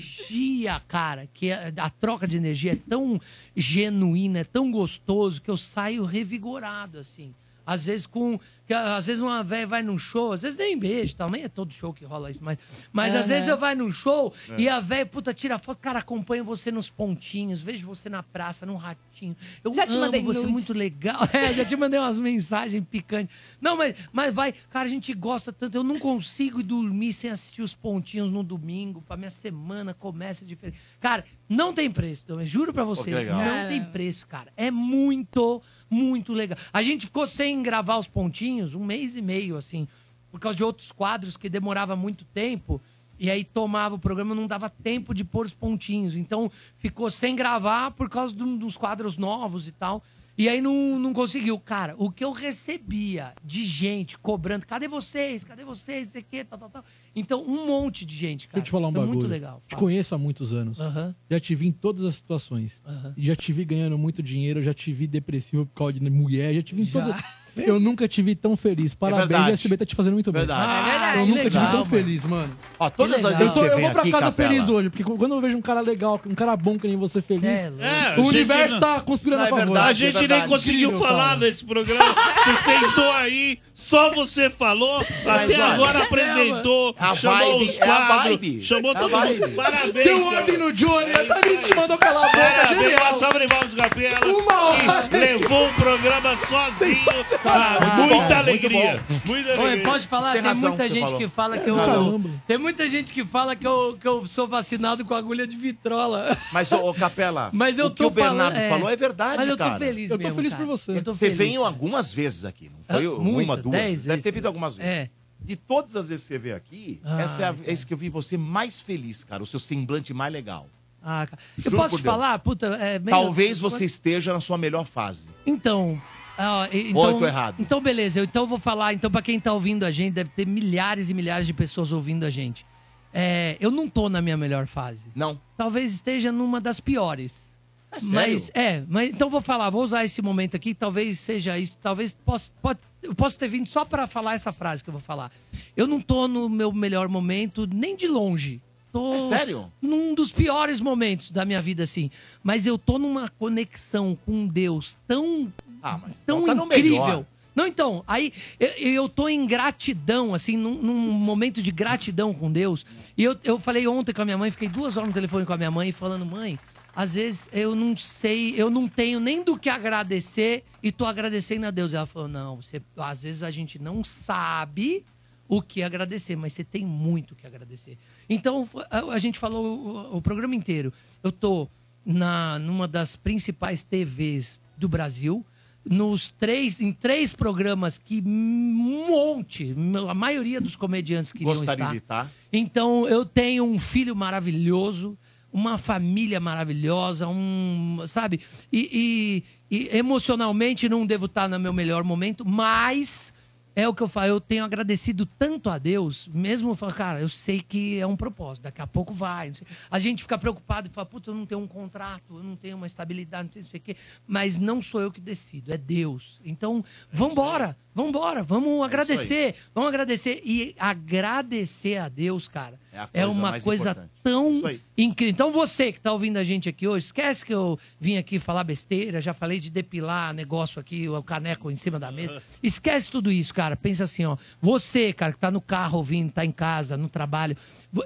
S1: energia, cara, que a, a troca de energia é tão genuína, é tão gostoso, que eu saio revigorado, assim. Às vezes com. que, Às vezes uma velha vai num show, às vezes nem beijo, tal, nem é todo show que rola isso, mas. Mas às
S6: Aham.
S1: vezes eu vai num show
S6: É.
S1: e a velha, puta, tira foto, cara, acompanha você nos pontinhos, vejo você na praça, num ratinho. Eu
S6: Já te
S1: amo
S6: mandei
S1: você,
S6: nudes.
S1: muito legal. É, já te mandei umas mensagens picantes. Não, mas, mas vai, cara, a gente gosta tanto. Eu não consigo ir dormir sem assistir os pontinhos no domingo, pra minha semana começa diferente. Cara, não tem preço, Dom, eu juro pra
S2: que
S1: você.
S2: legal.
S1: Não tem
S2: Caramba.
S1: preço, cara. É muito, muito legal. A gente ficou sem gravar os pontinhos um mês e meio, assim, por causa de outros quadros que demorava muito tempo. E aí tomava o programa, não dava tempo de pôr os pontinhos. Então ficou sem gravar por causa de um- dos quadros novos e tal. E aí não, não conseguiu. Cara, o que eu recebia de gente cobrando, cadê vocês? Cadê vocês? Isso aqui, tal, tal, tal. Então, um monte de gente, cara.
S7: Deixa eu te falar um
S1: Foi
S7: bagulho.
S1: é muito legal.
S7: Te conheço há muitos anos.
S1: Aham.
S7: Já te vi em todas as situações.
S1: Aham.
S7: Já te vi ganhando muito dinheiro, já te vi depressivo por causa de mulher, já te vi em toda. Eu nunca te vi tão feliz. Parabéns,
S2: É verdade.
S7: o SB tá te fazendo muito bem.
S2: Verdade. Ah, é verdade.
S7: Eu nunca te
S2: Legal,
S7: vi tão
S2: mano.
S7: feliz, mano.
S2: Ó, todas
S7: Que
S2: as
S7: legal. eu,
S2: vezes que
S7: tô-
S2: você
S7: eu
S2: vem
S7: vou pra
S2: aqui,
S7: casa
S2: Capela.
S7: feliz hoje, porque quando eu vejo um cara legal, um cara bom que nem você feliz,
S5: É,
S7: o
S5: a gente
S7: universo
S5: não- é
S7: tá conspirando a favor.
S5: a gente nem conseguiu
S7: é Incrível,
S5: falar
S7: cara.
S5: nesse programa. Você sentou aí, só você falou,
S2: Mas,
S5: até
S2: olha,
S5: agora
S2: é,
S5: apresentou,
S2: mano. A
S5: chamou
S2: vibe,
S5: os
S2: é a
S5: quadros,
S2: vibe.
S5: chamou
S2: É a
S5: todo mundo.
S2: vibe.
S5: Parabéns. É,
S7: Deu um ordem no Johnny, a gente te mandou calar a boca,
S5: Parabéns
S7: genial.
S5: ao Sabrival dos Capela,
S7: Uma hora.
S5: que levou o programa sozinho. Ah,
S1: Muito
S5: muita
S1: bom, muito
S5: alegria.
S1: bom.
S5: Muita
S1: Oi,
S5: alegria.
S1: pode falar, tem, muita gente que fala que eu.
S2: Caramba.
S1: Tem muita gente que fala que eu, que eu sou vacinado com agulha de vitrola.
S2: Mas, ô, ô, Capela,
S1: Mas eu
S2: o que
S1: tô
S2: o Bernardo
S1: falando- é.
S2: falou é verdade,
S1: Mas eu tô
S2: cara.
S1: feliz Eu tô mesmo, feliz cara. por você. Eu tô
S2: Você
S1: feliz,
S2: veio
S1: cara.
S2: algumas vezes aqui, não foi
S1: Ah,
S2: uma,
S1: muita,
S2: duas?
S1: dez
S2: Deve ter
S1: vezes.
S2: vindo algumas vezes.
S1: É.
S2: De todas as vezes que você veio aqui,
S1: Ah,
S2: essa é a vez que eu vi você mais feliz, cara. O seu semblante mais legal.
S1: Ah, cara. Eu
S2: Juro
S1: posso
S2: por
S1: te
S2: Deus.
S1: falar? Puta, é meio-
S2: Talvez você esteja na sua melhor fase.
S1: Então. ah, e-
S2: Ou
S1: então,
S2: eu tô errado?
S1: Então, beleza. Eu- Então, eu vou falar. Então, pra quem tá ouvindo a gente, deve ter milhares e milhares de pessoas ouvindo a gente. É, eu não tô na minha melhor fase.
S2: Não.
S1: Talvez esteja numa das piores.
S2: É sério?
S1: mas é, mas então vou falar, vou usar esse momento aqui, talvez seja isso, talvez possa, pode, eu posso ter vindo só pra falar essa frase que eu vou falar. Eu não tô no meu melhor momento nem de longe. Tô
S2: É sério?
S1: num dos piores momentos da minha vida assim, mas eu tô numa conexão com Deus tão
S2: Ah, mas
S1: tão
S2: tá no melhor.
S1: incrível. Não, então, aí eu, eu tô em gratidão, assim, num, num momento de gratidão com Deus. E eu, eu falei ontem com a minha mãe, fiquei duas horas no telefone com a minha mãe, falando, mãe, às vezes eu não sei, eu não tenho nem do que agradecer e tô agradecendo a Deus. Ela falou, não, você, às vezes a gente não sabe o que agradecer, mas você tem muito o que agradecer. Então, a- a gente falou o, o programa inteiro. Eu tô na, numa das principais TVs do Brasil, nos três, em três programas que um monte, a maioria dos comediantes queriam
S2: Gostaria de tá.
S1: estar.
S2: estar.
S1: Então, eu tenho um filho maravilhoso, uma família maravilhosa, um. Sabe? E, e- e emocionalmente não devo estar no meu melhor momento, mas é o que eu falo. Eu tenho agradecido tanto a Deus, mesmo eu falo, cara, eu sei que é um propósito, daqui a pouco vai. não sei. A gente fica preocupado e fala, puta, eu não tenho um contrato, eu não tenho uma estabilidade, não tenho isso aqui. Mas não sou eu que decido, é Deus. Então, vambora! Vambora, vamos agradecer. Vamos agradecer. E agradecer a Deus, cara,
S2: É a
S1: é,
S2: coisa
S1: uma
S2: mais
S1: coisa
S2: importante.
S1: tão
S2: Isso aí.
S1: incrível. Então você que tá ouvindo a gente aqui hoje, esquece que eu vim aqui falar besteira, já falei de depilar negócio aqui, o caneco em cima da mesa. Esquece tudo isso, cara. Pensa assim, ó. Você, cara, que tá no carro ouvindo, tá em casa, no trabalho,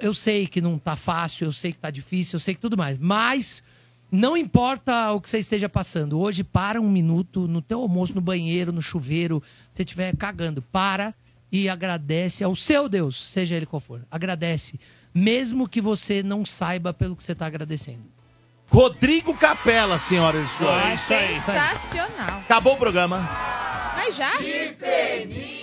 S1: eu sei que não tá fácil, eu sei que tá difícil, eu sei que tudo mais, mas não importa o que você esteja passando, hoje para um minuto no teu almoço, no banheiro, no chuveiro, se você estiver cagando, para e agradece ao seu Deus, seja ele qual for. Agradece, mesmo que você não saiba pelo que você está agradecendo.
S2: Rodrigo Capela, senhoras e
S1: Ah,
S2: senhores.
S12: Sensacional.
S2: Acabou o programa.
S12: Mas já?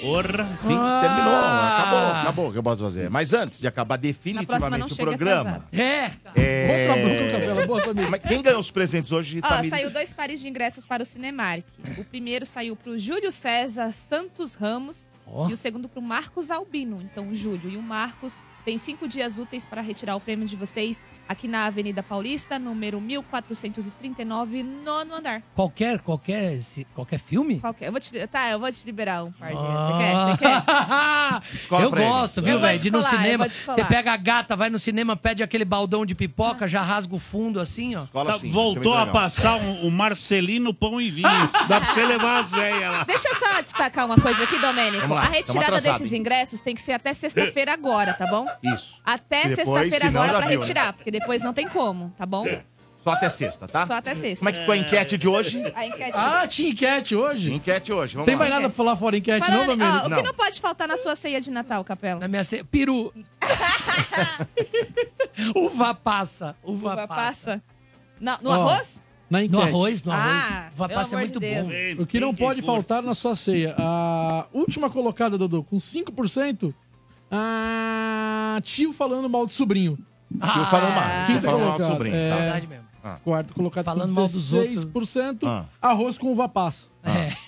S2: Porra. Sim,
S12: Ah.
S2: terminou. Acabou, acabou. O que eu posso fazer? Mas antes de acabar
S12: próxima não
S2: definitivamente o
S12: chega
S2: programa.
S12: atrasado.
S1: É!
S2: é...
S12: Bom trabalho,
S1: Capela, boa
S2: Mas quem ganhou os presentes hoje?
S12: Ó,
S2: Tamires?
S12: saiu dois pares de ingressos para o Cinemark. O primeiro saiu para o Júlio César Santos Ramos
S2: Ó.
S12: e o segundo para o Marcos Albino. Então, o Júlio e o Marcos têm cinco dias úteis para retirar o prêmio de vocês aqui na Avenida Paulista, número 1439, nono andar.
S1: Qualquer, qualquer, esse- qualquer filme?
S12: Qualquer. Eu vou te, tá, eu vou te liberar um par de.
S1: Ah.
S12: Você quer? Você quer?
S1: eu gosto, viu,
S12: Eu vou
S1: velho? De ir no
S12: descolar, eu
S1: cinema.
S12: vou descolar.
S1: Você pega a gata, vai no cinema, pede aquele baldão de pipoca, já rasga o fundo assim, ó.
S5: Tá, voltou a passar um- o Marcelino Pão e Vinho. Dá pra você levar as velhas lá.
S12: Deixa eu só destacar uma coisa aqui, Domênico.
S5: Vamos lá,
S12: a
S1: então,
S5: tamo
S12: retirada
S5: atrasado,
S12: desses
S5: hein?
S12: ingressos tem que ser até sexta-feira agora, tá bom?
S2: Isso.
S12: Até
S2: Depois,
S12: sexta-feira
S2: senão
S12: agora
S2: já
S12: pra
S2: viu, né? É.
S12: retirar, porque depois não tem como, tá bom?
S2: Só até sexta, tá?
S12: Só até sexta.
S2: Como é que ficou a enquete de hoje?
S12: A enquete.
S7: Ah, tinha enquete hoje?
S2: Enquete hoje, vamos
S7: Tem
S2: lá.
S7: mais nada pra falar fora enquete,
S12: Falando-
S7: não, Domênico?
S12: ó, o que não pode faltar na sua ceia de Natal, Capela?
S1: Na minha ceia. Peru. Uva passa. Uva,
S12: Uva
S1: passa.
S12: passa. Na- no
S7: Ó,
S12: arroz?
S7: Na enquete.
S1: No arroz, no arroz.
S12: Ah,
S1: Uva
S12: pelo
S1: passa é
S12: amor
S1: muito
S12: de Deus.
S1: bom.
S7: O que não pode faltar na sua ceia? A última colocada, Dodô, com 5%. Ah, tio falando mal do sobrinho.
S2: Tio falando mal, tio
S7: Quinta
S2: falando mal do
S7: colocada,
S2: sobrinho,
S7: É,
S2: tá. Verdade mesmo. Ah.
S7: Quarto colocado
S1: Falando
S7: com
S1: mal dos
S7: 16%.
S2: Ah.
S7: Arroz com uva passa.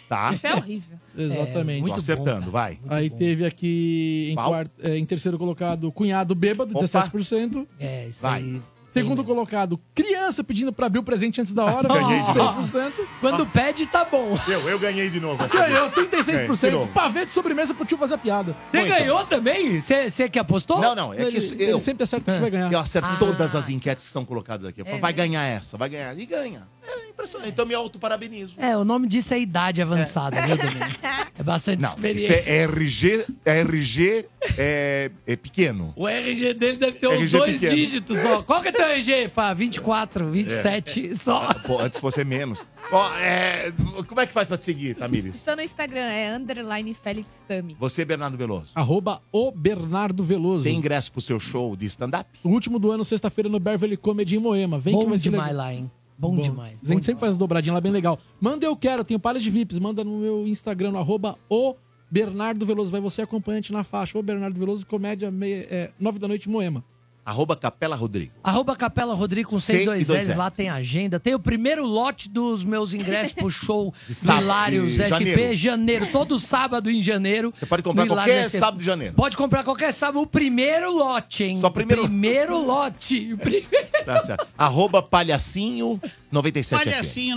S2: Tá.
S12: Isso é horrível.
S7: Exatamente.
S2: Tô acertando, vai.
S7: Aí teve aqui em,
S2: Qual?
S7: quarto- é, em terceiro colocado cunhado bêbado,
S2: Opa.
S7: 17%.
S1: É, isso
S2: Vai.
S7: Segundo colocado, criança pedindo pra abrir o presente antes da hora,
S2: Ganhei de novo. Ah.
S7: 6%.
S1: Quando pede, tá bom.
S2: Eu, eu ganhei de novo. essa
S7: Ganhou
S2: vez. Ganhei de
S7: 36%.
S2: novo.
S7: Pavê de sobremesa pro tio fazer piada.
S1: Você ganhou também? Você você que apostou?
S2: Não, não, é que
S7: Ele-
S2: isso,
S7: ele
S2: eu,
S7: sempre acerta que vai ganhar.
S2: Eu acerto
S1: Ah.
S2: todas as enquetes que são colocadas aqui. Eu falo,
S1: É,
S2: vai
S1: né?
S2: ganhar essa, vai ganhar. E ganha. É impressionante. Então me auto-parabenizo.
S1: É, o nome disso é idade avançada, viu, Domênico? É bastante
S2: Não, isso
S1: experiência.
S2: é RG, RG é, é pequeno.
S1: O RG dele deve ter uns
S2: RG
S1: dois
S2: pequeno.
S1: dígitos só. Qual que é teu RG? Fá, 24, 27 só.
S2: Ah, pô, antes fosse menos. Ó, é, como é que faz pra te seguir, Tamires?
S12: Estou no Instagram, é underline Félix Tami.
S2: Você, é Bernardo Veloso.
S7: Arroba o Bernardo Veloso.
S2: Tem ingresso pro seu show de stand-up?
S7: O último do ano, sexta-feira, no Beverly Comedy em Moema. Vem que
S1: Bom
S7: vai ser
S1: demais
S7: legal.
S1: lá, hein? Bom, demais.
S7: A gente sempre faz dobradinha lá, bem legal. Manda eu quero, tenho pares de VIPs. Manda no meu Instagram, no arroba o Bernardo Veloso. Vai você acompanhante na faixa. O Bernardo Veloso, comédia, meia, é, nove da noite, Moema.
S2: Arroba Capela Rodrigo.
S1: Arroba Capela Rodrigo com
S2: Cem e
S1: 102
S2: dois
S1: L's, lá tem agenda. Tem o primeiro lote dos meus ingressos pro show
S2: De
S1: do
S2: sábado,
S1: Hilários
S2: de
S1: SP,
S2: janeiro.
S1: janeiro. todo sábado em janeiro. Você
S2: pode comprar qualquer sábado de janeiro.
S1: Pode comprar qualquer sábado, o primeiro lote, hein?
S2: Só primeiro-
S1: O primeiro lote. O primeiro...
S2: Tá certo. Arroba Palhacinho 97
S5: Palhacinho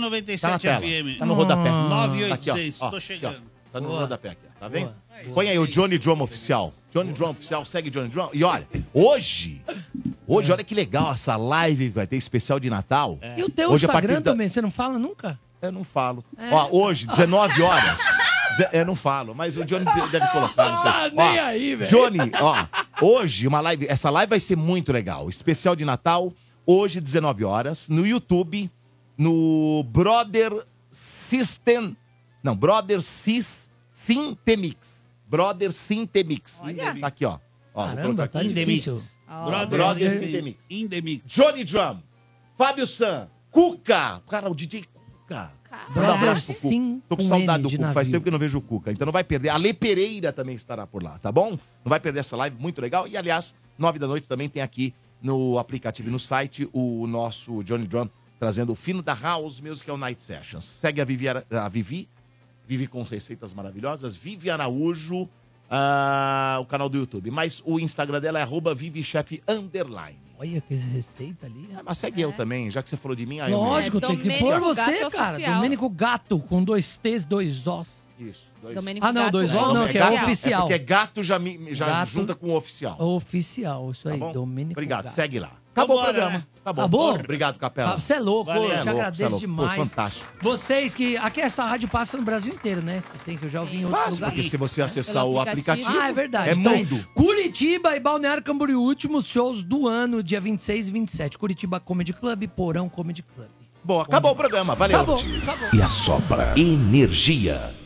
S2: FM. Tá na
S5: 97
S2: tela.
S5: FM.
S2: Tá no rodapé. Tá aqui, ó.
S5: 986,
S2: Ó, aqui,
S5: tô
S2: ó.
S5: chegando.
S2: Tá no
S5: Boa.
S2: rodapé aqui, ó. tá vendo? Põe aí o Johnny Drum oficial. Johnny Drum oficial, segue Johnny Drum. E olha, hoje, hoje, olha que legal essa live que vai ter especial de Natal.
S1: E o teu
S2: hoje, é a
S1: Instagram
S2: partir da-
S1: também, você não fala nunca?
S2: Eu não falo.
S1: É.
S2: Ó, hoje, 19 horas. Ze- Eu não falo, mas o Johnny de- deve colocar. Não sei.
S1: Tá
S2: Ó,
S1: nem aí, velho.
S2: Johnny, ó, hoje uma live, essa live vai ser muito legal. Especial de Natal, hoje 19 horas no YouTube, no Brother System, não, Brother Sis Sintemix. Brother Sintemix.
S12: Olha.
S2: Tá aqui, ó. ó vou
S1: Caramba,
S2: colocar
S1: tá
S2: aqui.
S1: difícil.
S2: Brother,
S5: Brother
S2: Sintemix.
S5: In the mix.
S2: Johnny Drum, Fábio San, Cuca. Cara, o DJ Cuca. Manda um
S1: Brother
S2: abraço pro
S1: Sim,
S2: Cuca. Tô com
S1: com
S2: saudade
S1: N
S2: do
S1: de
S2: Cuca. Faz
S1: navio.
S2: tempo que eu não vejo o Cuca. Então não vai perder. A Lê Pereira também estará por lá, tá bom? Não vai perder essa live, muito legal. E, aliás, nove da noite também tem aqui no aplicativo e no site o nosso Johnny Drum trazendo o fino da House Musical Night Sessions. Segue a Vivi, Ara- a Vivi, Vivi com receitas maravilhosas. Vivi Araújo, ah, o canal do YouTube. Mas o Instagram dela é arroba ViviChef Underline.
S1: Olha que receita ali.
S2: Ah, Mas segue eu também, já que você falou de mim. Aí eu mesmo.
S1: Lógico, tem que
S12: Domênico
S1: pôr
S12: Gato
S1: você, cara.
S12: Oficial.
S1: Domênico Gato, com dois T's, dois Os.
S2: Isso. dois.
S6: Domênico
S1: Ah, não,
S6: Gato
S1: dois ovos não, que é
S2: gato-
S1: oficial.
S2: porque gato já, mi- já
S1: Gato.
S2: junta com oficial. Tá
S1: Oficial, isso aí, Domênico.
S2: Obrigado,
S1: Gato.
S2: segue lá. Acabou
S1: Vambora,
S2: o programa.
S1: né?
S2: Acabou.
S1: Acabou?
S2: Obrigado, Capela.
S1: Ah, Você é louco,
S2: Valeu.
S1: eu
S2: Você
S1: te
S2: é louco,
S1: agradeço
S2: você é louco. Pô,
S1: demais.
S2: fantástico.
S1: Vocês que. Aqui essa rádio passa no Brasil inteiro, né? Tem que eu já ouvi em outros
S2: Passa,
S1: lugares. É,
S2: porque se você acessar o aplicativo,
S1: Ah, é verdade.
S2: é
S1: Então,
S2: mundo.
S1: Curitiba e Balneário Camboriú, últimos shows do ano, dia 26 e 27. Curitiba Comedy Club, Porão Comedy Club.
S2: Boa, acabou o programa. Valeu.
S1: Acabou,
S2: Tio.
S1: acabou.
S3: E a sopra energia.